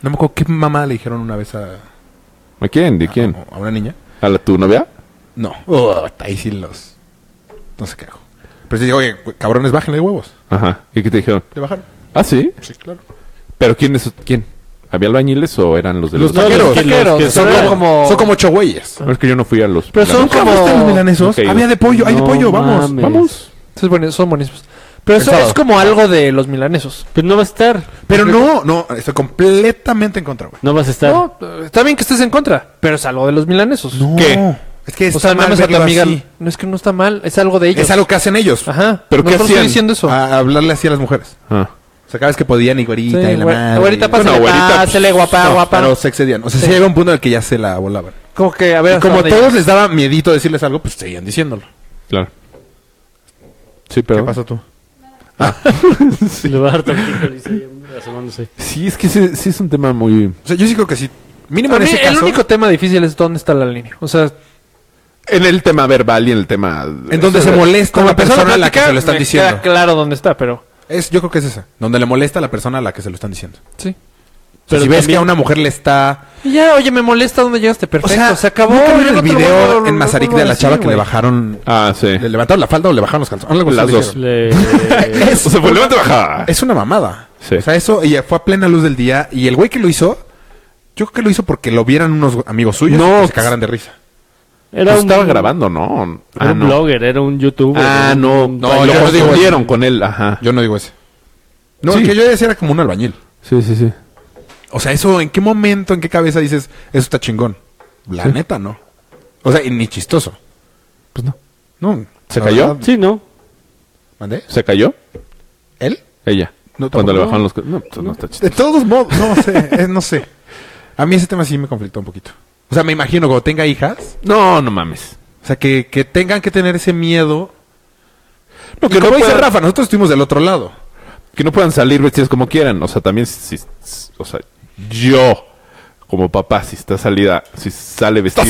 Speaker 1: no me acuerdo qué mamá le dijeron una vez a,
Speaker 6: ¿A quién? ¿De quién?
Speaker 1: a una niña.
Speaker 6: ¿A la tu novia?
Speaker 1: No. Oh, ahí sí los. No sé qué hago. Pero sí digo, oye, güey, cabrones, bájenle de huevos.
Speaker 6: Ajá. ¿Y qué te dijeron?
Speaker 1: Le bajaron.
Speaker 6: Ah, sí.
Speaker 1: Sí, claro.
Speaker 6: ¿Pero quién es? ¿Quién? ¿Había albañiles o eran los de
Speaker 1: Los
Speaker 6: los.?
Speaker 1: no- taqueros,
Speaker 4: taqueros,
Speaker 2: que
Speaker 4: son
Speaker 2: son-
Speaker 4: como-
Speaker 1: Son como ocho güeyes.
Speaker 6: No, es que yo no fui a los.
Speaker 4: Pero son
Speaker 6: milanesos.
Speaker 4: como-
Speaker 1: están los milanesos?
Speaker 6: Ok,
Speaker 1: Había de pollo, hay de
Speaker 2: No
Speaker 1: pollo, vamos.
Speaker 2: mames.
Speaker 1: Vamos.
Speaker 4: Entonces, bueno, son buenísimos. Pero eso
Speaker 1: sábado.
Speaker 4: es como algo de los milanesos.
Speaker 2: Pero Pues no vas a estar.
Speaker 1: Pero no, no, estoy completamente en contra, güey.
Speaker 2: No vas a estar.
Speaker 4: No, está bien que estés en contra, pero es algo de los milanesos.
Speaker 1: ¿Qué? Es que
Speaker 4: O sea, nada
Speaker 1: mal
Speaker 4: más a tu
Speaker 1: verlo
Speaker 4: amiga.
Speaker 1: así.
Speaker 4: No es que no está mal, es algo de ellos.
Speaker 1: Es algo que hacen ellos.
Speaker 4: Ajá.
Speaker 6: ¿Pero
Speaker 4: no
Speaker 6: qué
Speaker 4: solo
Speaker 6: hacían?
Speaker 4: estoy diciendo eso.
Speaker 1: A hablarle así a las mujeres.
Speaker 6: Ah.
Speaker 1: O sea, cada vez que podían y
Speaker 4: Sí,
Speaker 1: güerita y la
Speaker 4: güey.
Speaker 1: madre.
Speaker 4: Güerita,
Speaker 1: Bueno,
Speaker 4: pásale,
Speaker 6: güerita, pues,
Speaker 4: pásale, guapa,
Speaker 1: no,
Speaker 4: guapa.
Speaker 1: Pero se excedían. O sea, sí llega un punto en el que ya se la volaban.
Speaker 4: Como que, a ver,
Speaker 1: Y
Speaker 4: hasta
Speaker 1: como
Speaker 4: dónde
Speaker 1: todos les daba miedito decirles algo, pues seguían diciéndolo.
Speaker 6: Claro. Sí, pero.
Speaker 1: ¿Qué pasó tú?
Speaker 2: Le va a dar tantito, Lisa, ya asomándose.
Speaker 6: Sí, es que ese- sí es un tema muy.
Speaker 1: O sea, yo sí creo que sí. Mínimo
Speaker 4: A
Speaker 1: en
Speaker 4: mí,
Speaker 1: ese
Speaker 4: el
Speaker 1: caso.
Speaker 4: único tema difícil es dónde está la línea. O sea,
Speaker 6: En el tema verbal y en el tema.
Speaker 1: En donde se molesta la persona a la que se lo están
Speaker 4: me
Speaker 1: diciendo.
Speaker 4: queda claro dónde está, pero
Speaker 1: Es, yo creo que es esa. Donde le molesta a la persona a la que se lo están diciendo. O sea,
Speaker 4: sí.
Speaker 2: Pero
Speaker 1: si ves que
Speaker 2: también-
Speaker 1: a una mujer le está.
Speaker 4: Y ya, oye, me molesta dónde llegaste. Perfecto, se acabó.
Speaker 1: ¿nunca
Speaker 4: yo
Speaker 1: vieron
Speaker 4: no
Speaker 1: el
Speaker 4: te lo
Speaker 1: video
Speaker 4: vuelvo a-
Speaker 1: en Mazarik
Speaker 4: vuelvo a
Speaker 1: de la
Speaker 4: decir,
Speaker 1: chava que
Speaker 4: güey.
Speaker 1: le bajaron.
Speaker 6: Ah, sí.
Speaker 1: ¿Le levantaron la falda o le bajaron los calzones? Algo así
Speaker 6: Las
Speaker 1: le
Speaker 6: dos.
Speaker 1: dijeron.
Speaker 2: Le-
Speaker 1: Es
Speaker 6: O sea, fue levanta baja.
Speaker 1: Es una mamada.
Speaker 6: Sí.
Speaker 1: O sea, eso y fue a plena luz del día. Y el güey que lo hizo, yo creo que lo hizo porque lo vieran unos amigos suyos
Speaker 6: No,
Speaker 1: no, se cagaran de risa.
Speaker 2: Era
Speaker 6: Pues
Speaker 2: un-
Speaker 6: Estaba grabando, Ah, ¿no?
Speaker 2: Era un blogger, era un youtuber.
Speaker 6: Ah,
Speaker 2: era un-
Speaker 6: no.
Speaker 2: un-
Speaker 1: No,
Speaker 6: No, lo
Speaker 1: yo no digo
Speaker 6: confundieron
Speaker 1: eso.
Speaker 6: con él. Ajá.
Speaker 1: Yo no digo ese. No,
Speaker 6: Sí.
Speaker 1: el que yo decía era como un albañil.
Speaker 6: Sí, sí, sí.
Speaker 1: O sea, eso, ¿en qué momento, en qué cabeza dices, eso está chingón? La neta, no. O sea, y ni chistoso.
Speaker 6: Pues no.
Speaker 1: No.
Speaker 6: ¿Se
Speaker 1: la
Speaker 6: cayó?
Speaker 1: verdad,
Speaker 2: Sí, no.
Speaker 1: ¿Mandé?
Speaker 6: ¿Se cayó?
Speaker 1: ¿Él?
Speaker 6: Ella.
Speaker 1: No,
Speaker 6: Cuando
Speaker 1: tampoco. Eh,
Speaker 6: le bajaron los. co- No, pues no está chido.
Speaker 1: De todos modos, no sé, eh, no sé. A mí ese tema sí me conflictó un poquito. O sea, me imagino cuando tenga hijas,
Speaker 6: No, no mames.
Speaker 1: o sea, que, que tengan que tener ese miedo.
Speaker 6: No,
Speaker 1: Porque
Speaker 6: que, no
Speaker 1: como dice
Speaker 6: puedan,
Speaker 1: Rafa, nosotros estuvimos del otro lado.
Speaker 6: que no puedan salir vestidas como quieran. O sea, también si, si- o sea, yo como papá, si está salida, si sale vestida.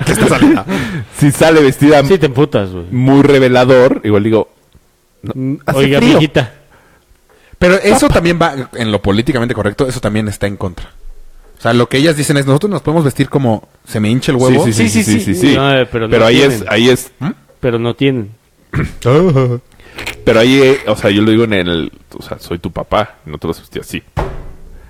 Speaker 1: que está salida.
Speaker 6: si sale vestida
Speaker 2: Sí, te emputas, güey.
Speaker 6: muy revelador, igual digo, Mm,
Speaker 1: Mm,
Speaker 6: hace
Speaker 2: Oiga,
Speaker 6: frío.
Speaker 2: amiguita.
Speaker 1: Pero eso también va, en lo políticamente correcto, eso también está en contra. O sea, lo que ellas dicen es, nosotros nos podemos vestir como se me hinche el huevo.
Speaker 6: Sí, sí, sí, sí, sí, sí, ¿Ah? sí.
Speaker 2: No, eh, pero
Speaker 6: pero
Speaker 2: no
Speaker 6: ahí
Speaker 2: tienen.
Speaker 6: es, ahí es,
Speaker 2: Pero no tienen.
Speaker 6: pero ahí, eh, o sea, yo lo digo en el, o sea, soy tu papá, no te vas a vestir así.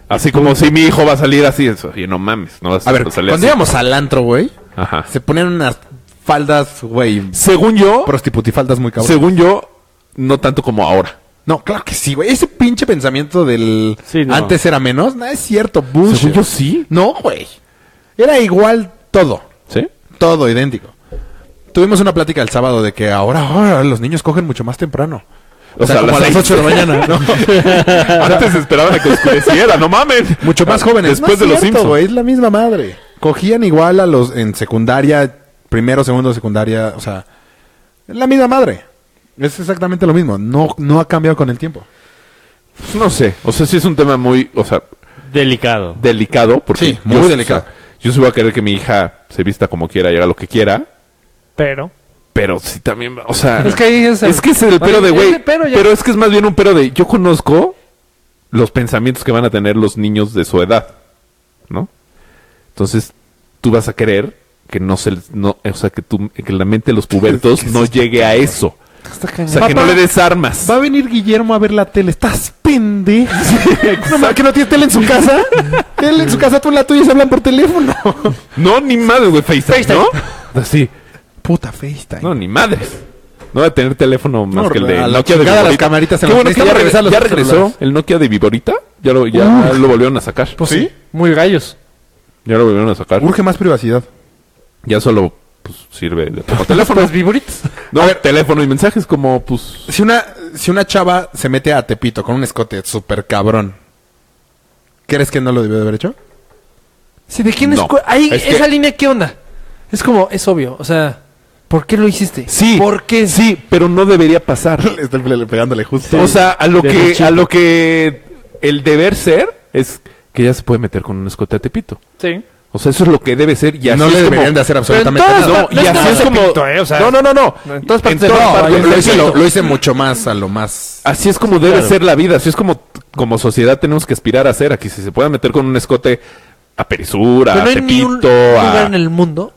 Speaker 6: Así como si mi hijo va a salir así, eso, y no mames, no vas
Speaker 1: A ver,
Speaker 6: salir
Speaker 1: cuando íbamos al antro, güey,
Speaker 6: Ajá.
Speaker 1: se ponían unas faldas, güey,
Speaker 6: Según yo,
Speaker 1: prostiputifaldas muy cabrón.
Speaker 6: según yo, no tanto como ahora.
Speaker 1: No, claro que sí, güey. Ese pinche pensamiento del
Speaker 2: Sí, no.
Speaker 1: antes era menos, no es cierto, bullshit.
Speaker 6: Según yo, sí.
Speaker 1: No, güey. Era igual todo,
Speaker 6: ¿Sí?
Speaker 1: todo idéntico. Tuvimos una plática el sábado de que ahora, ahora los niños cogen mucho más temprano. O,
Speaker 6: O
Speaker 1: sea,
Speaker 6: sea, a
Speaker 1: como a
Speaker 6: las
Speaker 1: las 8 de la mañana, ¿no?
Speaker 6: Antes esperaban a que oscureciera, no mames.
Speaker 1: Mucho más jóvenes. No
Speaker 6: Después de
Speaker 1: es
Speaker 6: los
Speaker 1: cierto,
Speaker 6: Simpsons.
Speaker 1: güey, es la misma madre. Cogían igual a los en secundaria, primero, segundo, de secundaria, o sea, es la misma madre. Es exactamente lo mismo. No, no ha cambiado con el tiempo.
Speaker 6: No sé. O sea, sí es un tema muy, o sea,
Speaker 2: Delicado.
Speaker 6: delicado. Porque
Speaker 1: Sí, muy
Speaker 6: yo-
Speaker 1: delicado.
Speaker 6: o sea, yo sí voy a querer que mi hija se vista como quiera y haga lo que quiera.
Speaker 4: Pero.
Speaker 6: Pero sí también, va- o sea...
Speaker 4: Es que ahí es el-
Speaker 6: es que es el pero
Speaker 4: Oye,
Speaker 6: de güey.
Speaker 4: ese pero ya-
Speaker 6: Pero es que es más bien un pero de... Yo conozco los pensamientos que van a tener los niños de su edad, ¿no? Entonces, tú vas a querer que no se... les- No, o sea, que, tú, que la mente de los pubertos no llegue a eso. O sea, que no le des armas.
Speaker 1: Va a venir Guillermo a ver la tele. ¿Estás pendejo? no, mames, que no tiene tele en su casa. Tele en su casa, tú en la tuya y se hablan por teléfono.
Speaker 6: No, ni madres, güey, FaceTime, ¿no? Así.
Speaker 1: Puta FaceTime.
Speaker 6: No, ni madres. No va a tener teléfono más
Speaker 1: No,
Speaker 6: que el de
Speaker 1: a la
Speaker 6: Nokia de
Speaker 1: chingada las
Speaker 6: Viborita.
Speaker 1: camaritas
Speaker 6: Qué
Speaker 1: en las-
Speaker 6: bueno que ya,
Speaker 1: necesitamos regresar
Speaker 6: regresó,
Speaker 1: los
Speaker 6: ya regresó
Speaker 1: celulares.
Speaker 6: el Nokia de Viborita. Ya lo, ya lo volvieron a sacar.
Speaker 1: Pues sí.
Speaker 4: Muy gallos.
Speaker 6: Ya lo volvieron a sacar.
Speaker 1: Urge más privacidad.
Speaker 6: Ya solo pues, sirve de como teléfono.
Speaker 4: Teléfonos Pues viburitos.
Speaker 6: No, teléfono y mensajes como, pues...
Speaker 1: Si una, si una chava se mete a Tepito con un escote súper cabrón ¿Crees que no lo debió de haber hecho?
Speaker 4: Sí, ¿de quién es?
Speaker 6: No,
Speaker 4: cu- Ahí,
Speaker 6: es que-
Speaker 4: esa línea, ¿qué onda? Es como, es obvio, o sea, ¿por qué lo hiciste?
Speaker 6: Sí.
Speaker 4: ¿Por qué?
Speaker 6: Sí, pero no debería pasar.
Speaker 1: Le Estoy pe- pegándole justo.
Speaker 6: O sea, a lo
Speaker 2: Desde
Speaker 6: que
Speaker 2: chico.
Speaker 6: a lo que el deber ser es que ya se puede meter con un escote a Tepito.
Speaker 4: Sí.
Speaker 6: O sea, eso es lo que debe ser y así
Speaker 1: no
Speaker 6: es
Speaker 1: le
Speaker 6: como-
Speaker 1: deberían de hacer absolutamente
Speaker 4: Pero en
Speaker 1: nada.
Speaker 4: todas
Speaker 6: No,
Speaker 4: No,
Speaker 6: y
Speaker 4: no es
Speaker 6: así
Speaker 4: nada
Speaker 6: es como
Speaker 4: Tepito, ¿eh? O sea,
Speaker 6: No, no, no, no.
Speaker 4: en todas partes de-
Speaker 6: En todas
Speaker 4: No,
Speaker 6: partes
Speaker 1: Yo lo,
Speaker 6: de
Speaker 1: hice, lo-
Speaker 6: Tepito.
Speaker 1: lo hice mucho más a lo más.
Speaker 6: Así es como debe
Speaker 2: Claro.
Speaker 6: ser la vida, así es como como sociedad tenemos que aspirar a ser, aquí si se puede meter con un escote a perisura,
Speaker 4: Pero no
Speaker 6: a
Speaker 4: hay ni un
Speaker 6: Tepito, a
Speaker 4: lugar en el mundo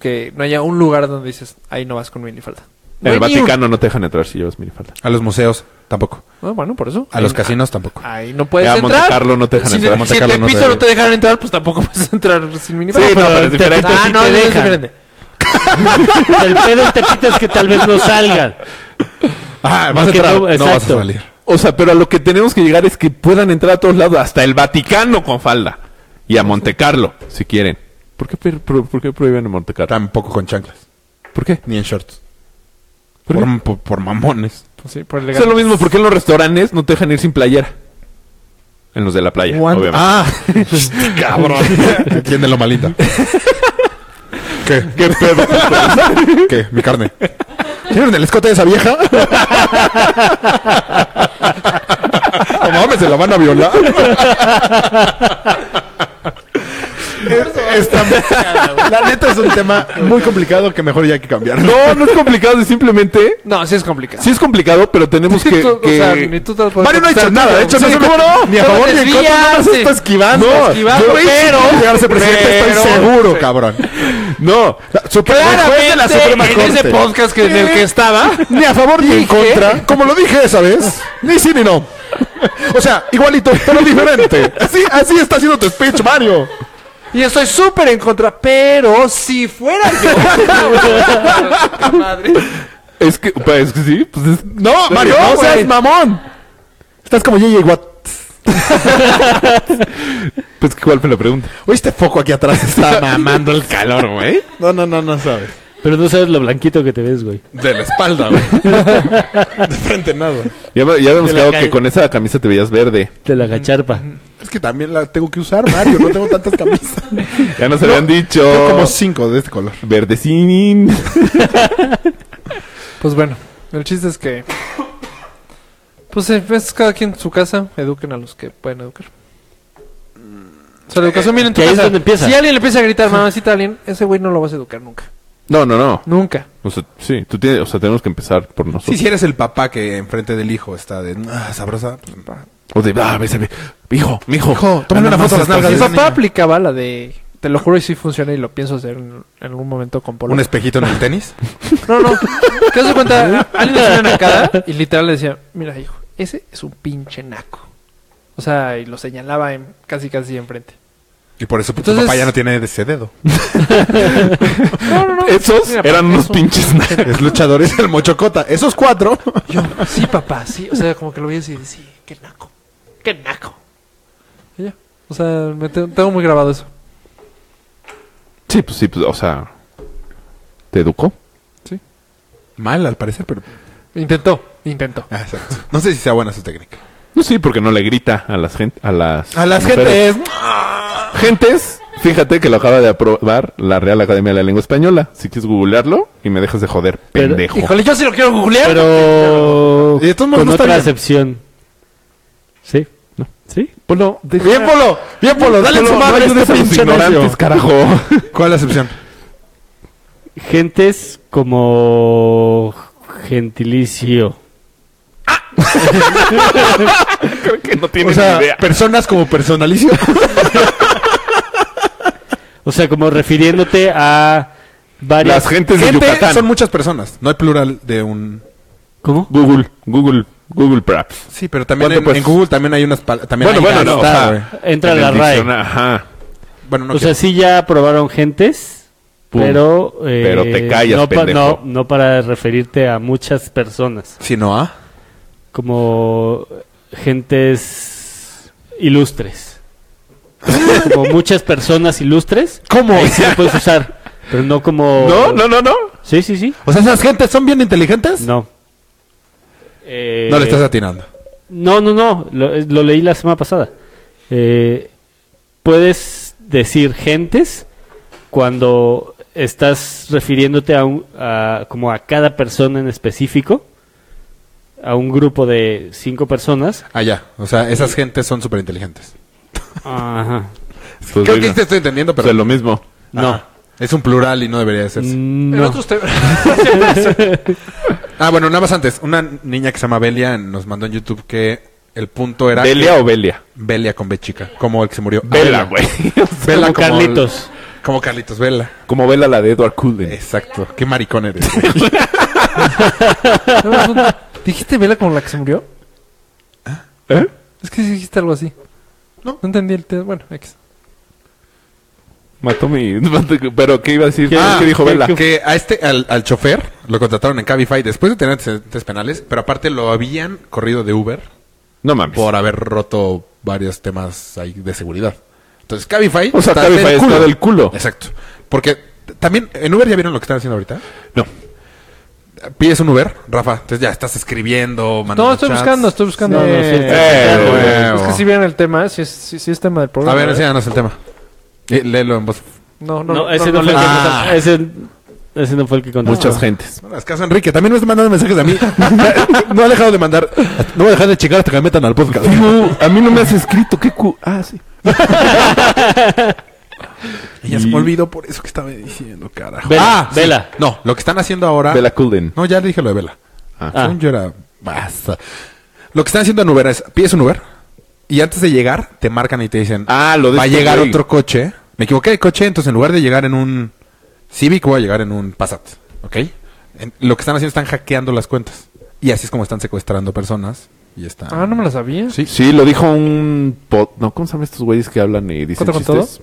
Speaker 4: que no haya un lugar donde dices, ahí no vas con minifalda.
Speaker 6: en el Vaticano no te dejan entrar si llevas minifalda.
Speaker 1: A los museos tampoco.
Speaker 4: Ah, bueno, por eso.
Speaker 1: A los casinos tampoco.
Speaker 4: Ahí no puedes
Speaker 6: Ya, a
Speaker 4: entrar.
Speaker 6: Monte Carlo no te dejan
Speaker 4: si,
Speaker 6: entrar, a
Speaker 4: Si
Speaker 6: Monte
Speaker 4: en
Speaker 1: Carlo no te
Speaker 4: Tepito no
Speaker 1: dejan.
Speaker 4: te dejan entrar, pues tampoco puedes entrar sin minifalda.
Speaker 6: Sí, no, pero es diferente.
Speaker 4: Ah,
Speaker 6: sí
Speaker 4: no,
Speaker 6: te
Speaker 4: es
Speaker 6: dejan.
Speaker 4: diferente.
Speaker 2: El pedo en Tepito es que tal vez no salgan.
Speaker 1: Ah,
Speaker 2: Más
Speaker 1: vas a
Speaker 2: que
Speaker 1: entrar,
Speaker 2: no,
Speaker 1: no, vas a
Speaker 2: exacto.
Speaker 1: salir.
Speaker 6: O sea, pero a lo que tenemos que llegar es que puedan entrar a todos lados, hasta el Vaticano con falda. Y a Monte Carlo, si quieren. ¿Por qué, per- pro- por qué prohíben en Monte Carlo?
Speaker 1: Tampoco con chanclas,
Speaker 6: ¿Por qué?
Speaker 1: ni en shorts.
Speaker 6: ¿Por qué?
Speaker 1: Por, por- por mamones.
Speaker 4: Pues sí, por el
Speaker 6: O sea,
Speaker 4: legal.
Speaker 6: es lo mismo, porque en los restaurantes no te dejan ir sin playera? En los de la playa,
Speaker 4: What?
Speaker 6: obviamente.
Speaker 1: Ah, cabrón. Entiende lo malita. ¿Qué? ¿Qué
Speaker 4: ah.
Speaker 1: pedo? ¿Qué? Mi carne. ¿Vieron el escote de esa vieja? No mames, se la van a violar. Está- la neta es un tema muy complicado que mejor ya hay que cambiarlo.
Speaker 6: No, no es complicado, es simplemente...
Speaker 4: No, sí es complicado.
Speaker 6: Sí es complicado, pero tenemos
Speaker 4: Sí,
Speaker 6: que...
Speaker 4: tú- o
Speaker 6: que-
Speaker 4: sea, ni tú te lo puedes
Speaker 6: Mario no ha hecho
Speaker 4: contestar,
Speaker 6: nada, de
Speaker 4: pero-
Speaker 6: hecho, no
Speaker 4: Sí,
Speaker 6: sé
Speaker 4: ¿cómo
Speaker 6: cómo no.
Speaker 4: Ni a favor ni en contra, nada más
Speaker 1: está esquivando.
Speaker 6: No,
Speaker 4: esquivando,
Speaker 6: yo-
Speaker 1: Pero llegar a ser presidente
Speaker 6: pero-
Speaker 1: estoy seguro, cabrón.
Speaker 6: No, pues,
Speaker 1: Después
Speaker 4: Claramente,
Speaker 1: de la Suprema
Speaker 4: en
Speaker 1: Corte.
Speaker 4: ese podcast que, en el que estaba,
Speaker 1: Ni a favor ni en contra. Como lo dije esa vez. Ni sí ni no. O sea, igualito, pero diferente. Así, así está haciendo tu speech, Mario.
Speaker 4: y estoy súper en contra, pero si fuera yo. Madre.
Speaker 6: es que... Pues, es que sí, pues es...
Speaker 1: No, Mario, no
Speaker 4: güey.
Speaker 1: seas mamón. Estás como J.J. Watt.
Speaker 6: Pues que cuál fue la pregunta.
Speaker 1: Oye, este foco aquí atrás está mamando.
Speaker 6: el calor, güey.
Speaker 1: No, no, no, no sabes.
Speaker 2: Pero no sabes lo blanquito que te ves, güey.
Speaker 1: De la espalda, güey. De frente nada.
Speaker 6: Ya, hab- ya habíamos
Speaker 2: De la
Speaker 6: quedado
Speaker 2: calle.
Speaker 6: que con esa camisa te veías verde.
Speaker 2: De la gacharpa.
Speaker 1: Es que también la tengo que usar, Mario. No tengo tantas camisas.
Speaker 6: Ya nos habían dicho.
Speaker 1: Tengo como cinco de este color.
Speaker 6: Verdecín.
Speaker 4: Pues bueno, el chiste es que. Pues eh, es cada quien en su casa, eduquen a los que pueden educar. O sea, la educación viene en tu
Speaker 2: que ahí es
Speaker 4: casa.
Speaker 2: donde empieza.
Speaker 4: Si alguien le empieza a gritar mamacita a alguien, ese güey no lo vas a educar nunca.
Speaker 6: No, no, no.
Speaker 4: Nunca.
Speaker 6: O sea, sí, tú tienes, o sea, tenemos que empezar por
Speaker 1: Sí,
Speaker 6: nosotros.
Speaker 1: si eres el papá que enfrente del hijo está de ah, sabrosa.
Speaker 6: O de, ah, bésame. Hijo, mijo.
Speaker 1: Hijo, tómale una
Speaker 6: nada
Speaker 1: foto a las
Speaker 6: más
Speaker 1: nalgas de
Speaker 4: Mi
Speaker 6: estás-
Speaker 1: esa
Speaker 4: papá
Speaker 1: niña.
Speaker 4: aplicaba la de. Te lo juro y sí funciona y lo pienso hacer en, en algún momento con Polo.
Speaker 1: Un espejito en el tenis.
Speaker 4: No, no. ¿Te das cuenta? Alguien le hacía una nacada y literal le decía, mira hijo, ese es un pinche naco. O sea, y lo señalaba en- casi casi enfrente.
Speaker 1: Y por eso tu
Speaker 4: Entonces-
Speaker 1: papá ya no tiene ese dedo.
Speaker 4: No, no, no.
Speaker 6: Esos
Speaker 4: Mira,
Speaker 6: eran
Speaker 4: papá,
Speaker 6: unos
Speaker 4: eso-
Speaker 6: pinches nacos.
Speaker 1: Es luchadores del mochocota. Esos cuatro.
Speaker 4: Yo, sí, papá, sí. O sea, como que lo vi así, sí, qué naco, qué naco. Y ya. O sea, me te- tengo muy grabado eso.
Speaker 6: Sí, pues sí, pues, o sea. ¿Te educó?
Speaker 1: Mal, al parecer, pero.
Speaker 4: Intentó, intentó.
Speaker 1: Ah, exacto. No sé si sea buena su técnica.
Speaker 6: No, sí, porque no le grita a las gente, a las
Speaker 1: A las
Speaker 6: mujeres.
Speaker 1: gentes.
Speaker 6: Gentes, fíjate que lo acaba de aprobar la Real Academia de la Lengua Española. Si quieres googlearlo y me dejas de joder,
Speaker 2: Pero-
Speaker 6: pendejo.
Speaker 4: Híjole, yo sí lo quiero googlear.
Speaker 2: Pero.
Speaker 1: Y de todos modos
Speaker 2: con
Speaker 1: no está
Speaker 2: otra
Speaker 1: bien.
Speaker 2: acepción. ¿Sí? ¿No? ¿Sí?
Speaker 6: Polo, deja-
Speaker 1: Bien, Polo. Bien, Polo. Dale en su
Speaker 6: Polo,
Speaker 1: madre.
Speaker 6: no
Speaker 1: este
Speaker 6: ayudes a los
Speaker 1: pinche
Speaker 6: ignorantes,
Speaker 1: necio.
Speaker 6: carajo.
Speaker 1: ¿Cuál es la excepción?
Speaker 2: Gentes como gentilicio.
Speaker 6: Creo que no
Speaker 1: O
Speaker 6: tienes
Speaker 1: sea,
Speaker 6: ni idea.
Speaker 1: personas como personalicio.
Speaker 2: O sea, como refiriéndote a varias...
Speaker 6: Las gentes de
Speaker 1: Gente
Speaker 6: Yucatán.
Speaker 1: son muchas personas. No hay plural de un.
Speaker 2: ¿Cómo?
Speaker 6: Google, Google, Google Perhaps.
Speaker 1: Sí, pero también
Speaker 6: ¿Cuánto,
Speaker 1: en,
Speaker 6: pues?
Speaker 1: en Google también hay unas. pal- También
Speaker 6: Bueno,
Speaker 1: hay
Speaker 6: bueno,
Speaker 1: ya
Speaker 6: no, o
Speaker 1: está,
Speaker 6: sea,
Speaker 1: güey.
Speaker 2: Entra
Speaker 6: En el
Speaker 2: la RAE.
Speaker 6: dicciona- Ajá.
Speaker 1: Bueno, no
Speaker 2: o sea,
Speaker 1: quiero.
Speaker 2: sí ya aprobaron gentes,
Speaker 6: Pum.
Speaker 2: pero... eh,
Speaker 6: Pero te callas,
Speaker 2: no, pa-
Speaker 6: pendejo.
Speaker 2: no, no para referirte a muchas personas.
Speaker 1: Sino a.
Speaker 2: Como gentes ilustres. como muchas personas ilustres.
Speaker 1: ¿Cómo?
Speaker 2: Ahí sí lo puedes usar, pero no como...
Speaker 6: No, no, no, no.
Speaker 2: Sí, sí, sí.
Speaker 1: O sea, esas gentes son bien inteligentes.
Speaker 2: No. Eh,
Speaker 6: eh.
Speaker 1: No le estás atinando.
Speaker 2: eh, No, no, no. Lo, es- lo leí la semana pasada. eh, puedes decir gentes cuando estás refiriéndote a, un- a- como a cada persona en específico, a un grupo de cinco personas.
Speaker 1: Ah, ya. O sea, esas gentes son súper inteligentes.
Speaker 2: Ajá.
Speaker 6: Pues
Speaker 1: Creo
Speaker 6: venga.
Speaker 1: que te estoy entendiendo,
Speaker 6: O
Speaker 1: pero...
Speaker 6: sea, lo mismo.
Speaker 2: No.
Speaker 1: Ajá. Es un plural y no debería de serse.
Speaker 4: En
Speaker 2: No.
Speaker 4: otros te-
Speaker 1: Ah, bueno, nada más antes. Una niña que se llama Belia nos mandó en YouTube que el punto era...
Speaker 6: ¿Belia
Speaker 1: que-
Speaker 6: o Belia?
Speaker 1: Belia con B chica. Como el que se murió.
Speaker 6: Vela,
Speaker 1: Ah,
Speaker 6: güey.
Speaker 1: Vela
Speaker 2: Como
Speaker 1: el-
Speaker 2: Carlitos.
Speaker 1: como Carlitos, Vela.
Speaker 6: Como Vela la de Edward Cullen.
Speaker 1: Exacto. Qué maricón eres. güey.
Speaker 4: No, es un- ¿Dijiste Vela con la que se murió?
Speaker 6: ¿Eh?
Speaker 4: Es que sí dijiste algo así. No. entendí el tema. Bueno, X.
Speaker 6: Mató mi... ¿Pero qué iba a decir? ¿Qué,
Speaker 1: Ah,
Speaker 6: ¿qué dijo Vela?
Speaker 1: Que a este, al, al chofer, lo contrataron en Cabify después de tener antecedentes penales, pero aparte lo habían corrido de Uber
Speaker 6: No mames.
Speaker 1: por haber roto varios temas ahí de seguridad. Entonces, Cabify.
Speaker 6: O sea,
Speaker 1: está
Speaker 6: Cabify está del culo.
Speaker 1: Exacto. Porque t- también en Uber ya vieron lo que están haciendo ahorita.
Speaker 6: No.
Speaker 1: Pides un Uber, Rafa. Entonces ya estás escribiendo, mandando.
Speaker 4: No, estoy
Speaker 1: chats.
Speaker 4: buscando, estoy buscando.
Speaker 2: No, no, sí, está
Speaker 6: Eh,
Speaker 1: buscando.
Speaker 6: güey.
Speaker 4: Es que si vieron el tema, si es, sí- sí es tema del
Speaker 1: A
Speaker 4: programa.
Speaker 1: ver,
Speaker 4: ¿eh?
Speaker 1: enséñanos el tema. Eh, léelo en voz.
Speaker 4: No, no,
Speaker 2: No, ese no,
Speaker 4: no,
Speaker 2: fue el que
Speaker 1: Ah.
Speaker 2: contestó. Ese- ese no fue el que Ah, contestó.
Speaker 6: Muchas gentes.
Speaker 1: No las caso, Enrique. También me está mandando mensajes a mí. no ha dejado de mandar. No voy a dejar de checar hasta que me metan al podcast.
Speaker 6: a mí no me has escrito. ¿Qué cu... Ah, sí.
Speaker 1: Ella se me olvidó por eso que estaba diciendo, carajo. Ah,
Speaker 2: Vela,
Speaker 1: sí.
Speaker 2: vela.
Speaker 1: No, lo que están haciendo ahora.
Speaker 6: Vela Cullen.
Speaker 1: No, ya le dije lo de Vela.
Speaker 6: Ah.
Speaker 1: Según yo era. Basta. Lo que están haciendo en Uber es: pides un Uber y antes de llegar te marcan y te dicen:
Speaker 6: Ah, lo de
Speaker 1: Va a
Speaker 6: este
Speaker 1: llegar
Speaker 6: güey.
Speaker 1: otro coche. Me equivoqué de coche, entonces en lugar de llegar en un Civic, voy a llegar en un Passat. ¿Ok? En- lo que están haciendo están hackeando las cuentas. Y así es como están secuestrando personas. Y están.
Speaker 4: Ah, no me lo sabía.
Speaker 1: Sí.
Speaker 6: Sí, lo dijo un... po- No, ¿cómo se llaman estos güeyes que hablan y dicen
Speaker 4: ¿Cuatro con
Speaker 6: chistes?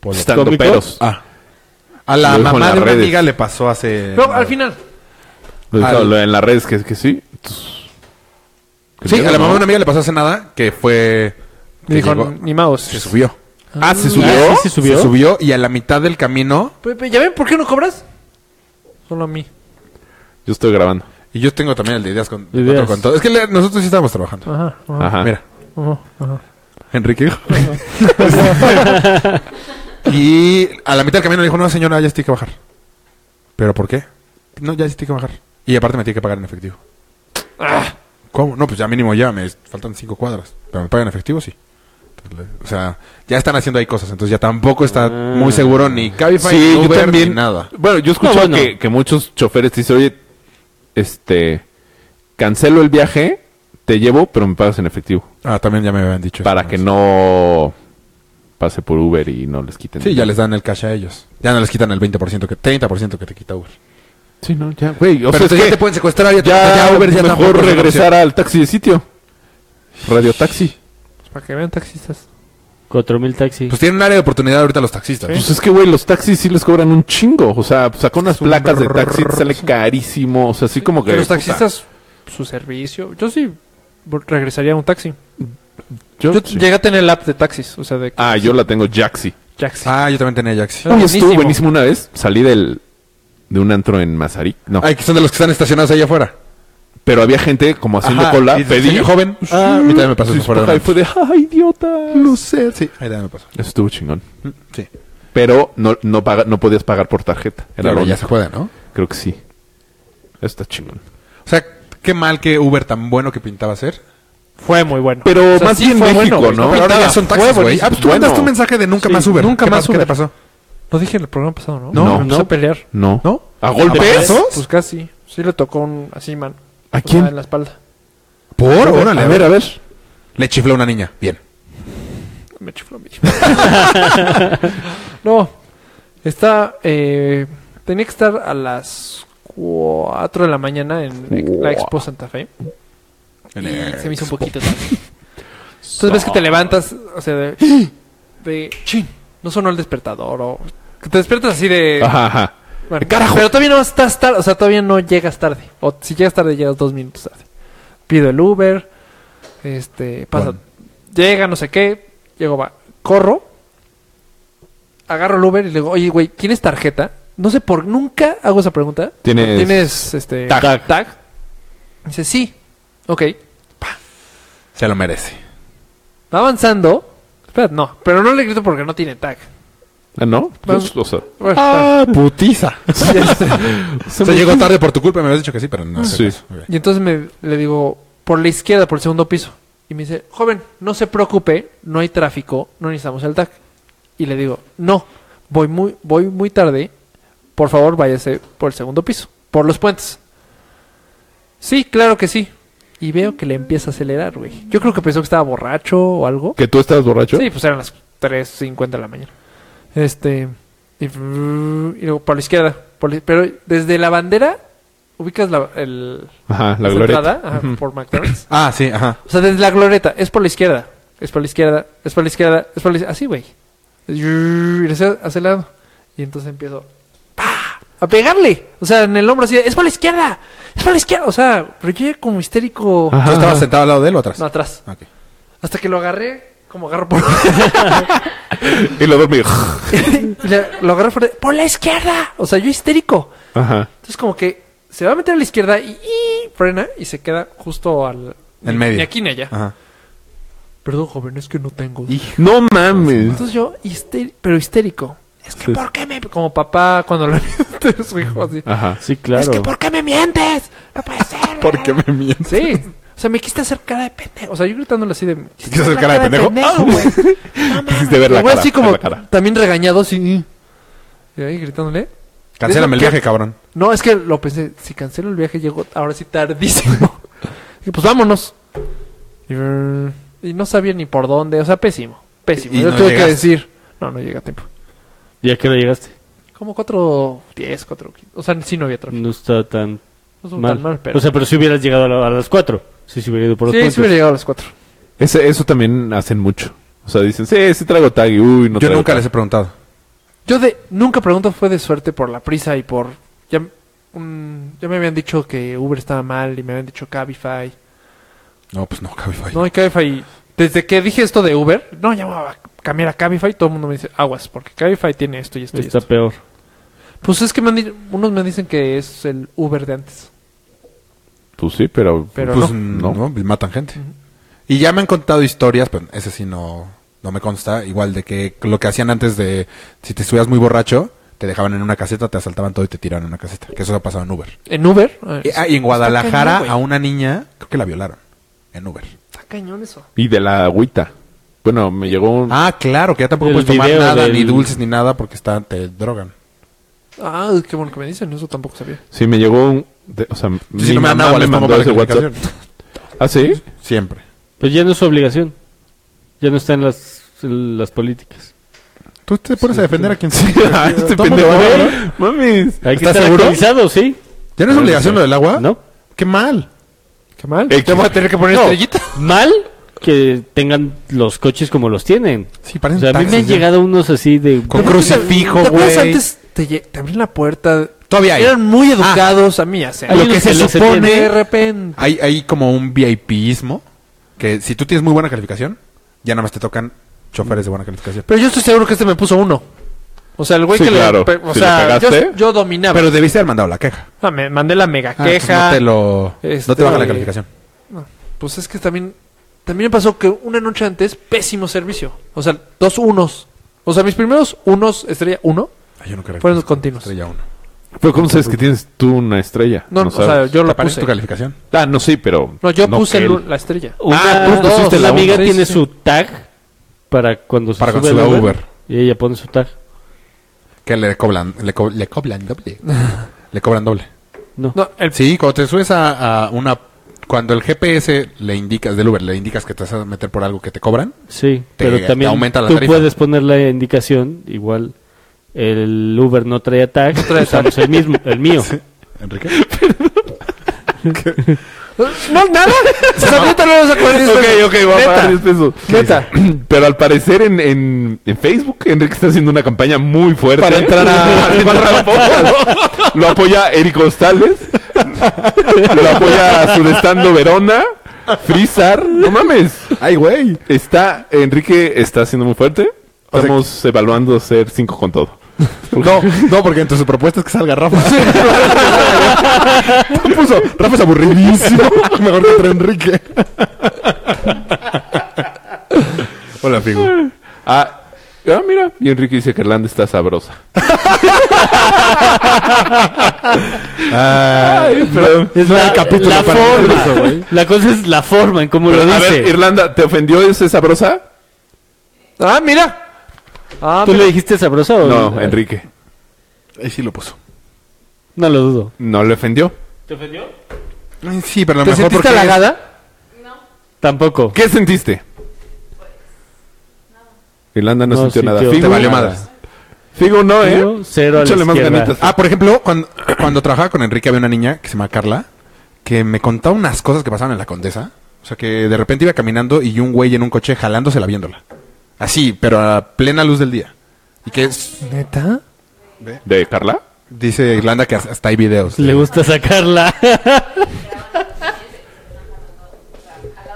Speaker 1: Polo.
Speaker 6: Estandoperos.
Speaker 1: Ah. A la
Speaker 6: Lo dijo en
Speaker 1: mamá
Speaker 6: las
Speaker 1: de una
Speaker 6: redes.
Speaker 1: amiga le pasó hace.
Speaker 4: Pero al final,
Speaker 6: Lo dijo
Speaker 1: Al-
Speaker 6: lo- en las redes que, que sí. Entonces,
Speaker 1: Sí,
Speaker 6: creo,
Speaker 1: a la mamá
Speaker 6: ¿no?
Speaker 1: de una amiga le pasó hace nada que fue.
Speaker 4: me
Speaker 1: que
Speaker 4: dijo,
Speaker 1: llegó-
Speaker 4: ni maos.
Speaker 1: se subió.
Speaker 6: Ah, ¿se subió?
Speaker 2: Ah, sí, sí subió.
Speaker 1: Se subió y a la mitad del camino.
Speaker 4: Pepe, ¿Ya ven por qué no cobras? Solo a mí.
Speaker 6: Yo estoy grabando.
Speaker 1: Y yo tengo también el de ideas con,
Speaker 2: Ideas.
Speaker 1: otro con todo. Es que le- nosotros sí estábamos trabajando.
Speaker 4: Ajá. ajá,
Speaker 6: Ajá.
Speaker 1: Mira,
Speaker 4: ajá, ajá.
Speaker 1: Enrique. y a la mitad del camino le dijo: No, señora, ya se tiene que bajar. ¿Pero por qué? No, ya se tiene que bajar. Y aparte me tiene que pagar en efectivo.
Speaker 6: Ah.
Speaker 1: ¿Cómo? No, pues ya mínimo ya, me faltan cinco cuadras. Pero me pagan en efectivo, sí. Entonces, le- O sea, ya están haciendo ahí cosas. Entonces ya tampoco está muy seguro ni Cabify,
Speaker 6: Sí,
Speaker 1: ni
Speaker 6: yo
Speaker 1: Uber, ni
Speaker 6: también.
Speaker 1: nada.
Speaker 6: Bueno, yo he escuchado
Speaker 2: No, bueno.
Speaker 6: que, que muchos choferes te dicen, oye, este, cancelo el viaje, te llevo, pero me pagas en efectivo.
Speaker 1: Ah, también ya me habían dicho. eso,
Speaker 6: para que no pase por Uber y no les quiten.
Speaker 1: Sí, ya les dan el cash a ellos. Ya no les quitan el 20%, que 30% que te quita Uber.
Speaker 6: Sí, no, ya, güey. O
Speaker 1: Pero
Speaker 6: sea,
Speaker 1: ya
Speaker 6: es
Speaker 1: te
Speaker 6: que
Speaker 1: pueden secuestrar ya,
Speaker 6: ya,
Speaker 1: ya Uber ya
Speaker 6: mejor
Speaker 1: tampoco es una
Speaker 6: regresar al taxi de sitio. Radio taxi.
Speaker 4: Pues para que vean taxistas.
Speaker 2: 4000 taxis.
Speaker 1: opción. Pues tienen un área de oportunidad ahorita los taxistas.
Speaker 6: Pues es que, güey, los taxis sí les cobran un chingo. O sea, sacó unas
Speaker 1: Es un
Speaker 6: placas de
Speaker 1: rrrr.
Speaker 6: taxi, te sale carísimo. O sea, así como que.
Speaker 4: Que los
Speaker 6: puta,
Speaker 4: taxistas, su servicio. Yo sí vol- regresaría a un taxi.
Speaker 6: yo-
Speaker 4: Yo
Speaker 6: sí.
Speaker 4: llegué a tener el app de taxis, o sea, de
Speaker 6: Ah, yo la tengo Jaxi.
Speaker 4: taxi.
Speaker 1: Ah, yo también tenía Jaxi.
Speaker 4: Era
Speaker 6: Uy, estuvo
Speaker 4: buenísimo.
Speaker 6: buenísimo una vez. Salí del de un antro en Mazarik. No,
Speaker 1: Ay, que son de los que están estacionados allá afuera.
Speaker 6: pero había gente como haciendo
Speaker 1: Ajá,
Speaker 6: cola.
Speaker 1: y dice,
Speaker 6: Pedí.
Speaker 1: "Señor joven. Ah, a mí también me pasó
Speaker 6: Sí,
Speaker 1: eso fuera de
Speaker 6: ajá, y
Speaker 1: una-
Speaker 6: fue de, ¡ay, idiota!
Speaker 1: Lucer. Sí, ahí también me pasó.
Speaker 6: Eso estuvo chingón. Mm,
Speaker 1: Sí.
Speaker 6: Pero no, no, paga- no podías pagar por tarjeta. Era
Speaker 1: Pero
Speaker 6: lo
Speaker 1: ya
Speaker 6: único.
Speaker 1: se puede, ¿no?
Speaker 6: Creo que sí. Eso está chingón.
Speaker 1: O sea, qué mal que Uber tan bueno que pintaba ser.
Speaker 4: Fue muy bueno.
Speaker 6: Pero
Speaker 4: O sea,
Speaker 6: más
Speaker 4: sí
Speaker 6: bien
Speaker 4: fue
Speaker 6: México,
Speaker 4: bueno,
Speaker 6: ¿no?
Speaker 1: Pero ahora
Speaker 6: Ahora
Speaker 1: ya son
Speaker 6: fue
Speaker 1: taxis, güey.
Speaker 6: buenísimo.
Speaker 1: Ah, pues tú mandaste un
Speaker 6: Bueno.
Speaker 1: mensaje de nunca
Speaker 4: Sí,
Speaker 1: más Uber.
Speaker 4: nunca
Speaker 1: ¿Qué
Speaker 4: más
Speaker 1: pasó? ¿Qué
Speaker 4: Uber.
Speaker 1: te pasó?
Speaker 4: Lo dije en el programa pasado, ¿no?
Speaker 6: No,
Speaker 4: Me empecé
Speaker 6: no.
Speaker 4: a pelear.
Speaker 6: No.
Speaker 1: ¿No?
Speaker 6: ¿A golpes?
Speaker 1: ¿Pazos?
Speaker 4: Pues casi. Sí le tocó un así, man.
Speaker 6: ¿A
Speaker 4: O sea,
Speaker 6: quién?
Speaker 4: En la espalda.
Speaker 1: Por, órale.
Speaker 6: A ver, a ver.
Speaker 1: Le chifló a una niña. Bien.
Speaker 4: Me chifló mi No. Está. Eh, tenía que estar a las 4 de la mañana en la Expo Santa Fe. Y se me hizo un poquito tarde. Entonces ves que te levantas, o sea, de. de chin, no sonó el despertador o. Que te despiertas así de.
Speaker 6: Ajá, ajá.
Speaker 4: Bueno, Pero todavía no estás tarde, o sea, todavía no llegas tarde. O si llegas tarde, llegas dos minutos tarde. Pido el Uber, este, pasa,
Speaker 1: Bueno.
Speaker 4: llega, no sé qué, llego, va, corro, agarro el Uber y le digo, oye, güey, ¿tienes tarjeta? No sé por, nunca hago esa pregunta.
Speaker 6: Tienes-
Speaker 4: este,
Speaker 6: eh, Tag.
Speaker 4: tag. Dice, sí, ok.
Speaker 1: Se lo merece.
Speaker 4: Va avanzando. Espera, no. Pero no le grito porque no tiene tag.
Speaker 6: Ah, ¿no?
Speaker 4: Vamos.
Speaker 6: Pues, o sea,
Speaker 4: Bueno,
Speaker 1: ¡Ah, putiza!
Speaker 4: está. Ya está.
Speaker 1: Se llegó tarde por tu culpa, me habías dicho que sí, pero no. es el
Speaker 6: Sí.
Speaker 1: caso. Muy bien.
Speaker 4: Y entonces me, le digo, por la izquierda, por el segundo piso. Y me dice, joven, no se preocupe, no hay tráfico, no necesitamos el TAC. Y le digo, no, voy muy, voy muy tarde, por favor váyase por el segundo piso, por los puentes. Sí, claro que sí. Y veo que le empieza a acelerar, güey. Yo creo que pensó que estaba borracho o algo.
Speaker 6: ¿Que tú estabas borracho?
Speaker 4: Sí, pues eran las 3.50 de la mañana. Este. Y, y luego por la izquierda. por la- pero desde la bandera, ubicas la, el,
Speaker 6: Ajá, la
Speaker 4: esa
Speaker 6: gloria.
Speaker 4: entrada, ajá, por McDonald's.
Speaker 1: Ah, sí, ajá.
Speaker 4: O sea, desde la glorieta, es por la izquierda, es por la izquierda, es por la izquierda, es por la izquierda, así, güey. Y le hacia hacia el lado. Y entonces empiezo ¡pa! a pegarle. O sea, en el hombro así, de, es por la izquierda, es por la izquierda. O sea, pero yo ya como histérico.
Speaker 6: Ajá.
Speaker 1: ¿Tú estabas sentado al lado de él o atrás?
Speaker 4: No, atrás.
Speaker 1: Ok.
Speaker 4: Hasta que lo agarré, como agarro por.
Speaker 6: Y lo dormí.
Speaker 4: y le- lo agarré por, por la izquierda. O sea, yo histérico.
Speaker 6: Ajá.
Speaker 4: Entonces, como que se va a meter a la izquierda y, y frena y se queda justo al.
Speaker 1: En medio.
Speaker 4: Ni aquí ni allá.
Speaker 1: Ajá.
Speaker 4: Perdón, joven, es que no tengo.
Speaker 6: No mames.
Speaker 4: Entonces yo, histéri- pero histérico. Es que, ¿por qué me...? Como papá cuando le miente a su hijo así.
Speaker 6: Ajá.
Speaker 2: Sí, Ah, claro.
Speaker 4: Es que, ¿por qué me mientes? No puede ser.
Speaker 1: ¿Por qué me mientes?
Speaker 4: Sí. O sea, me quisiste hacer cara de pendejo. O sea, yo gritándole así de... ¿Quisiste
Speaker 1: quisiste hacer cara de pendejo?
Speaker 4: güey.
Speaker 6: Quisiste ver la
Speaker 4: Igual
Speaker 6: cara.
Speaker 4: así como
Speaker 6: ver la cara.
Speaker 4: también regañado así. Y ahí gritándole.
Speaker 1: Cancélame el
Speaker 4: ¿Qué?
Speaker 1: viaje, cabrón.
Speaker 4: No, es que lo pensé. Si cancelo el viaje, llego ahora sí tardísimo. Dije, pues vámonos. Y, brr, y no sabía ni por dónde. O sea, pésimo. Pésimo.
Speaker 1: Y
Speaker 4: yo
Speaker 1: no
Speaker 4: tuve que
Speaker 1: llegaste.
Speaker 4: decir... No, no llega a tiempo.
Speaker 2: ¿Y a qué hora llegaste?
Speaker 4: Como 4.10, 4.15. O sea, sí no había tráfico.
Speaker 2: No está tan
Speaker 4: No estuvo
Speaker 2: Mm, mal.
Speaker 4: tan mal, pero...
Speaker 2: O sea, pero si hubieras llegado a, la- a las 4. Sí, si hubiera ido por los
Speaker 4: sí,
Speaker 2: puentes.
Speaker 4: sí hubiera llegado a las 4.
Speaker 6: Ese- eso también hacen mucho. O sea, dicen, sí, sí traigo tag. y, Uy, no
Speaker 1: Yo
Speaker 6: traigo
Speaker 1: nunca
Speaker 6: tag.
Speaker 1: les he preguntado.
Speaker 4: Yo de, nunca pregunto fue de suerte por la prisa y por... Ya, un- ya me habían dicho que Uber estaba mal y me habían dicho Cabify.
Speaker 1: No, pues no, Cabify.
Speaker 4: No, y Cabify... Desde que dije esto de Uber, no, ya me voy a cambiar a Cabify. Todo el mundo me dice, aguas, porque Cabify tiene esto y esto y
Speaker 2: Está
Speaker 4: esto.
Speaker 2: peor.
Speaker 4: Pues es que me han di- unos me dicen que es el Uber de antes.
Speaker 6: Pues sí, pero...
Speaker 4: Pero
Speaker 1: pues
Speaker 6: no.
Speaker 1: no. matan gente. Y ya me han contado historias, pero ese sí no, no me consta. Igual de que lo que hacían antes de, si te subías muy borracho, te dejaban en una caseta, te asaltaban todo y te tiraban en una caseta. Que eso ha pasado en Uber.
Speaker 4: ¿En Uber? Ah,
Speaker 1: Y, ah, y en
Speaker 4: cañón,
Speaker 1: Guadalajara
Speaker 4: güey.
Speaker 1: a una niña, creo que la violaron. En Uber.
Speaker 4: Está cañón eso.
Speaker 6: Y de la agüita. Bueno, me llegó un...
Speaker 1: Ah, claro, que ya tampoco
Speaker 2: El
Speaker 1: puedes tomar
Speaker 2: video
Speaker 1: nada,
Speaker 2: del-
Speaker 1: ni dulces, ni nada, porque está, te drogan.
Speaker 4: Ah, qué bueno que me dicen. Eso tampoco sabía.
Speaker 6: Sí, me llegó un... de- o sea,
Speaker 1: Si
Speaker 6: mi
Speaker 1: no me dan
Speaker 6: mamá
Speaker 1: agua,
Speaker 6: me
Speaker 1: les pongo
Speaker 6: mandó
Speaker 1: para
Speaker 6: ese WhatsApp.
Speaker 1: calificación.
Speaker 6: ¿Ah, sí?
Speaker 1: Siempre.
Speaker 2: Pues ya no es su obligación. Ya no está en las, en las políticas.
Speaker 1: Tú te pones a defender a quien sea.
Speaker 6: Ah, este
Speaker 1: Tómalo,
Speaker 6: pendejo.
Speaker 1: ¿no?
Speaker 6: Mames.
Speaker 2: Hay que
Speaker 1: ¿Estás
Speaker 2: estar
Speaker 1: seguro? ¿Ah?
Speaker 2: actualizado, sí.
Speaker 1: ¿Ya no es obligación lo del agua?
Speaker 2: ¿No?
Speaker 1: Qué mal.
Speaker 4: Qué mal.
Speaker 6: Eh,
Speaker 4: Te voy a tener que poner
Speaker 2: No.
Speaker 4: estrellita.
Speaker 2: Mal que tengan los coches como los tienen.
Speaker 1: Sí,
Speaker 2: O
Speaker 1: parecen
Speaker 2: sea, a mí me han
Speaker 1: taxis ya.
Speaker 2: llegado unos así de...
Speaker 1: Con crucifijo,
Speaker 4: ¿Te acuerdas
Speaker 1: güey.
Speaker 4: antes te, lle- te abrían la puerta?
Speaker 1: Todavía hay. Ah.
Speaker 4: Eran muy educados a mí, o sea.
Speaker 2: Hay
Speaker 1: Lo
Speaker 2: unos
Speaker 1: que se
Speaker 2: los
Speaker 1: supone-
Speaker 2: atienden.
Speaker 4: De repente.
Speaker 1: Hay, hay como un VIPismo que si tú tienes muy buena calificación, ya nada más te tocan choferes de buena calificación.
Speaker 4: Pero yo estoy seguro que este me puso uno. O sea, el güey
Speaker 6: Sí,
Speaker 4: que
Speaker 6: claro.
Speaker 4: le... pe- O
Speaker 6: Si
Speaker 4: sea,
Speaker 6: le pegaste.
Speaker 4: yo, yo dominaba.
Speaker 1: Pero debiste haber mandado la queja.
Speaker 4: Ah, me mandé la mega
Speaker 1: Ah, pues
Speaker 4: queja.
Speaker 1: no te lo. No
Speaker 4: Este-
Speaker 1: te baja la calificación.
Speaker 4: Pues es que también... También me pasó que una noche antes, pésimo servicio. O sea, dos unos. O sea, mis primeros unos, estrella uno.
Speaker 1: Ay, Ah, yo nunca recuerdo.
Speaker 4: Fueron los continuos.
Speaker 1: Estrella uno.
Speaker 6: Pero ¿cómo sabes que tienes tú una estrella?
Speaker 4: No, o sea,
Speaker 6: sabes.
Speaker 4: yo lo
Speaker 1: ¿Te aparece
Speaker 4: puse.
Speaker 1: tu calificación?
Speaker 6: Ah, no, sí, pero...
Speaker 4: No, yo puse
Speaker 6: que
Speaker 4: el-
Speaker 6: él.
Speaker 4: la estrella.
Speaker 2: Una,
Speaker 6: Ah, tú pusiste
Speaker 2: una
Speaker 6: la
Speaker 2: amiga
Speaker 4: uno.
Speaker 2: tiene
Speaker 4: Sí, sí.
Speaker 2: su tag para cuando se
Speaker 1: Para cuando
Speaker 2: sube
Speaker 1: se
Speaker 2: al
Speaker 1: va a
Speaker 2: Uber,
Speaker 1: Uber.
Speaker 2: Y ella pone su tag.
Speaker 1: Que le cobran, le, co- le cobran doble. le cobran doble.
Speaker 2: No.
Speaker 4: No, el...
Speaker 1: Sí, cuando te subes a, a una. Cuando el GPS le indicas del Uber, le indicas que te vas a meter por algo que te cobran.
Speaker 2: Sí,
Speaker 1: Te-
Speaker 2: pero
Speaker 1: te
Speaker 2: también
Speaker 1: aumenta la
Speaker 2: tú
Speaker 1: tarifa.
Speaker 2: puedes poner la indicación. Igual el Uber no trae tag, usamos el mismo, el mío.
Speaker 1: Enrique.
Speaker 4: No, nada. O sea, neta, no me vas a poner esto.
Speaker 6: Ok, ok, voy a pagar este 10 pesos.
Speaker 4: Neta.
Speaker 6: Pero al parecer en, en, en Facebook, Enrique está haciendo una campaña muy fuerte.
Speaker 1: Para entrar a-
Speaker 6: Para entrar a podcast. Lo apoya Eric González. Lo apoya Sudestando Verona. Frizar. No mames.
Speaker 1: Ay, güey.
Speaker 6: Está, Enrique está haciendo muy fuerte. Estamos evaluando hacer 5 con todo.
Speaker 1: No, no, porque entre sus propuestas es que salga Rafa. Tú puso, Rafa es aburridísimo. Mejor que entre Enrique. Hola, Figu.
Speaker 6: Ah, ah, mira. Y Enrique dice que Irlanda está sabrosa.
Speaker 1: Ay, pero
Speaker 2: Es
Speaker 1: no
Speaker 2: la,
Speaker 1: hay capítulo
Speaker 2: la
Speaker 1: para
Speaker 2: forma.
Speaker 1: eso, güey.
Speaker 2: la cosa es la forma en cómo lo
Speaker 6: Pero, a
Speaker 2: dice.
Speaker 6: ver, Irlanda, ¿te ofendió ese sabrosa?
Speaker 4: Ah, mira. Ah,
Speaker 2: ¿Tú
Speaker 4: mira.
Speaker 2: le dijiste sabroso o
Speaker 6: No, Enrique.
Speaker 1: Ahí sí lo puso.
Speaker 2: No lo dudo.
Speaker 6: No le ofendió.
Speaker 1: Ay, Sí, pero a lo
Speaker 4: ¿Te
Speaker 1: mejor
Speaker 4: sentiste
Speaker 1: porque...
Speaker 4: halagada?
Speaker 2: Tampoco.
Speaker 6: ¿Qué sentiste? Irlanda no,
Speaker 2: No
Speaker 6: sintió nada.
Speaker 2: sintió
Speaker 1: Te valió
Speaker 6: nada.
Speaker 1: madre.
Speaker 6: Figo no, ¿eh?
Speaker 2: Figo, cero a la
Speaker 6: Échale más
Speaker 2: izquierda.
Speaker 6: ganitas.
Speaker 1: Ah, por ejemplo, cuando, cuando trabajaba con Enrique había una niña que se llama Carla que me contaba unas cosas que pasaban en la Condesa. O sea, que de repente iba caminando y un güey en un coche jalándosela viéndola. Así, pero a la plena luz del día. Y que es-
Speaker 4: ¿Neta?
Speaker 6: ¿De Carla?
Speaker 1: dice Irlanda que hasta hay videos.
Speaker 2: Le gusta sacarla.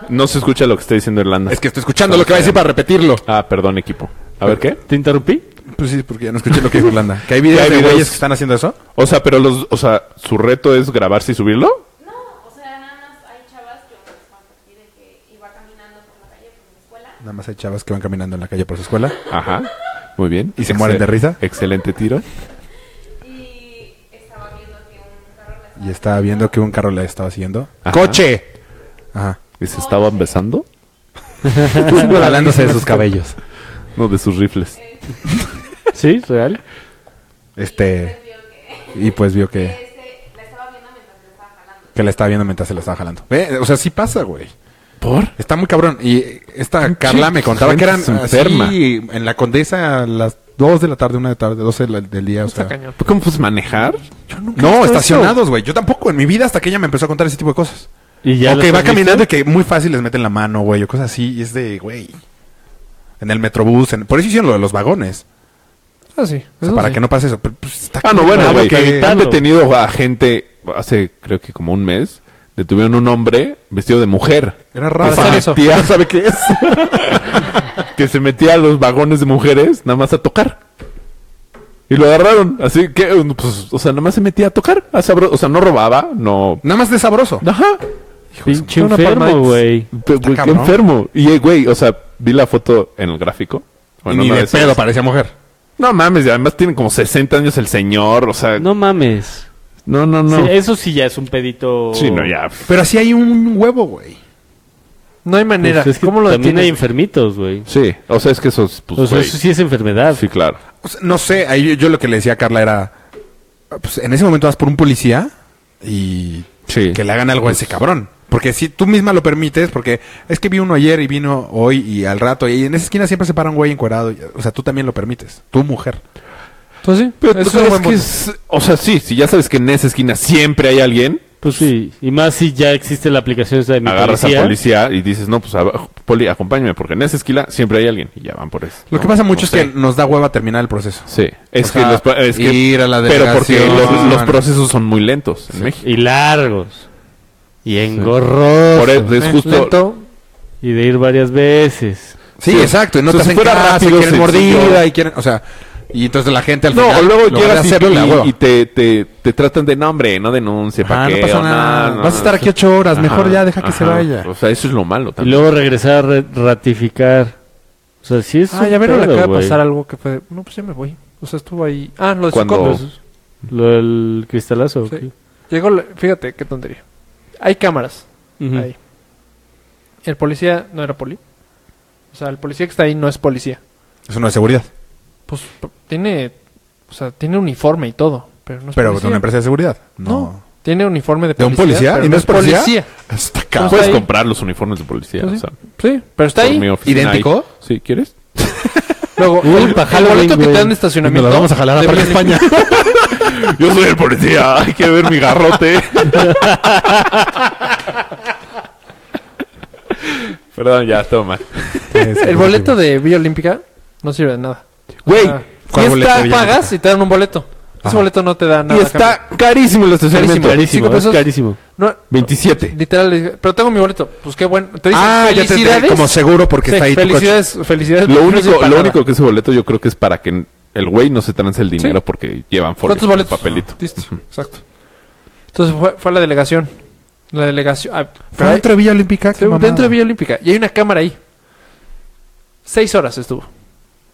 Speaker 6: No se escucha lo que está diciendo Irlanda.
Speaker 1: Es que estoy escuchando lo que va a decir para repetirlo.
Speaker 6: Ah, perdón, equipo. A ver, ¿qué?
Speaker 2: ¿Te interrumpí?
Speaker 1: Pues sí, porque ya no escuché lo que dijo Irlanda. ¿Que hay videos,
Speaker 6: Que hay
Speaker 1: de
Speaker 6: videos.
Speaker 1: güeyes que están haciendo eso?
Speaker 6: O sea, pero los... O sea, ¿su reto es grabarse y subirlo?
Speaker 7: No, o sea, nada más hay chavas que pues, cuando aquí de que iba caminando por la calle, por mi escuela,
Speaker 1: Nada más hay chavas que van caminando en la calle por su escuela.
Speaker 6: Ajá. Muy bien.
Speaker 1: ¿Y se mueren de risa?
Speaker 6: Excelente tiro.
Speaker 7: y estaba viendo que un carro la
Speaker 1: Y estaba viendo que un carro la estaba siguiendo.
Speaker 6: Ajá.
Speaker 1: ¡Coche! Ajá.
Speaker 6: ¿Y se estaban besando?
Speaker 1: Jalándose de sus cabellos.
Speaker 6: No, de sus rifles.
Speaker 2: Sí, real.
Speaker 1: Este. Y pues vio que. Que la estaba viendo mientras se la estaba jalando. Ve, O sea, sí pasa, güey.
Speaker 6: ¿Por?
Speaker 1: Está muy cabrón. Y esta Carla me contaba
Speaker 6: gente
Speaker 1: que eran
Speaker 6: es enferma.
Speaker 1: así, en la condesa a las 2 de la tarde, 1 de la tarde, 12 de la- del día. O sea,
Speaker 4: Cañón.
Speaker 6: ¿Cómo pues manejar?
Speaker 1: no, estacionados, güey. Yo tampoco en mi vida hasta que ella me empezó a contar ese tipo de cosas.
Speaker 2: Y ya
Speaker 1: o
Speaker 2: la
Speaker 1: que va
Speaker 2: perdiste.
Speaker 1: caminando y que muy fácil les meten la mano, güey, o cosas así. Y es de, güey. En el metrobús. en- Por eso hicieron lo de los vagones.
Speaker 4: Ah, sí.
Speaker 1: O sea,
Speaker 4: Eso
Speaker 1: para
Speaker 4: sí.
Speaker 1: que no pase eso. Pero, pues, está
Speaker 6: Ah, no, bueno,
Speaker 1: claro
Speaker 6: güey.
Speaker 1: que-
Speaker 6: Han
Speaker 2: Claro.
Speaker 6: detenido a gente hace, creo que como un mes. Detuvieron un hombre vestido de mujer.
Speaker 1: Era
Speaker 6: Que
Speaker 1: raro.
Speaker 6: se
Speaker 4: hacer eso.
Speaker 6: metía, ¿sabe qué es? que se metía a los vagones de mujeres nada más a tocar. Y lo agarraron. Así que, pues, o sea, nada más se metía a tocar. a sabro- o sea, no robaba, no...
Speaker 1: Nada más de sabroso.
Speaker 6: Ajá.
Speaker 2: Pinche
Speaker 4: Una
Speaker 2: enfermo,
Speaker 4: palma.
Speaker 2: güey.
Speaker 6: Pe- güey, qué
Speaker 1: cabrón.
Speaker 6: enfermo. Y, eh, güey, o sea, vi la foto en el gráfico.
Speaker 1: Y
Speaker 6: Bueno,
Speaker 1: ni
Speaker 6: una
Speaker 1: de
Speaker 6: de esas.
Speaker 1: pedo parecía mujer.
Speaker 6: No mames, y además tiene como 60 años el señor, o sea... No,
Speaker 2: No mames.
Speaker 6: no, no. Sí,
Speaker 2: Sí, eso sí ya es un pedito.
Speaker 6: no, ya.
Speaker 1: Pero así hay un huevo, güey.
Speaker 4: No hay
Speaker 2: Pues
Speaker 4: manera.
Speaker 2: es que
Speaker 4: ¿Cómo lo
Speaker 2: también hay
Speaker 4: detienes?
Speaker 2: enfermitos, güey.
Speaker 6: Sí, o sea, es que eso es... Pues,
Speaker 2: O sea,
Speaker 6: güey,
Speaker 2: eso sí es enfermedad.
Speaker 6: sí, claro.
Speaker 1: O sea, no sé, ahí yo, yo lo que le decía a Carla era, ah, pues en ese momento vas por un policía y
Speaker 6: Sí.
Speaker 1: que le hagan algo a ese cabrón. Porque si tú misma lo permites, porque es que vi uno ayer y vino hoy y al rato, y en esa esquina siempre se para un güey encuerado. y- O sea, tú también lo permites, tu mujer.
Speaker 4: Pues sí.
Speaker 6: Pero
Speaker 4: eso
Speaker 6: tú
Speaker 4: es un
Speaker 6: crees
Speaker 4: buen
Speaker 6: que
Speaker 4: punto.
Speaker 6: es- O sea, sí, si ya sabes que en esa esquina siempre hay alguien,
Speaker 2: Pues sí. Y más si ya existe la aplicación esa de mi
Speaker 6: agarras
Speaker 2: policía.
Speaker 6: al policía y dices, no, pues, abajo, poli, acompáñame, porque en esa esquina siempre hay alguien. Y ya van por eso.
Speaker 1: Lo que
Speaker 6: No,
Speaker 1: pasa mucho
Speaker 6: no
Speaker 1: es
Speaker 6: sé.
Speaker 1: que nos da hueva terminar el proceso.
Speaker 6: Sí, es
Speaker 1: O
Speaker 6: que,
Speaker 1: sea,
Speaker 6: los, es que-
Speaker 1: ir a la
Speaker 6: pero porque
Speaker 1: delegación.
Speaker 6: los, los procesos son muy lentos en México.
Speaker 2: Y largos. Y engorrosos.
Speaker 6: Por e- eso es justo
Speaker 4: Lento.
Speaker 2: Y de ir varias veces.
Speaker 1: Sí,
Speaker 6: Sí.
Speaker 1: exacto, y no
Speaker 6: O sea, si
Speaker 1: te hacen
Speaker 6: fuera
Speaker 1: caso,
Speaker 6: rápido,
Speaker 1: y quieren
Speaker 6: sencillo.
Speaker 1: mordida y quieren, o sea, y entonces la gente al
Speaker 6: No,
Speaker 1: final
Speaker 6: o luego
Speaker 1: lo va a
Speaker 6: llegas y,
Speaker 1: hacer la
Speaker 6: y-
Speaker 1: hueva.
Speaker 6: y te, te, te tratan de nombre, no denuncie, ¿para
Speaker 1: Ah, no
Speaker 6: qué?
Speaker 1: pasa
Speaker 6: O
Speaker 1: nada.
Speaker 6: no, no,
Speaker 1: Vas a estar
Speaker 6: no,
Speaker 1: aquí ocho horas.
Speaker 6: ajá,
Speaker 1: Mejor ya deja que se
Speaker 6: ajá.
Speaker 1: vaya.
Speaker 6: O sea, eso es lo malo
Speaker 2: Y
Speaker 6: también.
Speaker 2: luego regresar a re- ratificar. O sea, sí es.
Speaker 4: Ah,
Speaker 2: un
Speaker 4: ya vieron, le
Speaker 2: pedo,
Speaker 4: acaba de
Speaker 2: güey.
Speaker 4: pasar algo que fue. de, No, pues ya me voy. O sea, estuvo ahí. Ah, lo de
Speaker 6: Cuando-
Speaker 4: Socopa.
Speaker 2: Lo del cristalazo.
Speaker 4: Sí.
Speaker 2: ok.
Speaker 4: Llegó, la- fíjate qué tontería. Hay cámaras
Speaker 2: Ujú.
Speaker 4: ahí. El policía no era poli. O sea, el policía que está ahí no es policía.
Speaker 1: Eso no es seguridad.
Speaker 4: Pues p- tiene, o sea, tiene uniforme y todo, pero no es
Speaker 1: Pero de
Speaker 4: policía.
Speaker 1: una empresa de seguridad.
Speaker 4: pues, no.
Speaker 1: No.
Speaker 4: tiene uniforme de
Speaker 1: ¿De
Speaker 4: policía.
Speaker 1: un policía?
Speaker 4: pero
Speaker 1: ¿Y no es policía?
Speaker 4: policía.
Speaker 1: Está
Speaker 4: Pues
Speaker 1: cabrón.
Speaker 6: Puedes
Speaker 4: ahí.
Speaker 6: comprar los uniformes de policía.
Speaker 4: Pues
Speaker 6: o
Speaker 4: sí.
Speaker 6: sea,
Speaker 4: Sí, pero está
Speaker 6: por
Speaker 4: ahí.
Speaker 6: mi oficina
Speaker 1: ¿Idéntico?
Speaker 6: hay. Sí, ¿quieres?
Speaker 4: Luego,
Speaker 2: Uy,
Speaker 4: el,
Speaker 2: pa'
Speaker 4: el
Speaker 2: Halloween,
Speaker 4: boleto que te
Speaker 2: güey. Pues
Speaker 4: dan de estacionamiento.
Speaker 1: Nos la vamos a jalar a
Speaker 4: de
Speaker 1: Parque
Speaker 4: Belén.
Speaker 1: España.
Speaker 6: Yo soy el policía, hay que ver mi garrote. Perdón, ya, toma.
Speaker 4: El boleto de Villa Olímpica no sirve de nada.
Speaker 6: Güey,
Speaker 4: Ah,
Speaker 1: ¿cuál
Speaker 4: y
Speaker 1: boleto de
Speaker 4: está,
Speaker 1: Villa
Speaker 4: pagas y te dan un boleto. Ese boleto no te da nada.
Speaker 6: y
Speaker 4: a cambio.
Speaker 6: está carísimo el estacionamiento.
Speaker 2: Carísimo,
Speaker 4: Carísimo, Cinco
Speaker 2: es
Speaker 4: pesos.
Speaker 2: carísimo.
Speaker 4: No,
Speaker 6: 27.
Speaker 4: literal, le dije, pero tengo mi boleto. Pues qué bueno. Te dicen
Speaker 1: Ah, ya te
Speaker 4: felicidades.
Speaker 1: como seguro porque
Speaker 4: Sí,
Speaker 1: está ahí tu coche.
Speaker 4: felicidades, felicidades.
Speaker 6: Lo
Speaker 4: porque no sirve
Speaker 6: único,
Speaker 4: para
Speaker 6: lo
Speaker 4: nada.
Speaker 6: único que ese boleto yo creo que es para que el güey no se trance el dinero porque llevan folio,
Speaker 4: ¿Cuántos boletos? Ah,
Speaker 6: papelito.
Speaker 4: Listo, exacto. Entonces fue, fue a la delegación. La delegación. ah,
Speaker 1: Fue dentro de Villa Olímpica. qué
Speaker 4: dentro
Speaker 1: mamada.
Speaker 4: de Villa Olímpica. Y hay una cámara ahí. Seis horas estuvo.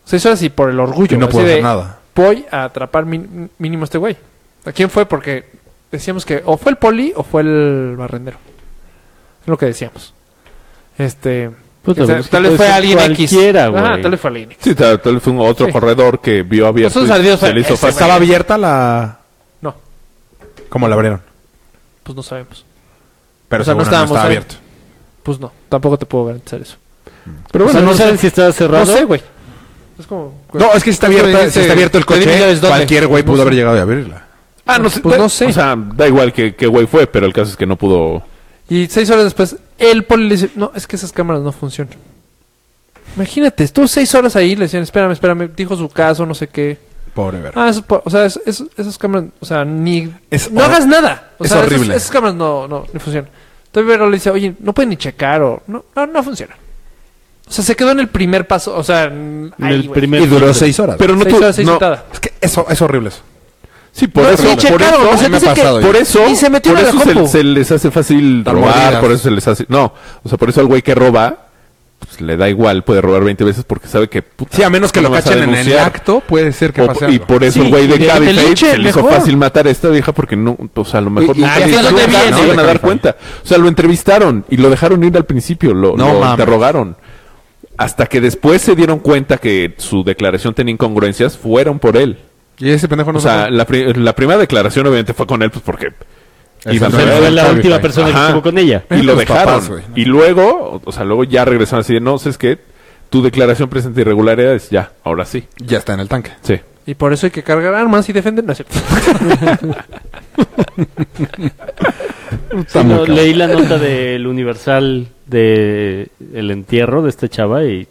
Speaker 4: Seis horas y por el orgullo.
Speaker 1: Y no
Speaker 4: así
Speaker 1: pudo
Speaker 4: de,
Speaker 1: hacer nada.
Speaker 4: Voy a atrapar min- mínimo a este güey. ¿A quién fue? Porque decíamos que o fue el poli o fue el barrendero. Es lo que decíamos. Este.
Speaker 2: Puta,
Speaker 4: o sea,
Speaker 2: pero es que
Speaker 4: tal vez
Speaker 2: puede
Speaker 4: fue
Speaker 2: ser
Speaker 4: alguien
Speaker 2: cualquiera,
Speaker 4: X. Ah,
Speaker 2: güey.
Speaker 4: tal vez fue alguien X.
Speaker 6: Sí, tal, tal vez un otro
Speaker 4: Sí.
Speaker 6: corredor que vio abierto
Speaker 4: Nosotros
Speaker 6: y
Speaker 4: al día
Speaker 6: se
Speaker 4: fue
Speaker 6: le hizo
Speaker 4: ese,
Speaker 6: fácil.
Speaker 1: ¿Estaba abierta la...
Speaker 4: No,
Speaker 1: ¿Cómo la abrieron?
Speaker 4: pues no sabemos.
Speaker 1: Pero
Speaker 4: O sea, no
Speaker 1: seguro no
Speaker 4: estábamos
Speaker 1: estaba
Speaker 4: ahí.
Speaker 1: abierto.
Speaker 4: Pues no, tampoco te puedo garantizar eso.
Speaker 1: Mm.
Speaker 2: Pero bueno,
Speaker 4: O sea,
Speaker 2: no
Speaker 4: no
Speaker 2: saben
Speaker 4: sé.
Speaker 2: si estaba cerrado.
Speaker 4: No sé, güey. Es como.
Speaker 1: No, es que si está,
Speaker 4: Pero
Speaker 1: abierta,
Speaker 4: dijiste-
Speaker 1: si está abierto el
Speaker 4: pero
Speaker 1: coche,
Speaker 4: dijiste, ¿dónde? Pues,
Speaker 1: cualquier güey
Speaker 4: No
Speaker 1: pudo
Speaker 4: sé.
Speaker 1: haber llegado a abrirla.
Speaker 4: Ah, no sé. Pues no sé.
Speaker 6: O sea, da igual que qué güey fue, pero el caso es que no pudo.
Speaker 4: Y seis horas después, el poli le dice, no, es que esas cámaras no funcionan. Imagínate, estuvo seis horas ahí, le decían, espérame, espérame, dijo su caso, no sé qué.
Speaker 1: Pobre ver.
Speaker 4: Ah, eso, po- o sea, es- es- esas cámaras, o sea, ni...
Speaker 1: Es
Speaker 4: no
Speaker 1: hor-
Speaker 4: hagas nada. O
Speaker 1: es
Speaker 4: sea, esas-
Speaker 1: horrible.
Speaker 4: Esas, cámaras no, no, no funcionan. Entonces Vero le dice, oye, no pueden ni checar o... No, no, no funcionan. O sea, se quedó en el primer paso, o sea... En
Speaker 2: En el primer
Speaker 1: y duró
Speaker 2: filtro.
Speaker 1: seis horas.
Speaker 6: Pero no
Speaker 4: seis
Speaker 6: tuvo-
Speaker 4: horas ahí
Speaker 6: no,
Speaker 4: sentada.
Speaker 1: es que eso es horrible eso.
Speaker 6: Sí, por
Speaker 4: No,
Speaker 6: eso.
Speaker 4: ni
Speaker 6: por
Speaker 4: checaron,
Speaker 6: eso-
Speaker 4: o sea,
Speaker 1: me ha
Speaker 4: dice que-
Speaker 1: pasado,
Speaker 6: Por eso,
Speaker 4: Y se metió
Speaker 6: por
Speaker 4: en la
Speaker 6: eso se,
Speaker 4: compu.
Speaker 6: se les hace fácil
Speaker 1: Tan
Speaker 6: robar,
Speaker 1: mordidas.
Speaker 6: por eso se les hace... No, o sea, por eso al güey que roba, pues, le da igual, puede robar 20 veces porque sabe que... puta,
Speaker 1: Sí, a menos que
Speaker 6: no
Speaker 1: lo
Speaker 6: vas a
Speaker 1: cachen en el
Speaker 6: denunciar.
Speaker 1: acto, puede ser que
Speaker 6: O-
Speaker 1: pase
Speaker 6: y
Speaker 1: algo.
Speaker 6: por
Speaker 4: Sí,
Speaker 6: eso el güey
Speaker 4: y que
Speaker 6: de
Speaker 4: te
Speaker 6: Cabify
Speaker 4: linchen,
Speaker 6: se le hizo
Speaker 4: mejor.
Speaker 6: fácil matar a esta vieja porque no, o sea, a lo mejor
Speaker 1: Y- y
Speaker 6: nunca
Speaker 1: que
Speaker 6: se
Speaker 1: hasta
Speaker 6: dieron
Speaker 1: dónde
Speaker 6: cuenta,
Speaker 1: viene,
Speaker 6: no se iban a
Speaker 1: de
Speaker 6: dar
Speaker 1: Cabify.
Speaker 6: cuenta. O sea, lo entrevistaron y lo dejaron ir al principio, lo,
Speaker 1: No
Speaker 6: lo
Speaker 1: mames.
Speaker 6: interrogaron. Hasta que después se dieron cuenta que su declaración tenía incongruencias, fueron por él.
Speaker 1: Y ese pendejo no
Speaker 6: O sea,
Speaker 1: sabe.
Speaker 6: la, pri- la primera declaración obviamente fue con él, pues porque
Speaker 1: Es
Speaker 6: iba a
Speaker 1: el
Speaker 6: ser
Speaker 1: dueño
Speaker 2: Fue
Speaker 1: del
Speaker 2: la
Speaker 1: Cabify.
Speaker 2: última persona que
Speaker 6: Ajá.
Speaker 2: estuvo con ella.
Speaker 6: y lo
Speaker 1: Los
Speaker 6: dejaron.
Speaker 1: papás, güey.
Speaker 6: y luego, o sea, luego ya regresaron así de, no, es que tu declaración presenta irregularidades, ya, ahora sí.
Speaker 1: Ya está en el tanque.
Speaker 6: Sí.
Speaker 4: Y por eso hay que cargar armas y defender... No es cierto.
Speaker 2: Sí, no, leí la nota del Universal de el entierro de esta chava y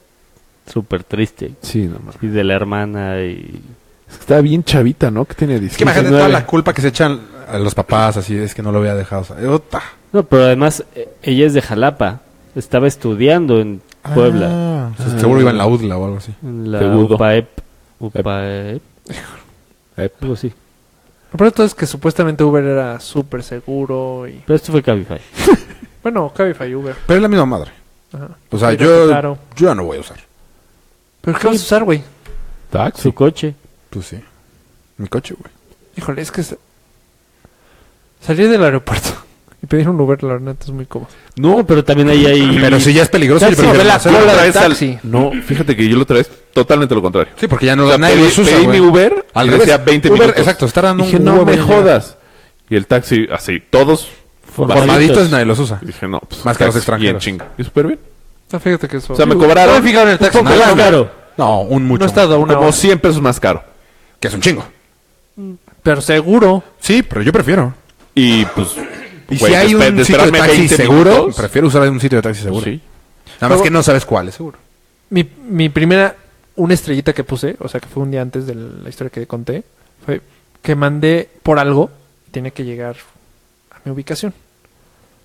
Speaker 2: súper triste.
Speaker 6: Sí, no mames.
Speaker 2: Y de la hermana y...
Speaker 6: Es que estaba bien chavita, ¿no? Que tiene
Speaker 1: Es que
Speaker 6: 17.
Speaker 1: imagínate
Speaker 2: 19.
Speaker 1: toda la culpa que se echan a los papás, así es que no lo había dejado. O sea, eh, ota.
Speaker 2: No, pero además eh, ella es de Jalapa. Estaba estudiando en Puebla.
Speaker 1: Ah, o sea, seguro iba en la UDLA o algo así.
Speaker 2: En la
Speaker 6: Segundo.
Speaker 2: UPAEP. UPAEP.
Speaker 6: Ep.
Speaker 2: Algo así.
Speaker 4: Lo peor de todo es que supuestamente Uber era súper seguro y...
Speaker 2: Pero esto fue Cabify.
Speaker 4: Bueno, Cabify y Uber.
Speaker 1: Pero es la misma madre.
Speaker 4: Ajá.
Speaker 1: O sea,
Speaker 4: Sí, pues,
Speaker 1: yo,
Speaker 4: claro.
Speaker 1: yo ya no voy a usar.
Speaker 4: ¿Pero qué vas a usar, güey?
Speaker 6: Taxi.
Speaker 2: Su coche.
Speaker 1: Pues sí. Mi coche, güey.
Speaker 4: Híjole, es que sa- salir del aeropuerto y pedir un Uber, la verdad, es muy cómodo.
Speaker 2: No, pero también ahí hay...
Speaker 1: Pero si ya es peligroso,
Speaker 4: Taxi,
Speaker 1: yo prefiero
Speaker 4: ve la
Speaker 1: no hacerlo.
Speaker 4: cola.
Speaker 6: Otra
Speaker 4: de
Speaker 6: vez al-
Speaker 4: taxi.
Speaker 6: No, fíjate que yo lo otra vez totalmente lo contrario.
Speaker 1: Sí, porque ya no
Speaker 6: O sea,
Speaker 1: nadie
Speaker 6: pedí,
Speaker 1: los usa,
Speaker 6: pedí
Speaker 1: güey.
Speaker 6: mi Uber
Speaker 1: Al
Speaker 6: y
Speaker 1: revés.
Speaker 6: decía 20
Speaker 1: Uber,
Speaker 6: minutos.
Speaker 1: exacto, está dando un
Speaker 6: Dije, no
Speaker 1: huevo
Speaker 6: me
Speaker 1: de
Speaker 6: jodas. Y el taxi, así, todos
Speaker 2: Formaditos.
Speaker 1: Formaditos nadie los usa.
Speaker 6: Y Dije, no, pues.
Speaker 1: Más que los
Speaker 6: taxi, y en
Speaker 1: extranjeros.
Speaker 6: chinga. Y súper bien.
Speaker 4: Ah, fíjate que eso.
Speaker 6: O sea, me cobraron.
Speaker 4: No me he fijado en el taxi.
Speaker 1: Un poco
Speaker 4: nada.
Speaker 1: más
Speaker 2: Claro.
Speaker 1: No, un mucho.
Speaker 4: No he estado a una
Speaker 6: Como
Speaker 4: hora.
Speaker 6: 100 pesos más caro.
Speaker 1: Que es un chingo.
Speaker 4: Pero seguro.
Speaker 1: Sí, pero yo prefiero.
Speaker 6: Y pues.
Speaker 1: Y
Speaker 6: güey,
Speaker 1: si hay
Speaker 6: espe-
Speaker 1: un sitio de
Speaker 6: esperarme
Speaker 1: taxi
Speaker 6: 20
Speaker 1: seguro,
Speaker 6: minutos,
Speaker 1: prefiero usar un sitio de taxi seguro.
Speaker 6: Sí.
Speaker 1: Nada más que no sabes cuál es seguro.
Speaker 4: Mi, mi primera, una estrellita que puse, o sea, que fue un día antes de la historia que conté, fue que mandé por algo, tiene que llegar a mi ubicación.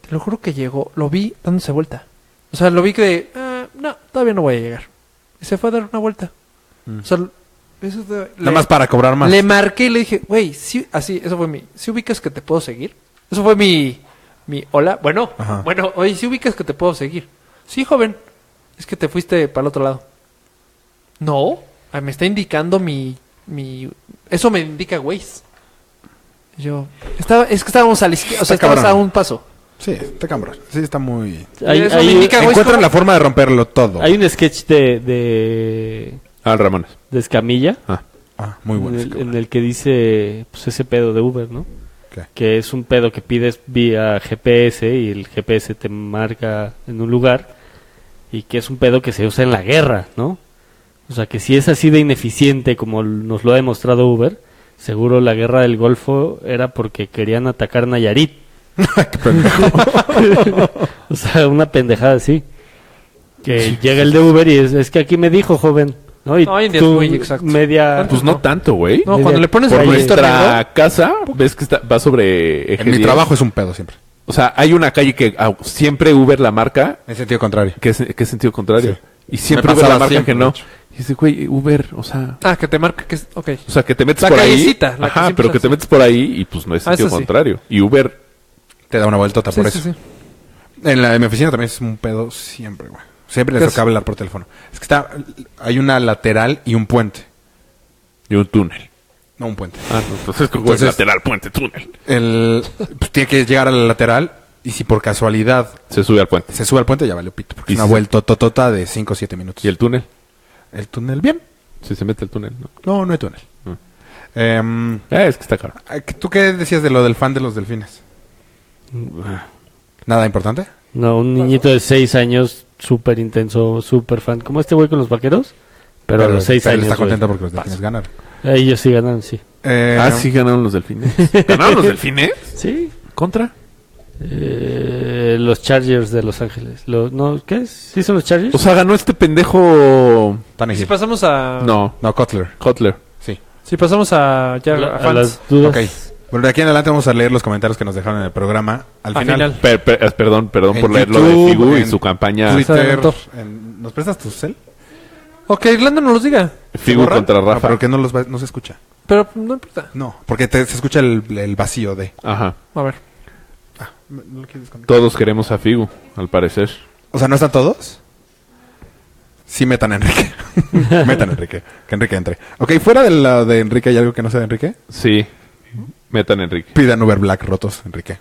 Speaker 4: Te lo juro que llegó, lo vi dándose vuelta. O sea, lo vi que de, "Ah, no, todavía no voy a llegar. Y se fue a dar una vuelta. O sea, eso de-
Speaker 1: Nada
Speaker 4: le-
Speaker 1: más para cobrar más.
Speaker 4: Le marqué y le dije, güey, sí, así, eso fue mi. Si ubicas que te puedo seguir? Eso fue mi. mi hola, bueno,
Speaker 1: Ajá.
Speaker 4: bueno, oye, si ubicas que te puedo seguir? Sí, joven, es que te fuiste para el otro lado. No, ah, me está indicando mi. mi eso me indica, güey. Yo. Estaba, es que estábamos a la izquierda, o
Speaker 1: Está
Speaker 4: sea, estabas
Speaker 1: cabrón.
Speaker 4: a un paso.
Speaker 1: Sí, está cabrón. Sí, está muy...
Speaker 2: Hay,
Speaker 4: Eso
Speaker 2: hay-
Speaker 4: me indica- Cago, es
Speaker 1: Encuentran
Speaker 4: como-
Speaker 1: la forma de romperlo todo.
Speaker 2: hay un sketch de... de...
Speaker 6: Ah, Ramones.
Speaker 2: de Escamilla.
Speaker 6: Ah.
Speaker 1: Ah, muy bueno.
Speaker 2: en,
Speaker 1: sí,
Speaker 2: el,
Speaker 1: cabrón.
Speaker 2: en el que dice pues ese pedo de Uber, ¿no?
Speaker 1: ¿Qué?
Speaker 2: Que es un pedo que pides vía GPS y el GPS te marca en un lugar y que es un pedo que se usa en la guerra, ¿no? O sea, que si es así de ineficiente como l- nos lo ha demostrado Uber, seguro la guerra del Golfo era porque querían atacar Nayarit. o sea, una pendejada así. Que llega el de Uber y es, es que aquí me dijo, joven. ¿no? Y
Speaker 4: No, hoy en día es
Speaker 2: tú
Speaker 4: muy exacto.
Speaker 2: media...
Speaker 6: Pues no tanto, güey.
Speaker 4: No,
Speaker 2: Media-
Speaker 4: cuando le pones
Speaker 6: Por
Speaker 4: ahí-
Speaker 6: nuestra casa, ves que está, va sobre eje
Speaker 1: En mi
Speaker 6: 10.
Speaker 1: trabajo es un pedo siempre.
Speaker 6: O sea, hay una calle que ah, siempre Uber la marca,
Speaker 1: En sentido contrario.
Speaker 6: que es, que es sentido contrario.
Speaker 1: Sí.
Speaker 6: Y siempre
Speaker 1: Me
Speaker 6: Uber
Speaker 1: pasaba
Speaker 6: la marca
Speaker 1: siempre,
Speaker 6: que
Speaker 1: de
Speaker 6: no.
Speaker 1: hecho.
Speaker 6: Y dice, güey, Uber, o sea...
Speaker 4: Ah, que te marca que es. Ok.
Speaker 6: O sea, que te metes
Speaker 4: La
Speaker 6: por
Speaker 4: callecita,
Speaker 6: ahí.
Speaker 4: la que
Speaker 6: Ajá,
Speaker 4: siempre
Speaker 6: pero que
Speaker 4: está
Speaker 6: te
Speaker 4: así.
Speaker 6: metes por ahí y pues no es
Speaker 4: Ah,
Speaker 6: sentido
Speaker 4: eso sí.
Speaker 6: contrario. Y Uber,
Speaker 1: Te da una vueltota
Speaker 4: Sí,
Speaker 1: por
Speaker 4: sí,
Speaker 1: eso.
Speaker 4: sí.
Speaker 1: En la de mi oficina también es un pedo siempre, güey. Siempre
Speaker 4: ¿Qué
Speaker 1: les
Speaker 4: es?
Speaker 1: toca hablar por teléfono. Es que está, hay una lateral y un puente.
Speaker 6: Y un túnel.
Speaker 1: No pues un puente.
Speaker 6: Ah, no, entonces, ¿cómo
Speaker 1: Entonces-
Speaker 6: es lateral, puente, túnel.
Speaker 1: El, pues, tiene que llegar a la lateral y si por casualidad
Speaker 6: Se sube al puente.
Speaker 1: se sube al puente ya vale pito. Porque
Speaker 6: Y
Speaker 1: es una
Speaker 6: si-
Speaker 1: vuelta totota de 5 o 7 minutos.
Speaker 6: ¿Y el túnel?
Speaker 1: ¿El túnel? Bien.
Speaker 6: Si se mete el túnel, ¿no?
Speaker 1: No, no hay túnel.
Speaker 6: Mm.
Speaker 1: Em,
Speaker 6: Ah, es que está caro.
Speaker 1: ¿Tú qué decías de lo del fan de los delfines?
Speaker 6: Mm,
Speaker 1: ¿Nada importante?
Speaker 2: No, un niñito de 6 años, súper intenso, súper fan. Como este güey con los vaqueros, pero, a los 6
Speaker 1: pero él
Speaker 2: años.
Speaker 1: está
Speaker 2: güey.
Speaker 1: contento porque los delfines ganaron.
Speaker 2: Eh, Ellos sí ganan, sí.
Speaker 1: Eh,
Speaker 6: Ah, sí, ganaron los delfines. ¿Ganaron los delfines?
Speaker 2: Sí.
Speaker 6: ¿Contra?
Speaker 2: Eh, los Chargers de Los Ángeles. Lo- no, ¿Qué es? ¿Sí son los Chargers?
Speaker 6: O sea, ganó este pendejo.
Speaker 1: Tannehill.
Speaker 4: Si pasamos
Speaker 1: Ah.
Speaker 4: a.
Speaker 6: No,
Speaker 1: No, Cutler.
Speaker 6: Kotler.
Speaker 1: Sí.
Speaker 4: Si pasamos a. Ya,
Speaker 2: La-
Speaker 4: a
Speaker 2: a
Speaker 4: fans.
Speaker 2: las dudas.
Speaker 1: Ok. Bueno, de aquí en adelante vamos a leer los comentarios que nos dejaron en el programa. Al
Speaker 4: Al
Speaker 1: final,
Speaker 4: final.
Speaker 6: Per- per- eh, perdón, perdón
Speaker 1: En
Speaker 6: por leerlo
Speaker 1: YouTube,
Speaker 6: de Figu y
Speaker 1: en
Speaker 6: su campaña.
Speaker 4: Twitter. Se
Speaker 1: Twitter.
Speaker 4: adelantó.
Speaker 1: en- ¿Nos prestas tu cel?
Speaker 4: Ok, Irlanda no los diga.
Speaker 6: Figu
Speaker 1: ¿Borra?
Speaker 6: contra
Speaker 1: No,
Speaker 6: Rafa.
Speaker 1: Ah, pero que no, los va- no se escucha.
Speaker 4: Pero no importa.
Speaker 1: No, porque te- se escucha el, el vacío de...
Speaker 6: Ajá.
Speaker 4: A ver.
Speaker 6: Todos queremos a Figu, al parecer.
Speaker 1: O sea, ¿no están todos? Sí, metan a Enrique. metan a Enrique. Que Enrique entre. Ok, fuera de la de Enrique, ¿hay algo que no sea de Enrique?
Speaker 6: Sí. Metan a Enrique.
Speaker 1: Pidan Uber Black rotos, Enrique.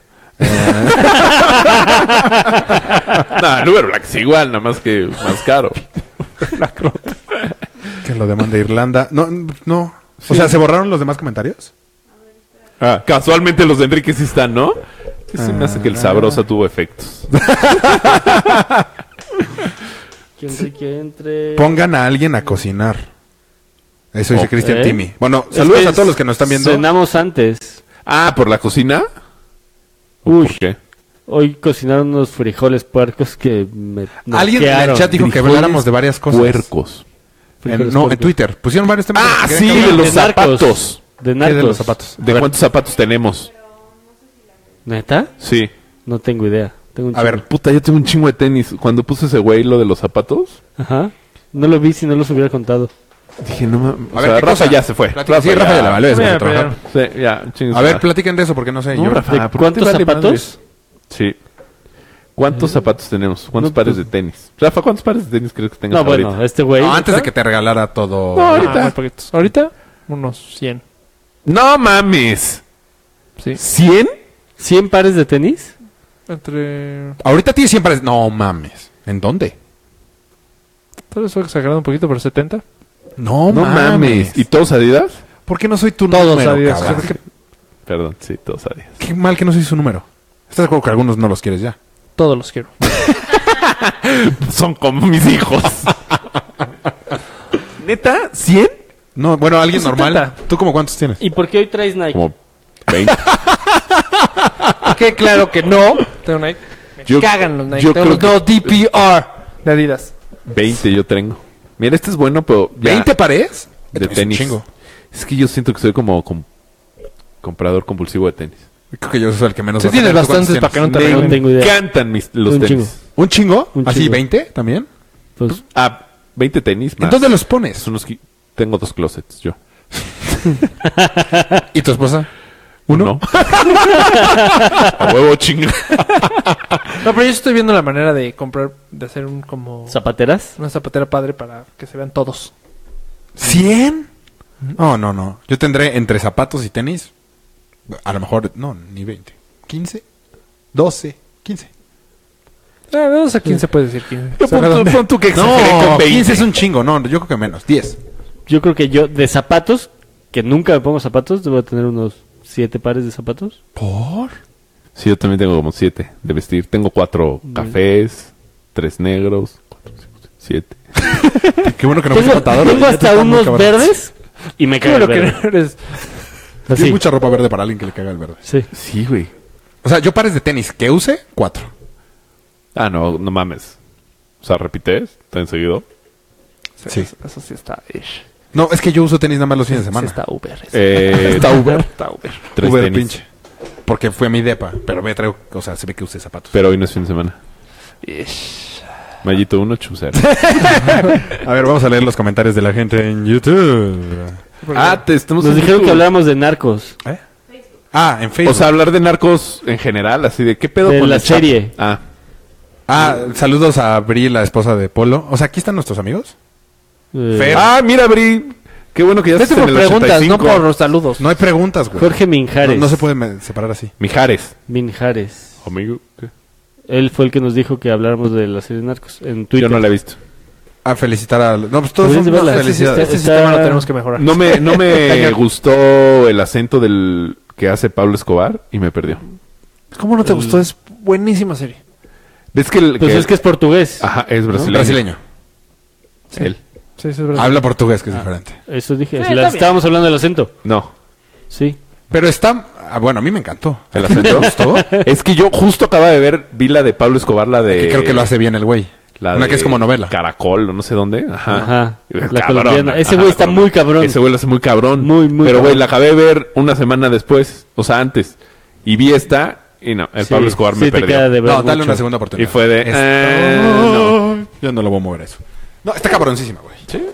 Speaker 6: no, el Uber Black es igual, nada más que más caro.
Speaker 1: Que lo demande Irlanda. No, no. O sea, ¿se borraron los demás comentarios?
Speaker 6: Ah, casualmente los de Enrique sí están, ¿no? Sí, se me hace que el sabrosa
Speaker 1: Ah.
Speaker 6: tuvo efectos.
Speaker 2: Que Enrique entre.
Speaker 1: Pongan a alguien a cocinar. Eso dice
Speaker 6: Ok.
Speaker 1: Cristian Timmy. Bueno,
Speaker 2: Es
Speaker 1: saludos
Speaker 2: que
Speaker 1: a todos los que nos están viendo.
Speaker 2: Cenamos antes.
Speaker 6: Ah, ¿por la cocina?
Speaker 1: Oh,
Speaker 2: Uy.
Speaker 6: ¿Por qué?
Speaker 2: Hoy cocinaron unos frijoles puercos que me.
Speaker 1: Alguien en el
Speaker 2: noquearon.
Speaker 1: chat dijo que
Speaker 6: Frijoles
Speaker 1: habláramos de varias cosas.
Speaker 6: Puercos.
Speaker 1: En-
Speaker 2: Frijoles
Speaker 1: no, en
Speaker 2: puercos.
Speaker 1: Twitter. Pusieron varios temas.
Speaker 6: Ah,
Speaker 1: que
Speaker 6: sí,
Speaker 1: querían que
Speaker 6: de
Speaker 1: habláramos.
Speaker 6: los
Speaker 2: narcos.
Speaker 6: zapatos.
Speaker 2: De
Speaker 1: ¿Qué
Speaker 2: narcos.
Speaker 1: de los zapatos?
Speaker 6: ¿De cuántos zapatos tenemos?
Speaker 2: ¿Neta?
Speaker 6: Sí.
Speaker 2: No tengo idea. Tengo un
Speaker 1: A ver,
Speaker 6: Puta, yo tengo un chingo de tenis. Cuando puse ese güey lo de los zapatos,
Speaker 2: Ajá. No lo vi si no los hubiera contado.
Speaker 6: dije, no mames.
Speaker 1: A
Speaker 6: O
Speaker 1: ver,
Speaker 6: sea,
Speaker 1: ¿qué
Speaker 6: Rafa
Speaker 1: cosa?
Speaker 6: ya se fue.
Speaker 1: Platica- sí, Rafa ya la valió, ya se fue a trabajar.
Speaker 6: Sí, ya, chingue su
Speaker 1: A ver,
Speaker 6: madre.
Speaker 1: platiquen de eso porque no sé.
Speaker 6: No,
Speaker 1: yo-
Speaker 6: Rafa,
Speaker 2: ¿de
Speaker 6: ¿por qué
Speaker 2: cuántos
Speaker 6: te vale
Speaker 2: zapatos?
Speaker 6: madres? Sí. ¿Cuántos zapatos tenemos? ¿Cuántos
Speaker 2: No,
Speaker 6: pares
Speaker 2: pues-
Speaker 6: de tenis? Rafa, ¿cuántos pares de tenis crees que tengas
Speaker 2: No, bueno,
Speaker 6: ahorita?
Speaker 2: este güey.
Speaker 1: No, antes de que te regalara todo.
Speaker 6: No,
Speaker 4: Ah,
Speaker 6: ahorita.
Speaker 4: muy poquitos. ahorita, unos 100.
Speaker 6: ¡No mames!
Speaker 4: Sí.
Speaker 6: ¿Cien?
Speaker 2: 100 pares de tenis.
Speaker 4: Entre.
Speaker 1: Ah, Ahorita tienes siempre. No mames. ¿En dónde?
Speaker 4: Tal vez fue exagerado un poquito, pero 70.
Speaker 1: No,
Speaker 6: No mames. ¿Y todos Adidas?
Speaker 1: ¿Por qué no soy tu
Speaker 4: Todos
Speaker 1: número?
Speaker 4: Adidas.
Speaker 1: cabrón?
Speaker 4: Creo que
Speaker 6: Perdón, sí, todos Adidas.
Speaker 1: Qué mal que no soy su número. ¿Estás de acuerdo que algunos no los quieres ya?
Speaker 4: todos los quiero.
Speaker 6: Son como mis hijos. ¿Neta? ¿Cien?
Speaker 1: No, bueno, alguien
Speaker 4: Pues
Speaker 1: normal.
Speaker 4: 70.
Speaker 1: ¿Tú como cuántos tienes?
Speaker 2: ¿Y por qué hoy traes Nike?
Speaker 6: Como veinte.
Speaker 4: que Ah, claro que no. Tengo Nike. Me
Speaker 6: Yo-
Speaker 4: cagan los Nike.
Speaker 6: yo
Speaker 4: Tengo
Speaker 6: creo
Speaker 4: los DPR de Adidas.
Speaker 6: Veinte yo tengo. Mira, este es bueno, pero... ya.
Speaker 1: ¿20 pares?
Speaker 6: De
Speaker 1: Es un
Speaker 6: tenis.
Speaker 1: chingo.
Speaker 6: Es que yo siento que soy como com- comprador compulsivo de tenis.
Speaker 1: Creo que yo soy el que menos.
Speaker 4: Sí
Speaker 1: vas a
Speaker 4: tienes
Speaker 1: tener. ¿Tú cuántos
Speaker 4: bastantes para que no te
Speaker 6: Me
Speaker 2: No
Speaker 4: regalen.
Speaker 2: tengo idea.
Speaker 6: encantan mis, los
Speaker 2: Un
Speaker 6: tenis.
Speaker 2: chingo.
Speaker 1: ¿Un chingo?
Speaker 2: Un
Speaker 1: ¿Así
Speaker 2: chingo.
Speaker 1: 20 también?
Speaker 2: Pues,
Speaker 6: Ah, 20 tenis más.
Speaker 1: ¿En dónde los pones?
Speaker 6: Son los que- Tengo dos closets yo.
Speaker 1: ¿Y tu esposa?
Speaker 6: ¿Uno? A huevo chinga.
Speaker 4: No, pero yo estoy viendo la manera de comprar, de hacer un como.
Speaker 2: ¿Zapateras?
Speaker 4: Una zapatera padre para que se vean todos.
Speaker 1: ¿100? No, no, no. Yo tendré entre zapatos y tenis. A lo mejor, no, ni 20. ¿15? 12, 15.
Speaker 4: Ah, de 2 a 15 puedes decir 15.
Speaker 6: Yo pon tú- pon tú que exageré con 20.
Speaker 1: 15 es un chingo. No, yo creo que menos. 10.
Speaker 2: Yo creo que yo, de zapatos, que nunca me pongo zapatos, debo tener unos 7 pares de zapatos.
Speaker 1: ¿Por?
Speaker 6: Sí, yo también tengo como siete de vestir. Tengo cuatro cafés, tres negros, cuatro, cinco, seis, siete.
Speaker 1: Qué bueno que no
Speaker 2: tengo
Speaker 1: fuiste contador.
Speaker 2: tengo
Speaker 1: Ya te
Speaker 2: hasta
Speaker 1: están muy
Speaker 2: unos
Speaker 1: cabrón.
Speaker 2: verdes y me cae
Speaker 4: Creo
Speaker 2: el
Speaker 4: que
Speaker 2: verde.
Speaker 4: no eres.
Speaker 1: Tiene
Speaker 2: Así.
Speaker 1: mucha ropa verde para alguien que le caga el verde.
Speaker 2: Sí.
Speaker 6: Sí, güey.
Speaker 1: O sea, yo pares de tenis que use, 4.
Speaker 6: Ah, no, no mames. O sea, repites, tan seguido.
Speaker 1: Sí.
Speaker 4: Eso, eso sí está. ish.
Speaker 1: No, es que yo uso tenis nada más los fines de
Speaker 4: Sí
Speaker 1: semana.
Speaker 4: está Uber. eso.
Speaker 6: Eh,
Speaker 1: Está Uber.
Speaker 4: Está Uber.
Speaker 6: tres
Speaker 1: Uber
Speaker 6: tenis.
Speaker 1: pinche. Porque fue mi depa, pero me traigo, o sea, se ve que usé zapatos.
Speaker 6: Pero hoy no es fin de semana.
Speaker 4: Ish.
Speaker 6: Mallito uno, chusero.
Speaker 1: A ver, vamos a leer los comentarios de la gente en YouTube.
Speaker 6: ah, te estamos
Speaker 2: Nos
Speaker 6: en
Speaker 2: dijeron que
Speaker 6: YouTube.
Speaker 2: habláramos de narcos.
Speaker 1: Ah, en Facebook.
Speaker 6: O sea, hablar de narcos en general, así de qué pedo
Speaker 2: De
Speaker 6: con
Speaker 2: la
Speaker 6: el zap-
Speaker 2: serie.
Speaker 6: Ah,
Speaker 1: Ah, saludos a Bri, la esposa de Polo. O sea, aquí están nuestros amigos.
Speaker 2: Eh,
Speaker 1: Fer. este
Speaker 6: Ah, mira, Bri. Qué bueno que ya
Speaker 4: Vete
Speaker 6: estás en
Speaker 4: por
Speaker 6: el
Speaker 4: preguntas,
Speaker 6: 85.
Speaker 4: no por los saludos.
Speaker 1: No hay preguntas, güey.
Speaker 2: Jorge
Speaker 1: No,
Speaker 2: Minjares.
Speaker 1: no se pueden me- separar así.
Speaker 6: Mijares.
Speaker 2: Minjares.
Speaker 6: Amigo. ¿qué?
Speaker 2: Él fue el que nos dijo que habláramos de la serie Narcos en Twitter.
Speaker 6: Yo no la he visto.
Speaker 1: A felicitar a... No, pues todos
Speaker 2: Deberías
Speaker 1: son
Speaker 2: de verla.
Speaker 1: no, felicidades.
Speaker 4: Este
Speaker 2: Está-
Speaker 4: sistema lo tenemos que mejorar.
Speaker 6: No me, no me gustó el acento del que hace Pablo Escobar y me perdió.
Speaker 4: ¿Cómo no te gustó? Es buenísima serie.
Speaker 6: ¿Ves que el.
Speaker 2: Pues es que es portugués.
Speaker 6: Ajá, es brasileño.
Speaker 1: Brasileño.
Speaker 6: Él.
Speaker 4: Sí, eso es verdad.
Speaker 1: Habla portugués, que es diferente.
Speaker 2: Eso dije.
Speaker 4: Sí,
Speaker 2: la-
Speaker 4: está bien.
Speaker 2: estábamos hablando del acento.
Speaker 6: No.
Speaker 2: Sí.
Speaker 1: Pero está... ah, bueno, a mí me encantó.
Speaker 6: ¿El acento?
Speaker 1: gustó?
Speaker 6: es que yo justo acaba de ver, vi la de Pablo Escobar, la de.
Speaker 1: Que creo que lo hace bien el güey.
Speaker 6: La
Speaker 1: Una
Speaker 6: de
Speaker 1: que es como novela.
Speaker 6: Caracol, o no sé dónde. Ajá.
Speaker 2: Ajá. La
Speaker 6: Cabrón.
Speaker 2: colombiana. Ese
Speaker 6: Ajá,
Speaker 2: güey está muy cabrón.
Speaker 6: Ese güey lo hace muy cabrón.
Speaker 2: Muy, muy
Speaker 6: Pero güey,
Speaker 2: cabrón.
Speaker 6: la acabé de ver una semana después, o sea, antes. Y vi esta y no, el
Speaker 2: Sí,
Speaker 6: Pablo Escobar me
Speaker 2: sí te
Speaker 6: perdió.
Speaker 2: queda de ver
Speaker 1: No, dale
Speaker 2: mucho.
Speaker 1: una segunda oportunidad.
Speaker 6: Y fue de,
Speaker 1: Es-
Speaker 6: eh,
Speaker 1: Yo no lo voy a mover eso. No, está cabroncísima, güey.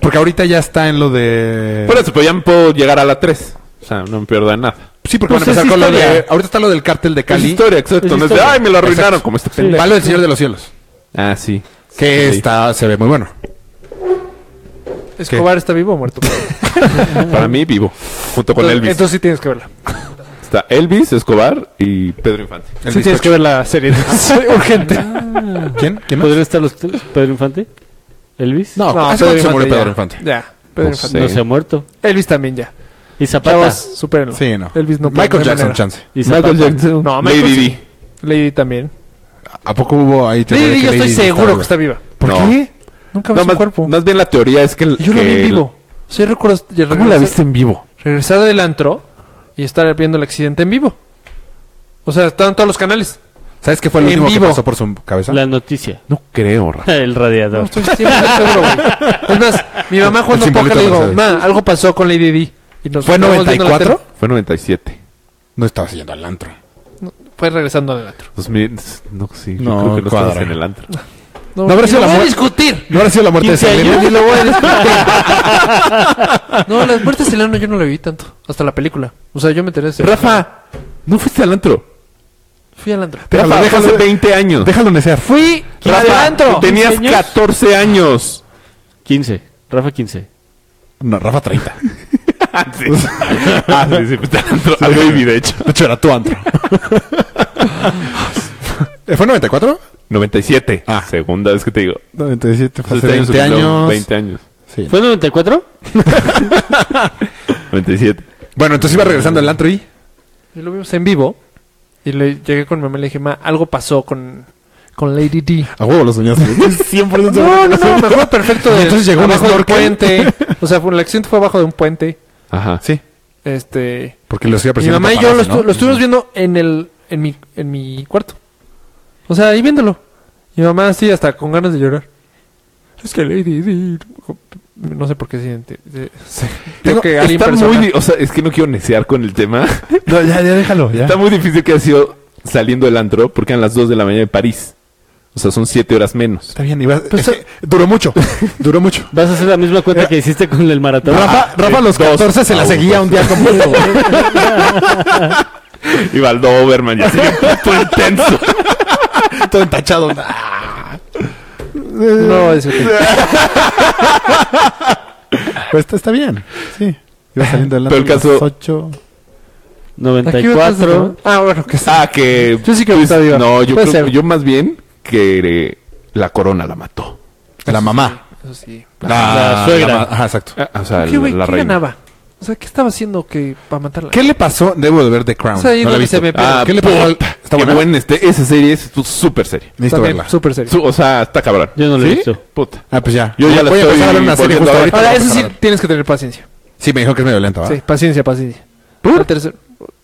Speaker 1: Porque ahorita ya está en lo de...
Speaker 6: Por eso, pero ya me puedo llegar a la 3. O sea, no me pierdo de nada.
Speaker 1: sí, porque
Speaker 2: pues
Speaker 1: van a empezar
Speaker 2: es
Speaker 1: con lo de...
Speaker 2: historia.
Speaker 1: Ahorita está lo del cártel de
Speaker 6: Es
Speaker 1: Cali.
Speaker 6: historia, exacto.
Speaker 2: Es
Speaker 6: no es de,
Speaker 2: historia.
Speaker 6: ay, me lo arruinaron
Speaker 1: Exacto.
Speaker 6: como este
Speaker 1: Sí.
Speaker 6: pendejo.
Speaker 1: Palo del Señor de los Cielos.
Speaker 6: Ah, sí.
Speaker 1: Que
Speaker 6: Sí.
Speaker 1: está... Se ve muy bueno.
Speaker 4: ¿Escobar está vivo o muerto?
Speaker 6: Para mí, vivo. Junto con
Speaker 4: entonces,
Speaker 6: Elvis.
Speaker 4: entonces sí tienes que verla.
Speaker 6: Está Elvis, Escobar y Pedro Infante.
Speaker 1: El
Speaker 4: sí tienes que
Speaker 1: bizcocho.
Speaker 4: ver la serie. Sí, urgente.
Speaker 1: ¿Quién? ¿Quién más?
Speaker 2: ¿Podrían estar los tres? Pedro Infante? ¿Elvis?
Speaker 1: No, hace
Speaker 4: Pedro
Speaker 1: cuánto se murió
Speaker 4: ya.
Speaker 1: Pedro Infante.
Speaker 4: Ya, Pedro
Speaker 6: No
Speaker 4: Infante.
Speaker 6: sé.
Speaker 2: No se ha muerto.
Speaker 4: Elvis también ya.
Speaker 2: Y Zapata.
Speaker 4: Chavos, supérenlo.
Speaker 1: Sí, no.
Speaker 4: Elvis no puede,
Speaker 1: Michael
Speaker 4: no hay
Speaker 1: Jackson,
Speaker 4: manera.
Speaker 1: chance.
Speaker 2: Y Zapata.
Speaker 6: Michael Jackson.
Speaker 4: No,
Speaker 6: Lady
Speaker 4: Michael sí.
Speaker 6: Di.
Speaker 4: Lady también.
Speaker 1: ¿A poco hubo ahí teoría de
Speaker 4: Lady,
Speaker 1: que
Speaker 4: yo estoy
Speaker 1: Lady Di
Speaker 4: seguro que
Speaker 1: estaba
Speaker 4: está viva.
Speaker 1: ¿Por
Speaker 6: No.
Speaker 1: qué?
Speaker 4: Nunca
Speaker 6: No,
Speaker 4: vi su
Speaker 6: más,
Speaker 4: cuerpo.
Speaker 6: más bien la teoría es que... el-
Speaker 4: Yo lo vi
Speaker 6: que
Speaker 4: en
Speaker 6: el-
Speaker 4: vivo. Sí, recuerdo. ya
Speaker 6: ¿Cómo la
Speaker 4: regresé-
Speaker 6: viste en vivo?
Speaker 4: Regresar del antro y estar viendo el accidente en vivo. O sea, estaban todos los canales.
Speaker 1: ¿Sabes qué fue lo
Speaker 4: En
Speaker 1: último que
Speaker 4: vivo.
Speaker 1: pasó por su cabeza?
Speaker 2: La noticia.
Speaker 6: No creo, Rafa.
Speaker 2: El radiador.
Speaker 4: Estoy 100% seguro, güey. Es más, mi mamá jugando
Speaker 1: El simbolito
Speaker 4: póker le digo,
Speaker 1: de Mercedes.
Speaker 4: ma, algo pasó con Lady Di. Y nos
Speaker 1: ¿Fue
Speaker 4: quedamos viendo la
Speaker 1: 94?
Speaker 4: tele.
Speaker 6: Fue 97.
Speaker 1: No estabas yendo al antro.
Speaker 4: Fue regresando del antro.
Speaker 6: 2000, no, sí, yo
Speaker 1: No,
Speaker 6: creo que no
Speaker 1: cuadra.
Speaker 6: estabas en el antro.
Speaker 4: No,
Speaker 1: habrá
Speaker 4: y
Speaker 1: sido
Speaker 4: lo
Speaker 1: la
Speaker 4: voy a
Speaker 1: muerte?
Speaker 4: discutir.
Speaker 1: ¿No habrá sido la muerte de
Speaker 2: 15
Speaker 1: Selena?
Speaker 2: años.
Speaker 4: Y lo voy a discutir. No, las muertes de Selena yo no la vi tanto. Hasta la película. O sea, yo me enteré. de-
Speaker 6: Rafa, no fuiste al antro.
Speaker 4: Fui al antro.
Speaker 1: Déjalo,
Speaker 6: Rafa, fue
Speaker 1: déjalo.
Speaker 6: hace 20 años.
Speaker 1: Déjalo necear.
Speaker 4: Fui al
Speaker 6: Rafa,
Speaker 4: antro.
Speaker 6: tenías
Speaker 4: 15 años.
Speaker 6: 14 años.
Speaker 2: 15. Rafa 15.
Speaker 1: No, Rafa 30.
Speaker 6: Ah, sí, sí, fuiste al antro. Al baby, de hecho.
Speaker 1: De hecho, era tu antro. ¿Eh, ¿Fue 94?
Speaker 6: 97.
Speaker 1: Ah.
Speaker 6: Segunda vez que te digo.
Speaker 1: 97, fue hace
Speaker 6: Este año
Speaker 1: 20
Speaker 6: se cumplió
Speaker 1: años.
Speaker 6: 20 años.
Speaker 1: Sí.
Speaker 2: ¿Fue en 94?
Speaker 6: 97.
Speaker 1: Bueno, entonces iba regresando al antro y...
Speaker 4: Y lo vimos en vivo. Y le llegué con mi mamá y le dije, ma, algo pasó con, con Lady D.
Speaker 1: A huevo lo soñaste. 100%
Speaker 4: No, no, no, me acuerdo perfecto. De,
Speaker 1: Entonces llegó un
Speaker 4: abajo de un
Speaker 1: snorkel.
Speaker 4: puente. O sea, fue- el accidente fue abajo de un puente.
Speaker 6: Ajá.
Speaker 1: Sí,
Speaker 4: Este,
Speaker 1: porque los iba
Speaker 4: mi
Speaker 1: persiguiendo
Speaker 4: mamá y yo lo,
Speaker 1: paparazzi,
Speaker 4: estu-
Speaker 1: ¿no?
Speaker 4: lo estuvimos viendo en el, en mi, en mi cuarto. O sea, ahí viéndolo. Mi mamá así hasta con ganas de llorar. Es que Lady D. No sé por qué siente. se- se- creo
Speaker 6: Tengo-
Speaker 4: que alguien
Speaker 6: está
Speaker 4: persona-
Speaker 6: muy, di- o sea, es que no quiero necear con el tema.
Speaker 1: No, ya, ya déjalo, ya.
Speaker 6: Está muy difícil que ha sido saliendo del antro porque eran las 2 de la mañana de París. O sea, son 7 horas menos.
Speaker 1: Está bien, iba-
Speaker 4: Pues,
Speaker 1: eh, duró mucho, duró mucho. Ah, eh,
Speaker 2: ¿Vas a hacer la misma cuenta que hiciste con el maratón?
Speaker 1: Rafa, Rafa a los 14 se la
Speaker 6: Ah,
Speaker 1: seguía
Speaker 6: dos.
Speaker 1: un día completo.
Speaker 6: Y Valdoverman ya se puto intenso.
Speaker 1: Todo entachado. Ah.
Speaker 4: No, es
Speaker 1: Pues está, está bien, sí. Iba saliendo del
Speaker 6: Pero el caso-
Speaker 1: 8.
Speaker 4: cuatro
Speaker 2: 94.
Speaker 4: Ah, bueno, que sí.
Speaker 6: Ah, que.
Speaker 4: Yo sí creo que
Speaker 6: pues,
Speaker 4: está viva.
Speaker 6: No, yo
Speaker 4: Puede
Speaker 6: creo
Speaker 4: ser.
Speaker 6: yo más bien que eh, la corona la mató.
Speaker 1: La mamá.
Speaker 4: Eso sí.
Speaker 2: La suegra.
Speaker 1: ma- ajá, exacto.
Speaker 6: Ah, O sea,
Speaker 4: ¿Qué, güey?
Speaker 6: la, la
Speaker 4: ¿Qué
Speaker 6: reina.
Speaker 4: ganaba? O sea, ¿qué estaba haciendo que para matarla?
Speaker 1: ¿Qué le pasó? Debo de ver The Crown.
Speaker 4: O sea, ahí
Speaker 1: no la he
Speaker 4: donde
Speaker 1: visto.
Speaker 4: se ve-
Speaker 6: Ah,
Speaker 1: ¿Qué le pasó? al-
Speaker 6: puta,
Speaker 1: Está
Speaker 6: qué
Speaker 1: buena.
Speaker 6: buena este, esa serie es tu- súper serie.
Speaker 1: Necesito
Speaker 4: También,
Speaker 1: verla.
Speaker 4: súper serio.
Speaker 6: Su- o sea, está cabrón.
Speaker 2: Yo no lo he
Speaker 1: ¿Sí?
Speaker 2: visto.
Speaker 6: Puta.
Speaker 1: Ah, pues ya.
Speaker 6: Yo ya la
Speaker 1: Voy a
Speaker 6: estoy
Speaker 1: empezar a ver una serie
Speaker 6: volviendo
Speaker 1: justo
Speaker 6: a ver.
Speaker 1: ahorita. Ah,
Speaker 4: Ahora,
Speaker 1: Voy a
Speaker 4: eso sí,
Speaker 1: empezar a ver.
Speaker 4: tienes que tener paciencia.
Speaker 1: Sí, me dijo que es medio lento, ¿va?
Speaker 4: Sí, paciencia, paciencia. La tercera-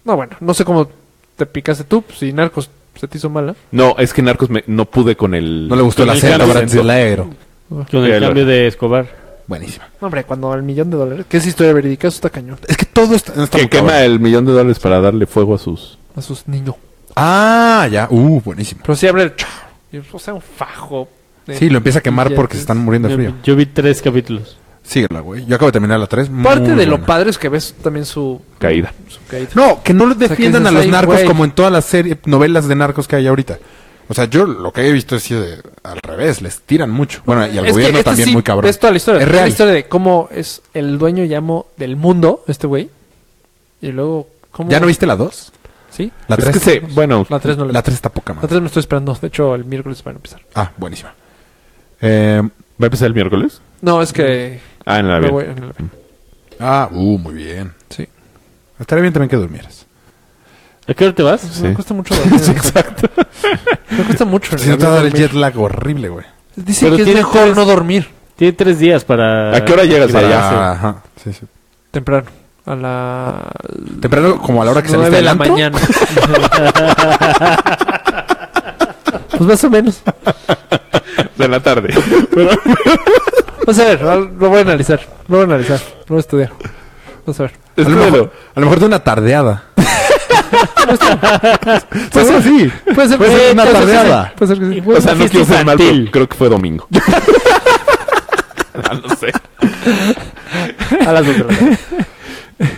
Speaker 4: No, bueno, no sé cómo te picaste tú. pues, Si Narcos se te hizo mala.
Speaker 6: No, es que Narcos me- no pude con el.
Speaker 1: No le gustó
Speaker 6: con
Speaker 1: la
Speaker 6: el
Speaker 1: acento
Speaker 6: cambio de acento.
Speaker 1: brasileiro.
Speaker 2: Con
Speaker 6: Sí,
Speaker 2: el
Speaker 6: la-
Speaker 2: cambio de Escobar.
Speaker 1: Buenísima.
Speaker 4: No, hombre, cuando al millón de dólares. Que es historia verídica, eso está cañón.
Speaker 1: Es que todo está... no está
Speaker 6: Que
Speaker 1: muy
Speaker 6: quema
Speaker 1: cabrón.
Speaker 6: el millón de dólares para darle fuego a sus.
Speaker 4: A sus niños.
Speaker 1: Ah, ya. Uh, buenísimo.
Speaker 4: Pero sí abre el. chao, y, O sea, un fajo. de-
Speaker 1: Sí, lo empieza a quemar porque se están muriendo de
Speaker 2: Yo,
Speaker 1: frío.
Speaker 2: yo vi tres capítulos.
Speaker 1: Síguela, güey. Yo acabo de terminar la 3.
Speaker 4: Parte de lo padre es que ves también su,
Speaker 6: Caída.
Speaker 4: su caída.
Speaker 1: No, que no los
Speaker 4: sea, que
Speaker 1: defiendan
Speaker 4: dices,
Speaker 1: a los
Speaker 4: "Ay,
Speaker 1: narcos
Speaker 4: güey".
Speaker 1: como en todas las series, novelas de narcos que hay ahorita. O sea, yo lo que he visto es sido de- al revés, les tiran mucho. Bueno, y al gobierno
Speaker 4: esta
Speaker 1: también
Speaker 4: este sí
Speaker 1: muy cabrón.
Speaker 4: Es toda la historia.
Speaker 1: Es
Speaker 4: Es
Speaker 1: real.
Speaker 4: la historia de cómo es el dueño y amo del mundo, este güey. Y luego, ¿cómo?
Speaker 1: ¿Ya no viste la 2?
Speaker 4: Sí.
Speaker 1: La
Speaker 6: Es
Speaker 1: 3
Speaker 6: que se- bueno,
Speaker 4: La 3 no la,
Speaker 1: la tres está poca
Speaker 4: la
Speaker 1: madre.
Speaker 4: tres no estoy esperando. De hecho, el miércoles van a empezar.
Speaker 1: Ah, buenísima. Eh,
Speaker 6: ¿va a empezar el miércoles?
Speaker 4: No, es que.
Speaker 6: Ah, en la
Speaker 4: me
Speaker 6: vida.
Speaker 4: voy en el avión.
Speaker 1: ah, uh, muy bien.
Speaker 4: Sí.
Speaker 1: Estaría bien también que durmieras.
Speaker 2: ¿A qué hora te vas?
Speaker 6: Sí.
Speaker 4: Me cuesta mucho. dormir.
Speaker 6: Exacto.
Speaker 4: Me cuesta mucho. en
Speaker 1: Si no te
Speaker 4: avión
Speaker 1: va a dar el
Speaker 4: dormir.
Speaker 1: jet lag horrible, güey.
Speaker 4: Dicen
Speaker 2: Pero
Speaker 4: que es
Speaker 2: tiene
Speaker 4: mejor no dormir
Speaker 2: Tiene tres días para...
Speaker 6: ¿A qué hora llegas
Speaker 2: para-
Speaker 6: allá?
Speaker 1: Ah, ajá. Sí, sí.
Speaker 4: temprano. A la.
Speaker 1: Temprano, como a la hora que saliste
Speaker 4: nueve de
Speaker 1: del
Speaker 4: la
Speaker 1: antro.
Speaker 4: mañana. pues más o menos.
Speaker 6: De la tarde.
Speaker 4: Vamos a ver, lo voy a analizar. Lo voy a analizar. Lo voy a estudiar. Vamos a ver.
Speaker 1: A lo, mejor, a lo mejor de una tardeada. Pues así.
Speaker 4: Puede ser,
Speaker 1: Puede ser una
Speaker 4: puede que sí,
Speaker 1: tardeada.
Speaker 4: Puede ser que sí.
Speaker 6: O sea, no
Speaker 2: Fiesta
Speaker 6: quiero ser mal, pero
Speaker 2: infantil.
Speaker 6: creo que fue domingo. Ah, no sé.
Speaker 2: A las dos de la tarde.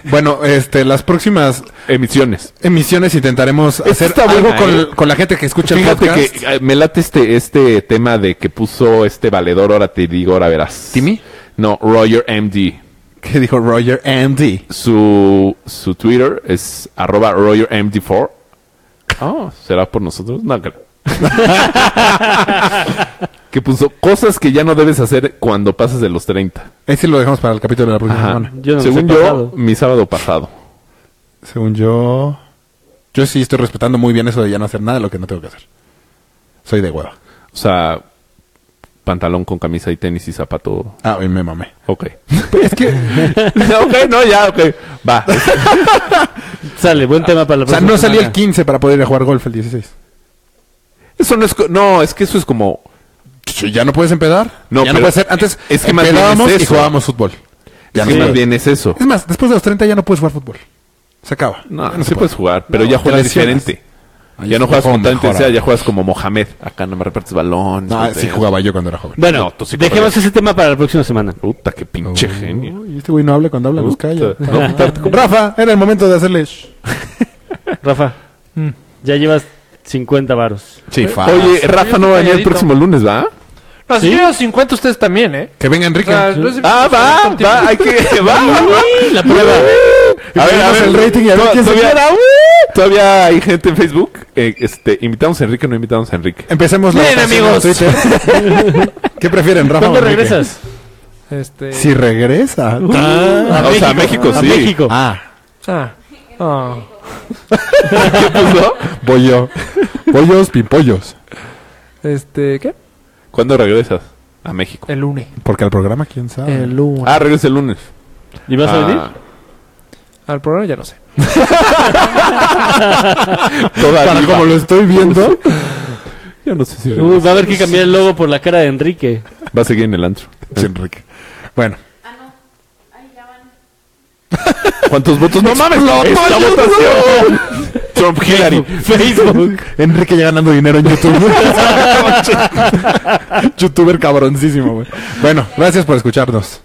Speaker 1: Bueno, este, las próximas
Speaker 6: Emisiones.
Speaker 1: emisiones intentaremos hacer
Speaker 6: está
Speaker 1: algo
Speaker 6: buena,
Speaker 1: con,
Speaker 6: ¿eh?
Speaker 1: con la gente que escucha
Speaker 6: Fíjate
Speaker 1: el podcast.
Speaker 6: que eh, me late este, este tema de que puso este valedor, ahora te digo, ahora verás.
Speaker 1: ¿Timmy?
Speaker 6: No, Roger MD.
Speaker 1: Que... dijo Roger MD.
Speaker 6: Su, su Twitter es arroba RogerMD4. Oh, ¿será por nosotros? No, creo. que puso cosas que ya no debes hacer cuando pasas de los 30.
Speaker 1: Ese lo dejamos para el capítulo de la próxima
Speaker 6: Ajá.
Speaker 1: semana.
Speaker 2: Yo no los he
Speaker 6: Según yo,
Speaker 2: pasado.
Speaker 6: mi sábado pasado.
Speaker 1: Según yo, yo sí estoy respetando muy bien eso de ya no hacer nada de lo que no tengo que hacer. Soy de hueva.
Speaker 6: O sea, pantalón con camisa y tenis y zapato.
Speaker 1: Ah, hoy me mamé.
Speaker 6: Ok.
Speaker 1: Pues
Speaker 6: es que... ok, no, ya, ok. Va.
Speaker 2: Sale, buen tema para la
Speaker 1: O sea,
Speaker 6: Pues,
Speaker 2: próxima
Speaker 1: no salí el
Speaker 2: semana.
Speaker 1: 15 para poder ir a jugar golf el 16.
Speaker 6: Eso no es... co- No, es que eso es como...
Speaker 1: Sí, Ya no puedes empedar.
Speaker 6: No,
Speaker 1: ya no
Speaker 6: pero
Speaker 1: puedes ser. Antes
Speaker 6: es que más bien
Speaker 1: empedábamos
Speaker 6: es
Speaker 1: y
Speaker 6: eso.
Speaker 1: jugábamos fútbol. Ya
Speaker 6: es
Speaker 1: no
Speaker 6: que
Speaker 1: se
Speaker 6: más
Speaker 1: puede.
Speaker 6: bien es eso.
Speaker 1: Es más, después de los 30 ya no puedes jugar fútbol. Se acaba.
Speaker 6: No,
Speaker 1: Ya
Speaker 6: no
Speaker 1: se
Speaker 6: sí
Speaker 1: puede.
Speaker 6: puedes jugar, pero
Speaker 1: Ah, No,
Speaker 6: ya
Speaker 1: te
Speaker 6: juegas
Speaker 1: lesionas.
Speaker 6: diferente.
Speaker 1: Ah,
Speaker 6: ya
Speaker 1: yo
Speaker 6: no juegas
Speaker 1: juego
Speaker 6: con tanta
Speaker 1: mejor
Speaker 6: intensidad,
Speaker 1: ahora.
Speaker 6: ya juegas como Mohamed. Acá no me repartes balón.
Speaker 1: No, sí jugaba yo cuando era joven.
Speaker 2: Bueno,
Speaker 6: No, tú sí
Speaker 2: dejemos
Speaker 6: corres.
Speaker 2: ese tema para la próxima semana.
Speaker 6: Puta, qué pinche genio.
Speaker 1: Uy, este güey no habla cuando habla, nos
Speaker 6: Puta.
Speaker 1: calla.
Speaker 6: No, tampoco.
Speaker 1: Rafa, era el momento de hacerle. shh.
Speaker 2: Rafa, ya llevas 50 varos.
Speaker 1: Eh, Ah,
Speaker 6: Oye, Rafa no va a venir el
Speaker 4: calladito.
Speaker 6: próximo lunes, ¿va?
Speaker 4: No, si llegan 50 ustedes también, ¿eh?
Speaker 1: que venga Enrique.
Speaker 6: Ah, va, va, hay que. Va, va, va.
Speaker 2: La prueba.
Speaker 6: A ver, a ver,
Speaker 1: el rating y a ver
Speaker 6: to-
Speaker 1: quién se
Speaker 6: todavía, todavía hay gente en Facebook. eh, este, invitamos a Enrique o no invitamos a Enrique.
Speaker 1: Empecemos la
Speaker 4: Bien,
Speaker 1: votación
Speaker 4: amigos.
Speaker 1: en Twitter. ¿Qué prefieren, Rafa?
Speaker 2: ¿Cuándo
Speaker 1: o Enrique?
Speaker 2: regresas?
Speaker 4: Este.
Speaker 1: Si regresa.
Speaker 6: Ah, o sea, a México sí.
Speaker 2: A México.
Speaker 1: Ah,
Speaker 4: Ah. ah.
Speaker 6: ¿Qué puso?
Speaker 1: voy yo. Pollos, pimpollos.
Speaker 4: Este, ¿qué?
Speaker 6: ¿Cuándo regresas? A México.
Speaker 4: El lunes.
Speaker 1: Porque al programa, quién sabe.
Speaker 4: El lunes.
Speaker 6: Ah, regresa el lunes.
Speaker 2: ¿Y vas a
Speaker 6: Ah,
Speaker 2: venir?
Speaker 4: Al programa ya no sé.
Speaker 6: toda
Speaker 1: Para
Speaker 6: viva.
Speaker 1: como lo estoy viendo.
Speaker 6: Yo no sé si regresa.
Speaker 2: Uy, va a haber que cambiar el logo por la cara de Enrique.
Speaker 6: Va a seguir en el antro.
Speaker 1: Sí, Enrique. Bueno.
Speaker 7: Ah, no. Ay, ya van.
Speaker 6: ¿Cuántos votos? ¡No mames! ¡La votación! Trump Hillary.
Speaker 1: Facebook. Enrique ya ganando dinero en YouTube. Youtuber cabroncísimo, güey. Bueno, gracias por escucharnos.